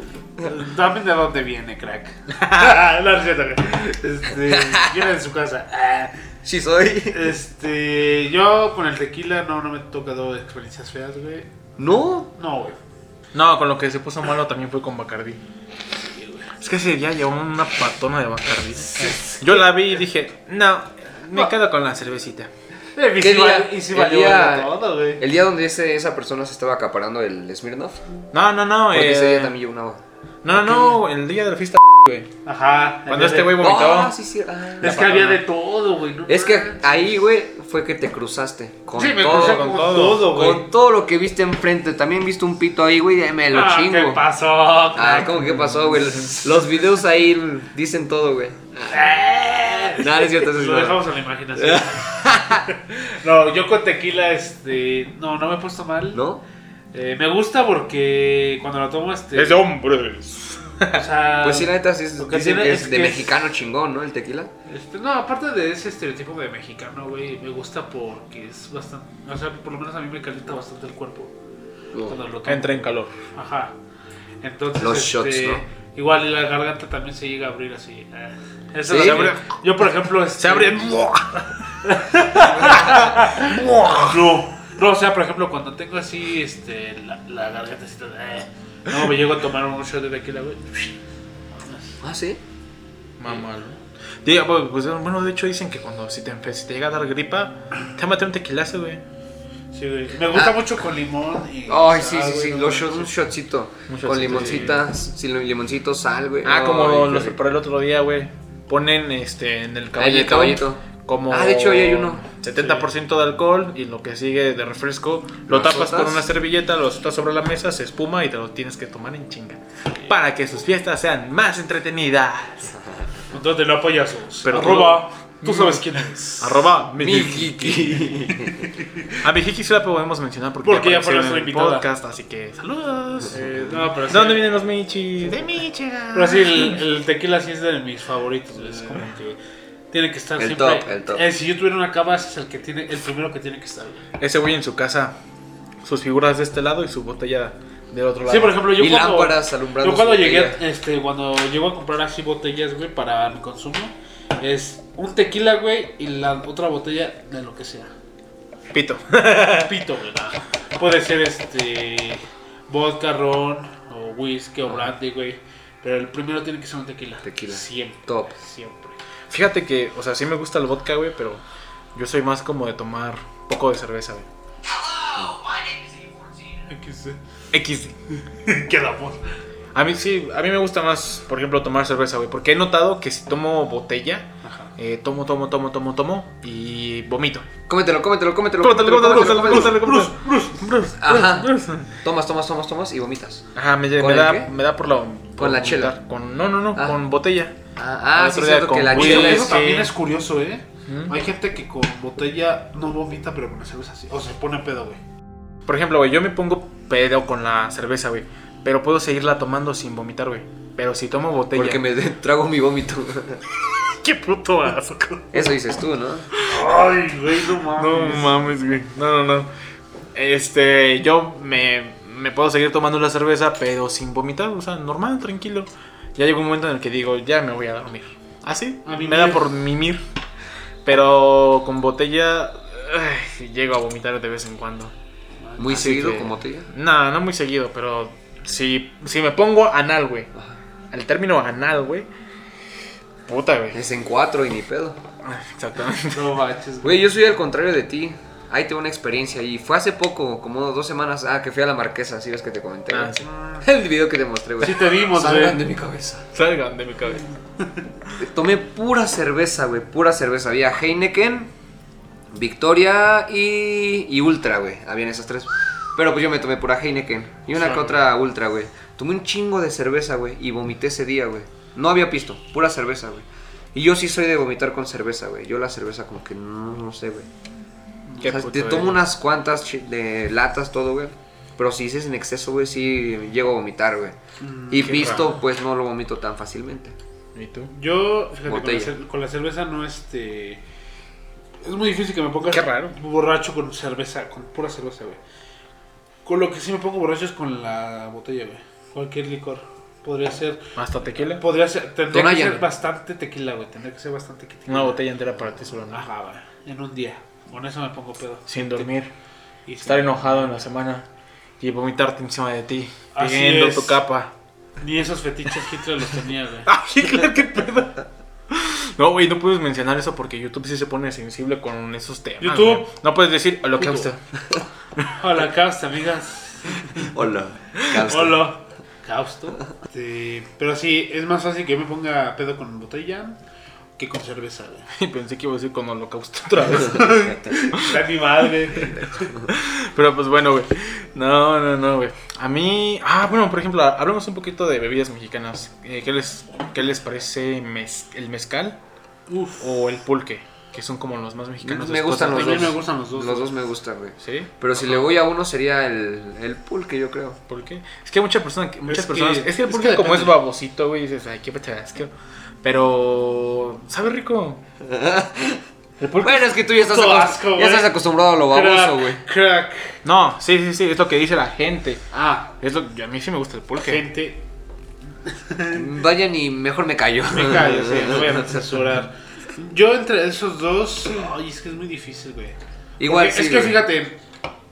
Speaker 3: También de dónde viene, crack. Ah, no, no es cierto, güey. Este, viene de su casa. Ah,
Speaker 2: Sí
Speaker 3: <laughs>
Speaker 2: soy.
Speaker 3: Este, yo con el tequila no, no me he tocado experiencias feas, güey.
Speaker 2: No.
Speaker 3: No, güey.
Speaker 1: No, con lo que se puso malo también fue con Bacardí. Es que ese día llevó una patona de Bacardí. Yo la vi y dije, no, Me quedo con la cervecita.
Speaker 3: Eh, y
Speaker 2: ¿Qué
Speaker 3: si val-
Speaker 2: día?
Speaker 3: y si
Speaker 2: El
Speaker 3: valió
Speaker 2: día-
Speaker 3: todo, güey.
Speaker 2: El día donde ese- esa persona se estaba acaparando el Smirnoff.
Speaker 1: No, no, no.
Speaker 2: Porque
Speaker 1: eh,
Speaker 2: ese día también llevo una hoja.
Speaker 1: No, no, no. El día de la fiesta, güey.
Speaker 3: Ajá.
Speaker 1: Cuando
Speaker 3: había
Speaker 1: este
Speaker 3: de-
Speaker 1: güey vomitó.
Speaker 2: Ah, sí, sí. ah.
Speaker 3: Es que había de todo, güey. no
Speaker 2: Es que
Speaker 3: mames.
Speaker 2: ahí, güey, fue que te cruzaste. Con
Speaker 3: Sí, me
Speaker 2: todo.
Speaker 3: crucé
Speaker 1: con
Speaker 3: con
Speaker 1: todo.
Speaker 3: todo, güey.
Speaker 2: Con todo lo que viste enfrente. También viste un pito ahí, güey. y Me lo
Speaker 3: Ah,
Speaker 2: chingo.
Speaker 3: ¿Qué pasó?
Speaker 2: Ah, ¿cómo que pasó, güey? Los videos ahí dicen todo, güey.
Speaker 3: Eh.
Speaker 2: Nada, no es cierto, eso es
Speaker 3: Lo
Speaker 2: nada.
Speaker 3: dejamos a la imaginación. no, yo con tequila, este. No, no me he puesto mal.
Speaker 2: ¿No?
Speaker 3: Eh, me gusta porque cuando lo tomo, este.
Speaker 1: Es de hombres.
Speaker 3: O sea,
Speaker 2: Pues sí, la neta, sí, es-
Speaker 3: Porque
Speaker 2: dicen
Speaker 3: tiene-
Speaker 2: que es
Speaker 3: es
Speaker 2: de
Speaker 3: que-
Speaker 2: mexicano chingón, ¿no? El tequila.
Speaker 3: este, no, aparte de ese estereotipo de mexicano, güey, me gusta porque es bastante. O sea, por lo menos a mí me calienta bastante el cuerpo. Cuando lo tomo.
Speaker 1: Entra en calor.
Speaker 3: Ajá. Entonces,
Speaker 2: Los
Speaker 3: este,
Speaker 2: shots, ¿no?
Speaker 3: igual la garganta también se llega a abrir así. eh. Eso
Speaker 2: Sí.
Speaker 3: se abre. Yo, por ejemplo, este-
Speaker 1: Se abre.
Speaker 3: No. No, o sea, por ejemplo, cuando tengo así este, la, la garganta así, toda, eh, no, me llego a tomar un shot de tequila, güey.
Speaker 2: Ah, sí.
Speaker 1: Mamalo. Diga, pues, pues, bueno, de hecho dicen que cuando si te, empe- si te llega a dar gripa, te mate un tequilazo, güey.
Speaker 3: Sí, güey. Me gusta
Speaker 2: Ah.
Speaker 3: mucho con limón. Y,
Speaker 2: Ay, sí,
Speaker 3: Ah,
Speaker 2: sí,
Speaker 3: güey,
Speaker 2: sí.
Speaker 3: no
Speaker 2: Los
Speaker 3: mames.
Speaker 2: shots, un shotcito.
Speaker 1: Un
Speaker 2: Con
Speaker 1: shotcito,
Speaker 2: limoncitas, sin limoncito, sal, güey.
Speaker 1: Ah,
Speaker 2: Ay,
Speaker 1: como
Speaker 2: qué
Speaker 1: los
Speaker 2: rico.
Speaker 1: preparé el otro día, güey. Ponen este en el
Speaker 2: Ah, en
Speaker 1: caballito.
Speaker 2: el caballito.
Speaker 1: Como
Speaker 2: Ah, de hecho, ahí hay uno.
Speaker 1: 70% de alcohol y lo que sigue de refresco lo
Speaker 2: ¿Lo
Speaker 1: tapas
Speaker 2: azotas?
Speaker 1: con una servilleta, lo azotas sobre la mesa, se espuma y te lo tienes que tomar en chinga. Para que sus fiestas sean más entretenidas.
Speaker 3: ¿Dónde lo apoyas?
Speaker 1: Pero-
Speaker 3: Arroba, tú sabes quién es.
Speaker 1: Arroba
Speaker 2: Mi
Speaker 1: Mijiki.
Speaker 2: jiki.
Speaker 1: A Mijiki sí la podemos mencionar porque,
Speaker 3: Porque ya
Speaker 1: apareció
Speaker 3: fue
Speaker 1: en
Speaker 3: nuestra
Speaker 1: el
Speaker 3: invitada.
Speaker 1: podcast, así que saludos.
Speaker 3: Eh, no, pero
Speaker 1: ¿De
Speaker 3: sí.
Speaker 1: dónde vienen los Michis? De Michigan.
Speaker 3: Pero sí, el, el tequila sí es de mis favoritos, güey, Es como que tiene que estar
Speaker 2: El
Speaker 3: siempre.
Speaker 2: top, el top.
Speaker 3: Eh, si yo tuviera una cava, ese es el, que tiene, el primero que tiene que estar, güey.
Speaker 1: Ese güey en su casa, sus figuras de este lado y su botella del otro lado.
Speaker 3: Sí, por ejemplo, yo
Speaker 2: Y
Speaker 3: cuando,
Speaker 2: lámparas alumbrando
Speaker 3: Yo cuando
Speaker 2: su
Speaker 3: llegué,
Speaker 2: botella.
Speaker 3: este, cuando llego a comprar así botellas, güey, para mi consumo, es un tequila, güey, y la otra botella de lo que sea.
Speaker 1: Pito.
Speaker 3: Pito, güey. ¿no? Puede ser este vodka, ron, o whisky, o brandy, güey. Pero el primero tiene que ser un tequila.
Speaker 2: Ah. Tequila.
Speaker 3: Siempre.
Speaker 2: Top.
Speaker 3: Siempre.
Speaker 1: Fíjate que, o sea, sí me gusta el vodka, güey, pero yo soy más como de tomar poco de cerveza, güey. X.
Speaker 3: Quedamos.
Speaker 1: A mí sí, a mí me gusta más, por ejemplo, tomar cerveza, güey, porque he notado que si tomo botella,
Speaker 3: Ajá.
Speaker 1: eh, tomo, tomo, tomo, tomo, tomo y vomito.
Speaker 2: Cómetelo, cómetelo, cómetelo.
Speaker 1: Cómetelo, cómetelo,
Speaker 2: cómetelo,
Speaker 1: cómetelo,
Speaker 2: cómetelo.
Speaker 1: cómetelo.
Speaker 2: Ajá. Tomas, tomas, tomas, tomas y vomitas.
Speaker 1: Ajá, me,
Speaker 2: ¿Con
Speaker 1: me
Speaker 2: el
Speaker 1: da,
Speaker 2: qué?
Speaker 1: me da por la... por
Speaker 2: la
Speaker 1: vomitar.
Speaker 2: chela.
Speaker 1: Con, no, no, no,
Speaker 2: Ah.
Speaker 1: con botella.
Speaker 2: Ah, ah
Speaker 1: Al otro
Speaker 2: sí, es
Speaker 1: día
Speaker 2: cierto que
Speaker 1: con
Speaker 2: la
Speaker 1: whisky.
Speaker 2: chela
Speaker 3: Eso
Speaker 2: es.
Speaker 3: también es curioso, ¿eh?
Speaker 1: ¿Mm?
Speaker 3: Hay gente que con botella no vomita, pero con la cerveza sí. O se pone pedo, güey.
Speaker 1: Por ejemplo, güey, yo me pongo pedo con la cerveza, güey. Pero puedo seguirla tomando sin vomitar, güey. Pero si tomo botella.
Speaker 2: Porque me de- trago mi vómito.
Speaker 1: <laughs> ¡Qué puto asco!
Speaker 2: <laughs> Eso dices tú, ¿no?
Speaker 3: Ay, güey, no
Speaker 1: No
Speaker 3: mames.
Speaker 1: mames, güey. No, no, no. Este, yo me, me puedo seguir tomando la cerveza, pero sin vomitar. O sea, normal, tranquilo. Ya llega un momento en el que digo, ya me voy a dormir. ¿Ah, sí? me
Speaker 3: A
Speaker 1: da
Speaker 3: mimir.
Speaker 1: por mimir. Pero con botella. ay, llego a vomitar de vez en cuando.
Speaker 2: Muy
Speaker 1: Así
Speaker 2: seguido
Speaker 1: que-
Speaker 2: como te
Speaker 1: No, no muy seguido, pero si, si me pongo anal, güey.
Speaker 2: Ajá.
Speaker 1: El término anal, güey. Puta,
Speaker 2: <laughs>
Speaker 1: güey.
Speaker 2: Es en cuatro y ni pedo.
Speaker 1: Exactamente.
Speaker 3: No baches, güey.
Speaker 2: Güey, yo soy al contrario de ti. Ahí tengo una experiencia y fue hace poco, como dos semanas, ah, que fui a la marquesa, así ves que te comenté.
Speaker 1: Ah,
Speaker 2: güey?
Speaker 1: sí.
Speaker 2: <laughs> El video que te mostré, güey.
Speaker 3: Sí te vimos,
Speaker 2: Salgan de mi
Speaker 3: güey.
Speaker 2: cabeza.
Speaker 1: Salgan de mi cabeza.
Speaker 2: Tomé pura cerveza, güey, pura cerveza. Había Heineken, Victoria y, y Ultra, güey. Habían esas tres. Pero pues yo me tomé pura Heineken y una que otra Ultra, güey. Tomé un chingo de cerveza, güey, y vomité ese día, güey. No había pisto, pura cerveza, güey. Y yo sí soy de vomitar con cerveza, güey. Yo la cerveza como que no, no sé, güey.
Speaker 1: Qué
Speaker 2: O sea,
Speaker 1: puto,
Speaker 2: te tomo
Speaker 1: güey.
Speaker 2: unas cuantas chi- de latas, todo, güey. Pero si es en exceso, güey, sí llego a vomitar, güey. y
Speaker 1: Mm, qué
Speaker 2: visto,
Speaker 1: raro.
Speaker 2: pues no lo vomito tan fácilmente.
Speaker 1: ¿Y tú?
Speaker 3: Yo, fíjate, con la,
Speaker 2: Botella.
Speaker 3: cer- con la cerveza no, este... Es muy difícil que me pongas
Speaker 1: Qué raro.
Speaker 3: borracho con cerveza, con pura cerveza, güey. Con lo que sí me pongo borracho es con la botella, güey. Cualquier licor. Podría ser...
Speaker 1: ¿Hasta tequila?
Speaker 3: Podría ser... Tendría que
Speaker 2: Tonayan.
Speaker 3: ser bastante tequila, güey. Tendría que ser bastante tequila.
Speaker 1: Una botella entera para ti solo, ¿no?
Speaker 3: Ajá, güey. En un día. Con eso me pongo pedo.
Speaker 1: Sin dormir.
Speaker 3: Y
Speaker 1: Estar
Speaker 3: sí.
Speaker 1: enojado en la semana. Y vomitarte encima de ti.
Speaker 3: Así
Speaker 1: Pidiendo <laughs>
Speaker 3: es.
Speaker 1: tu capa.
Speaker 3: Ni esos fetiches Hitler los tenía, güey.
Speaker 1: ¡Ah, Hitler, qué pedo! No, güey, no puedes mencionar eso porque YouTube sí se pone sensible con esos temas.
Speaker 3: YouTube.
Speaker 1: güey. No puedes decir holocausto.
Speaker 3: Hola, Causto, amigas.
Speaker 1: <laughs>
Speaker 2: Hola. Causto.
Speaker 3: Hola. Causto. Este, pero sí, es más fácil que yo me ponga pedo con botella que con cerveza. güey.
Speaker 1: <laughs> Y pensé que iba a decir con holocausto otra <laughs> vez.
Speaker 3: Está mi madre.
Speaker 1: Pero pues bueno, güey. No, no, no, güey. A mí. Ah, bueno, por ejemplo, hablemos un poquito de bebidas mexicanas. Eh, ¿qué, les, ¿Qué les parece mez- el mezcal
Speaker 3: Uf.
Speaker 1: o el pulque? Que son como los más mexicanos.
Speaker 2: Mm, Me
Speaker 1: Escocia,
Speaker 2: gustan los
Speaker 3: A
Speaker 1: güey.
Speaker 3: mí
Speaker 2: dos.
Speaker 3: me gustan los dos.
Speaker 2: Los dos me gustan, güey.
Speaker 1: ¿Sí?
Speaker 2: Pero si le voy a uno sería el, el pulque, yo creo.
Speaker 1: ¿Por qué? Es que muchas personas, muchas
Speaker 3: Es que-
Speaker 1: personas, es que el
Speaker 3: es
Speaker 1: pulque
Speaker 3: que
Speaker 1: como es
Speaker 3: depende.
Speaker 1: babosito, güey, dices, ay, qué pachasco. Pero sabe rico. El pulque-
Speaker 2: Bueno, es que tú ya estás,
Speaker 3: Todo
Speaker 2: acos-
Speaker 3: asco, güey.
Speaker 2: ya estás acostumbrado a lo baboso,
Speaker 3: Crack,
Speaker 2: güey.
Speaker 3: Crack.
Speaker 1: No, sí, sí, sí, es lo que dice la gente.
Speaker 3: Ah,
Speaker 1: Es lo a mí sí me gusta el pulque.
Speaker 3: gente.
Speaker 2: Vayan Mm, y mejor me callo.
Speaker 3: Me callo, sí, no voy a censurar. Yo entre esos dos. Ay, es que es muy difícil, güey.
Speaker 2: <laughs> Igual
Speaker 3: Porque
Speaker 2: sí,
Speaker 3: Es que
Speaker 2: güey.
Speaker 3: fíjate,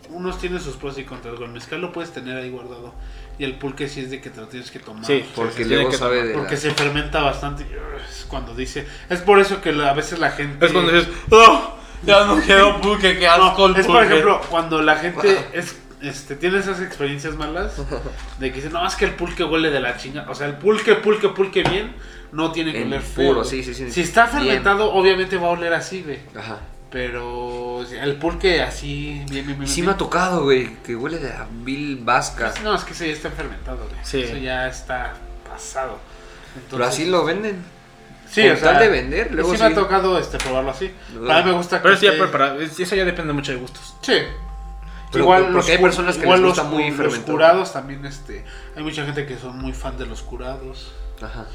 Speaker 3: unos tienen sus pros y contras. güey. El mezcal lo puedes tener ahí guardado. Y el pulque sí es de que te lo tienes que tomar.
Speaker 1: Sí,
Speaker 2: Porque
Speaker 1: Sí, sí, tiene
Speaker 2: luego
Speaker 1: que
Speaker 2: sabe
Speaker 1: tomar.
Speaker 2: de la-
Speaker 3: Porque se fermenta bastante. Es cuando dice. Es por eso que la- a veces la gente.
Speaker 1: Es cuando dices, "Oh, ya no quiero pulque, que
Speaker 3: No,
Speaker 1: asco el
Speaker 3: es por
Speaker 1: pulque".
Speaker 3: ejemplo cuando la gente es, este, tiene esas experiencias malas de que dicen, no, es que el pulque huele de la chinga. O sea, el pulque, pulque, pulque bien, no tiene que
Speaker 2: El
Speaker 3: oler
Speaker 2: puro,
Speaker 3: feo,
Speaker 2: sí, sí,
Speaker 3: güey.
Speaker 2: sí.
Speaker 3: Si está
Speaker 2: Bien.
Speaker 3: fermentado, obviamente va a oler así, güey.
Speaker 2: Ajá.
Speaker 3: Pero si el pulque así, bien, bien, bien.
Speaker 2: Sí
Speaker 3: bien. pues,
Speaker 2: me ha tocado, güey, que huele de la vil vasca.
Speaker 3: No, es que eso ya está fermentado, güey.
Speaker 1: Sí.
Speaker 3: Eso ya está pasado.
Speaker 2: Pero así lo venden.
Speaker 3: Sí,
Speaker 2: con
Speaker 3: o sea,
Speaker 2: tal de vender, luego
Speaker 3: sí,
Speaker 2: sí.
Speaker 3: me ha tocado este, probarlo así.
Speaker 2: Luego-
Speaker 3: A mí me gusta
Speaker 1: Pero eso ya
Speaker 3: esté-
Speaker 1: preparado, es- eso ya depende mucho de gustos.
Speaker 3: Sí.
Speaker 2: Pero- porque
Speaker 3: los
Speaker 2: hay
Speaker 3: cu-
Speaker 2: personas que les
Speaker 3: los
Speaker 2: gusta
Speaker 3: cu-
Speaker 2: muy
Speaker 3: los
Speaker 2: fermentado.
Speaker 3: curados también, este, hay mucha gente que son muy fan de los curados,
Speaker 2: Ajá.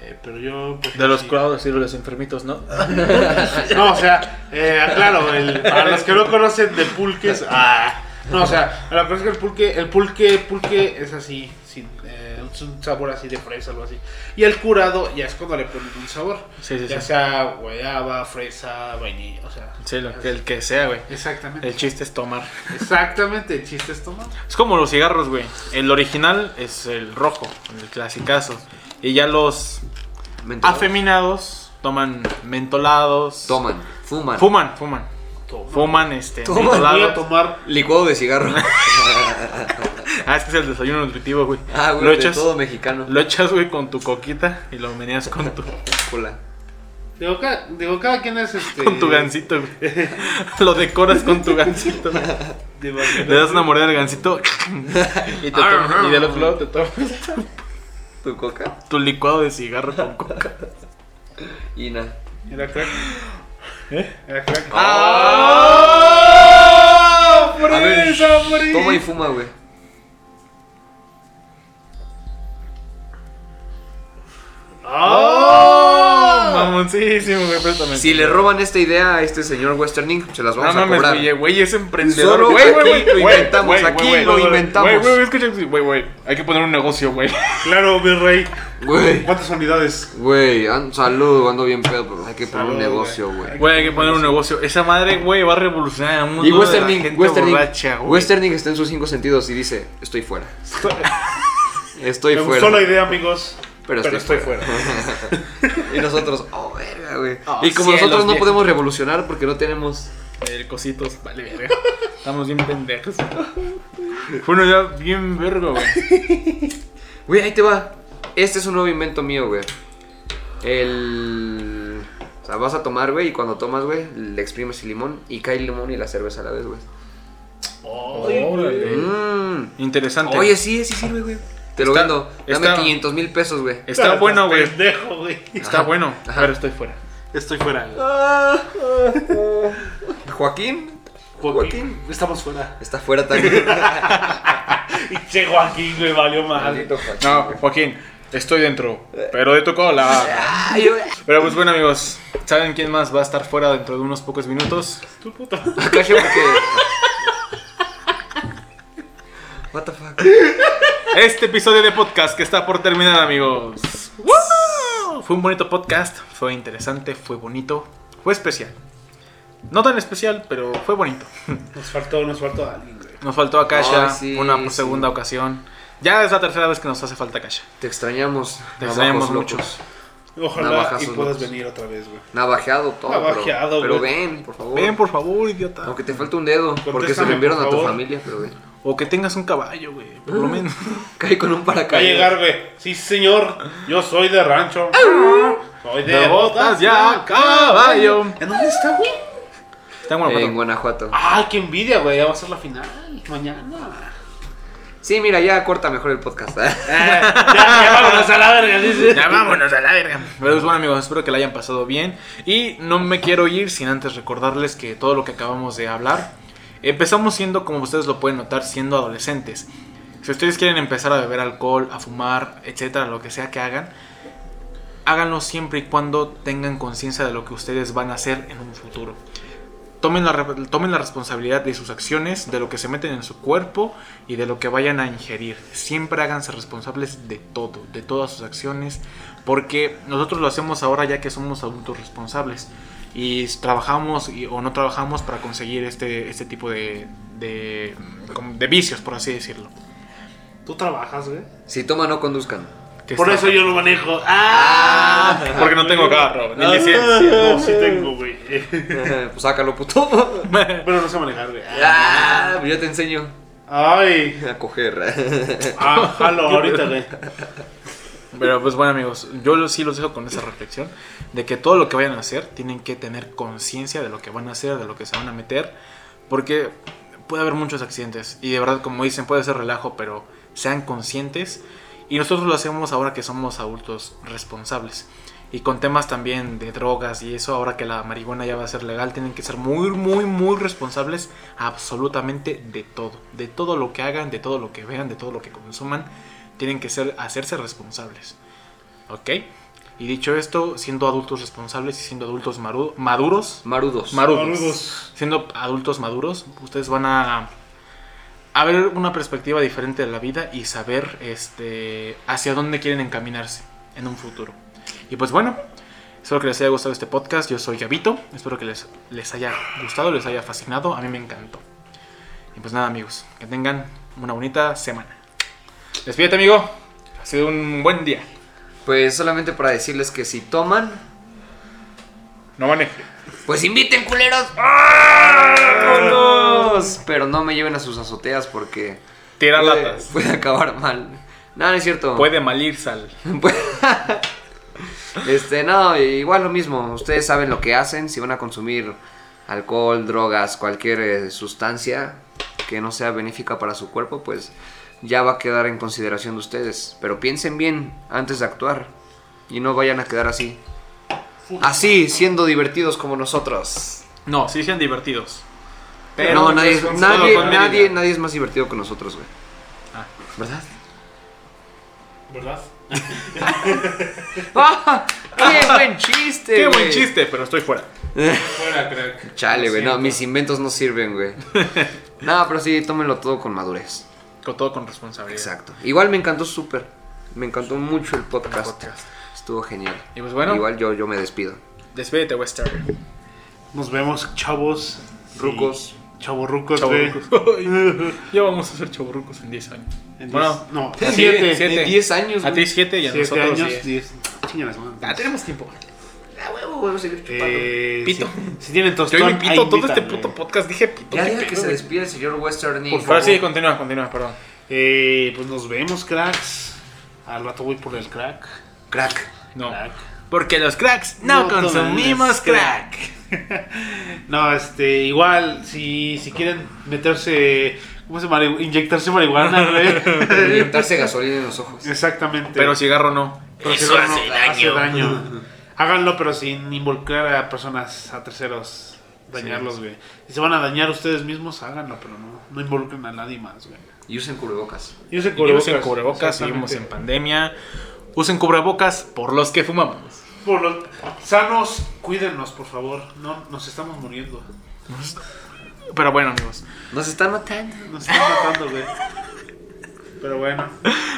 Speaker 3: eh, pero yo... pues,
Speaker 1: De los
Speaker 3: sí.
Speaker 1: curados y de los enfermitos, ¿no?
Speaker 3: <laughs> No, o sea, eh, claro, el- para los que no conocen de pulques, ah, no, o sea, la cosa es que el pulque, el pulque, pulque es así, sin, eh, es un sabor así de fresa, algo así, y el curado ya es cuando le ponen un sabor,
Speaker 1: Sí, sí,
Speaker 3: ya
Speaker 1: sí.
Speaker 3: sea guayaba, fresa, vainilla, o sea...
Speaker 1: Sí, lo que- el que sea, güey.
Speaker 3: Exactamente.
Speaker 1: El chiste es tomar.
Speaker 3: Exactamente, el chiste es tomar.
Speaker 1: Es como los cigarros, güey. El original es el rojo, el clasicazo. Y ya los Ah,
Speaker 2: Mentolados.
Speaker 1: afeminados toman mentolados.
Speaker 2: Toman, fuman.
Speaker 1: Fuman, fuman.
Speaker 3: Toma.
Speaker 1: Fuman este
Speaker 2: Toman.
Speaker 3: Voy a
Speaker 1: mentolado.
Speaker 3: tomar
Speaker 2: Licuado de
Speaker 1: <laughs>
Speaker 2: cigarro. <laughs>
Speaker 1: Ah, es que es el desayuno nutritivo, güey.
Speaker 2: ah, güey,
Speaker 1: lo
Speaker 2: de
Speaker 1: echas,
Speaker 2: todo mexicano.
Speaker 1: lo echas, güey, con tu coquita y lo meneas con tu
Speaker 2: Hola.
Speaker 3: Digo, cada, digo, cada quien es este.
Speaker 1: con tu gansito, güey. <laughs> Lo decoras con tu gansito. güey.
Speaker 3: digo,
Speaker 1: Le das una mordida al gansito y, te tomas- y del otro lado te tomas
Speaker 2: ¿Tu coca?
Speaker 1: tu licuado de cigarro con coca.
Speaker 2: Y nada.
Speaker 3: Era crack. ¿Eh? Era crack.
Speaker 2: Oh.
Speaker 1: ¡Ah! Por
Speaker 2: Ah. A ver,
Speaker 1: eso, por eso.
Speaker 2: Toma y fuma, güey.
Speaker 1: Ah. ¡Oh! Mamoncísimo, güey, préstame.
Speaker 2: Si le roban esta idea a este señor Westerning, se las
Speaker 1: No
Speaker 2: vamos a
Speaker 1: mames,
Speaker 2: cobrar.
Speaker 1: güey, güey, es emprendedor.
Speaker 2: Solo
Speaker 1: güey,
Speaker 2: aquí
Speaker 1: güey,
Speaker 2: lo
Speaker 1: güey,
Speaker 2: inventamos,
Speaker 1: güey,
Speaker 2: aquí
Speaker 1: güey,
Speaker 2: lo
Speaker 1: güey,
Speaker 2: inventamos.
Speaker 1: Güey, güey, escucha, güey, güey, hay que poner un negocio, güey.
Speaker 3: Claro, mi rey.
Speaker 2: Güey.
Speaker 3: ¿Cuántas unidades?
Speaker 2: Güey, an- saludo, ando bien pedo, pero hay que poner
Speaker 3: Salud,
Speaker 2: un negocio, güey.
Speaker 1: Güey, hay que poner un negocio. Esa madre, güey, va a revolucionar el mundo
Speaker 2: Y
Speaker 1: de la gente
Speaker 2: Westerning, Westerning,
Speaker 1: borracha, güey.
Speaker 2: Westerning está en sus cinco sentidos y dice,
Speaker 1: <laughs>
Speaker 2: estoy fuera. Estoy
Speaker 3: Me
Speaker 2: fuera.
Speaker 3: gustó la idea, amigos.
Speaker 2: Pero estoy
Speaker 3: fuera.
Speaker 2: <laughs> Y nosotros, oh, verga, güey.
Speaker 1: Oh,
Speaker 2: y como
Speaker 1: cielos,
Speaker 2: nosotros no
Speaker 1: viejo.
Speaker 2: podemos revolucionar porque no tenemos...
Speaker 1: El cositos, vale, verga. Estamos bien pendejos. Fue una idea bien verga, güey.
Speaker 2: Güey, ahí te va. Este es un nuevo invento mío, güey. El... O sea, vas a tomar, güey, y cuando tomas, güey, le exprimes el limón y cae el limón y la cerveza a la vez, güey.
Speaker 1: Órale.
Speaker 2: Mm.
Speaker 1: Interesante.
Speaker 2: Oye, sí, sí sirve, güey. Te lo
Speaker 1: Está-
Speaker 2: vendo. Dame
Speaker 1: está-
Speaker 2: 500 mil pesos,
Speaker 1: <laughs>
Speaker 2: güey.
Speaker 1: está bueno, güey.
Speaker 3: Pendejo, güey.
Speaker 1: Está bueno,
Speaker 2: Ajá.
Speaker 1: pero estoy fuera.
Speaker 3: Estoy fuera. güey.
Speaker 2: Joaquín
Speaker 3: Joaquín, estamos fuera.
Speaker 2: está fuera
Speaker 1: <laughs>
Speaker 2: también.
Speaker 3: Y che, Joaquín, güey, valió mal.
Speaker 1: No, Joaquín, estoy dentro, pero de tu cola.
Speaker 2: Ay, güey.
Speaker 1: Pero pues bueno, amigos, ¿saben quién más va a estar fuera dentro de unos pocos minutos?
Speaker 3: Tu puta.
Speaker 2: Cacho
Speaker 1: <laughs>
Speaker 2: porque... What the fuck.
Speaker 1: Este episodio de podcast que está por terminar, amigos. Fue un bonito podcast, fue interesante, fue bonito, fue especial. No tan especial, pero fue bonito.
Speaker 3: Nos faltó, nos faltó alguien, güey.
Speaker 1: Nos faltó a Kasha
Speaker 2: Ay, sí,
Speaker 1: una
Speaker 2: sí.
Speaker 1: segunda ocasión. Ya es la tercera vez que nos hace falta Kasha.
Speaker 2: Te extrañamos.
Speaker 1: Te extrañamos
Speaker 2: locos.
Speaker 1: muchos.
Speaker 3: Ojalá y
Speaker 2: Navajazos
Speaker 3: puedas
Speaker 2: locos.
Speaker 3: venir otra vez, güey.
Speaker 2: Navajeado todo. pero-
Speaker 3: Navajeado,
Speaker 2: pero,
Speaker 3: güey.
Speaker 2: ven, por favor.
Speaker 1: Ven, por favor, idiota.
Speaker 2: Aunque te falte un dedo, porque se
Speaker 3: Contéstame,
Speaker 2: lo enviaron
Speaker 3: por
Speaker 2: a tu
Speaker 3: favor.
Speaker 2: familia, pero ven. <laughs>
Speaker 1: O que tengas un caballo, güey. Por lo menos.
Speaker 2: Cae con un
Speaker 3: Va a
Speaker 2: paracaídas.
Speaker 3: llegar, güey. Sí, señor. Yo soy de rancho. Soy de
Speaker 1: <laughs> Te botas ya, caballo.
Speaker 3: ¿En dónde está, güey?
Speaker 1: Está en
Speaker 2: En
Speaker 1: Guanajuato.
Speaker 2: Guanajuato.
Speaker 3: Ah, qué envidia, güey. Ya va a ser la final. Mañana.
Speaker 2: Sí, mira, ya corta mejor el podcast. ¿eh?
Speaker 3: <laughs> Ya, ya vámonos a la verga, dice.
Speaker 1: Ya vámonos a la verga. Pero es bueno, amigos, espero que la hayan pasado bien. Y no me quiero ir sin antes recordarles que todo lo que acabamos de hablar. Empezamos siendo, como ustedes lo pueden notar, siendo adolescentes. Si ustedes quieren empezar a beber alcohol, a fumar, etcétera, lo que sea que hagan, háganlo siempre y cuando tengan conciencia de lo que ustedes van a hacer en un futuro. Tomen la, re- tomen la responsabilidad de sus acciones, de lo que se meten en su cuerpo y de lo que vayan a ingerir. Siempre háganse responsables de todo, de todas sus acciones, porque nosotros lo hacemos ahora ya que somos adultos responsables y s- trabajamos y- o no trabajamos para conseguir este, este tipo de, de, como de vicios, por así decirlo.
Speaker 3: Tú trabajas, güey.
Speaker 2: Si toma, no
Speaker 3: <laughs>
Speaker 2: conduzcan.
Speaker 1: Que
Speaker 3: Por
Speaker 1: está-
Speaker 3: eso yo lo manejo. ¡Ah!
Speaker 1: Porque no tengo carro, ni
Speaker 3: Ah,
Speaker 1: licencia.
Speaker 3: No, sí tengo, güey. <laughs>
Speaker 2: pues sácalo, puto.
Speaker 3: Pero no sé manejar, güey.
Speaker 2: Ah, pues yo te enseño
Speaker 3: Ay.
Speaker 2: a coger. <laughs>
Speaker 3: Ah, jalo, ahorita, güey.
Speaker 1: <laughs> Pero pues bueno amigos, yo los- sí los dejo con esa reflexión de que todo lo que vayan a hacer tienen que tener conciencia de lo que van a hacer, de lo que se van a meter, porque puede haber muchos accidentes y de verdad como dicen puede ser relajo, pero sean conscientes y nosotros lo hacemos ahora que somos adultos responsables y con temas también de drogas y eso ahora que la marihuana ya va a ser legal tienen que ser muy muy muy responsables absolutamente de todo, de todo lo que hagan, de todo lo que vean, de todo lo que consuman tienen que ser, hacerse responsables. ¿Ok? Y dicho esto, siendo adultos responsables y siendo adultos maru- maduros,
Speaker 2: Marudos.
Speaker 1: marudos,
Speaker 3: Marudos.
Speaker 1: siendo adultos maduros, ustedes van a, a ver una perspectiva diferente de la vida y saber este, hacia dónde quieren encaminarse en un futuro. Y pues bueno, espero que les haya gustado este podcast. Yo soy Gabito, espero que les, les haya gustado, les haya fascinado, a mí me encantó. Y pues nada amigos, que tengan una bonita semana. Despídete amigo, ha sido un buen día.
Speaker 2: Pues solamente para decirles que si toman,
Speaker 1: No maneje.
Speaker 2: pues inviten culeros.
Speaker 3: Ah,
Speaker 2: ¡Vámonos! Pero no me lleven a sus azoteas porque
Speaker 1: Tira
Speaker 2: puede,
Speaker 1: latas.
Speaker 2: puede acabar mal. No, no es cierto.
Speaker 1: Puede malir sal.
Speaker 2: Este, no, igual lo mismo. Ustedes saben lo que hacen. Si van a consumir alcohol, drogas, cualquier eh, sustancia que no sea benéfica para su cuerpo, pues ya va a quedar en consideración de ustedes. Pero piensen bien antes de actuar. Y no vayan a quedar así. Así, siendo divertidos como nosotros.
Speaker 1: No, sí sean divertidos.
Speaker 2: no, nadie,
Speaker 1: responsable
Speaker 2: nadie,
Speaker 1: con medida.
Speaker 2: nadie, nadie es más divertido que nosotros, güey.
Speaker 1: Ah.
Speaker 2: ¿Verdad?
Speaker 3: ¿Verdad?
Speaker 2: ¡Ah! ¡Qué buen chiste!
Speaker 1: Qué buen
Speaker 2: güey!
Speaker 1: chiste, pero estoy fuera.
Speaker 6: Fuera, crack.
Speaker 2: Chale,
Speaker 6: Lo
Speaker 2: güey, no,
Speaker 6: siento.
Speaker 2: mis inventos no sirven, güey. no, pero sí, tómenlo todo con madurez.
Speaker 1: Con todo con responsabilidad.
Speaker 2: Exacto. Igual me encantó súper. Me encantó mucho el podcast.
Speaker 1: Podcast.
Speaker 2: Estuvo genial.
Speaker 1: Y pues bueno,
Speaker 2: Igual yo, yo me despido.
Speaker 1: despídete, Wester.
Speaker 3: Nos vemos, chavos.
Speaker 2: Rucos.
Speaker 3: Chavos rucos, güey.
Speaker 1: Chaburrucos. <laughs> ya vamos a ser chaburrucos en 10 años.
Speaker 3: En
Speaker 1: Bueno,
Speaker 3: diez- no,
Speaker 1: en
Speaker 3: siete.
Speaker 1: diez- siete.
Speaker 2: En 10 años,
Speaker 1: A
Speaker 2: güey.
Speaker 1: ti 7 y a
Speaker 3: Siete
Speaker 1: nosotros
Speaker 3: años,
Speaker 1: 10.
Speaker 3: diez. Chinga la madre.
Speaker 1: Ah, tenemos tiempo.
Speaker 2: Ah, huevo, güey, voy a seguir chupando.
Speaker 3: Eh,
Speaker 1: Pito.
Speaker 3: Si, si tienen
Speaker 1: Yo
Speaker 3: tostón,
Speaker 1: le pito
Speaker 3: ahí
Speaker 1: todo este
Speaker 3: invitan,
Speaker 1: puto
Speaker 3: güey.
Speaker 1: podcast. Dije pito.
Speaker 2: Ya
Speaker 1: qué
Speaker 2: diga que
Speaker 1: pedo,
Speaker 2: se
Speaker 1: güey.
Speaker 2: despide el señor Western y-
Speaker 1: Por favor, sí, continúa, continúa, perdón.
Speaker 3: Eh, pues nos vemos, cracks. Al rato voy por el crack. <laughs>
Speaker 2: Crack.
Speaker 1: No.
Speaker 3: Crack.
Speaker 1: Porque los cracks
Speaker 3: no No consumimos tomes crack. No, este, igual, si, si quieren meterse, ¿cómo se llama? Inyectarse
Speaker 1: <laughs>
Speaker 3: marihuana, güey. <laughs>
Speaker 2: Inyectarse gasolina en los ojos.
Speaker 3: Exactamente.
Speaker 1: Pero cigarro no.
Speaker 3: Pero
Speaker 6: Eso
Speaker 3: si no,
Speaker 6: hace daño.
Speaker 3: daño. Háganlo, pero sin involucrar a personas, a terceros. Dañarlos, güey. Si se van a dañar ustedes mismos, háganlo, pero no, no involucren a nadie más, güey.
Speaker 2: Y usen cubrebocas.
Speaker 3: Y usen
Speaker 1: Y usen cubrebocas,
Speaker 3: exactamente.
Speaker 1: seguimos en pandemia. Usen cubrebocas por los que fumamos.
Speaker 3: Por los sanos, cuídenos, por favor. No, nos estamos muriendo.
Speaker 1: Pero bueno, amigos.
Speaker 2: Nos están matando.
Speaker 3: Nos están matando, güey. Pero bueno.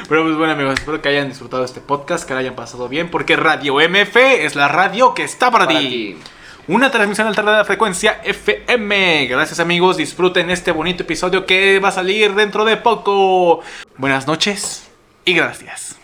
Speaker 1: Pero pues bueno, amigos, espero que hayan disfrutado este podcast, que lo hayan pasado bien, porque Radio MF es la radio que está para,
Speaker 2: Para
Speaker 1: ti.
Speaker 2: ti.
Speaker 1: Una transmisión alterna de la frecuencia FM. Gracias, amigos. Disfruten este bonito episodio que va a salir dentro de poco. Buenas noches y gracias.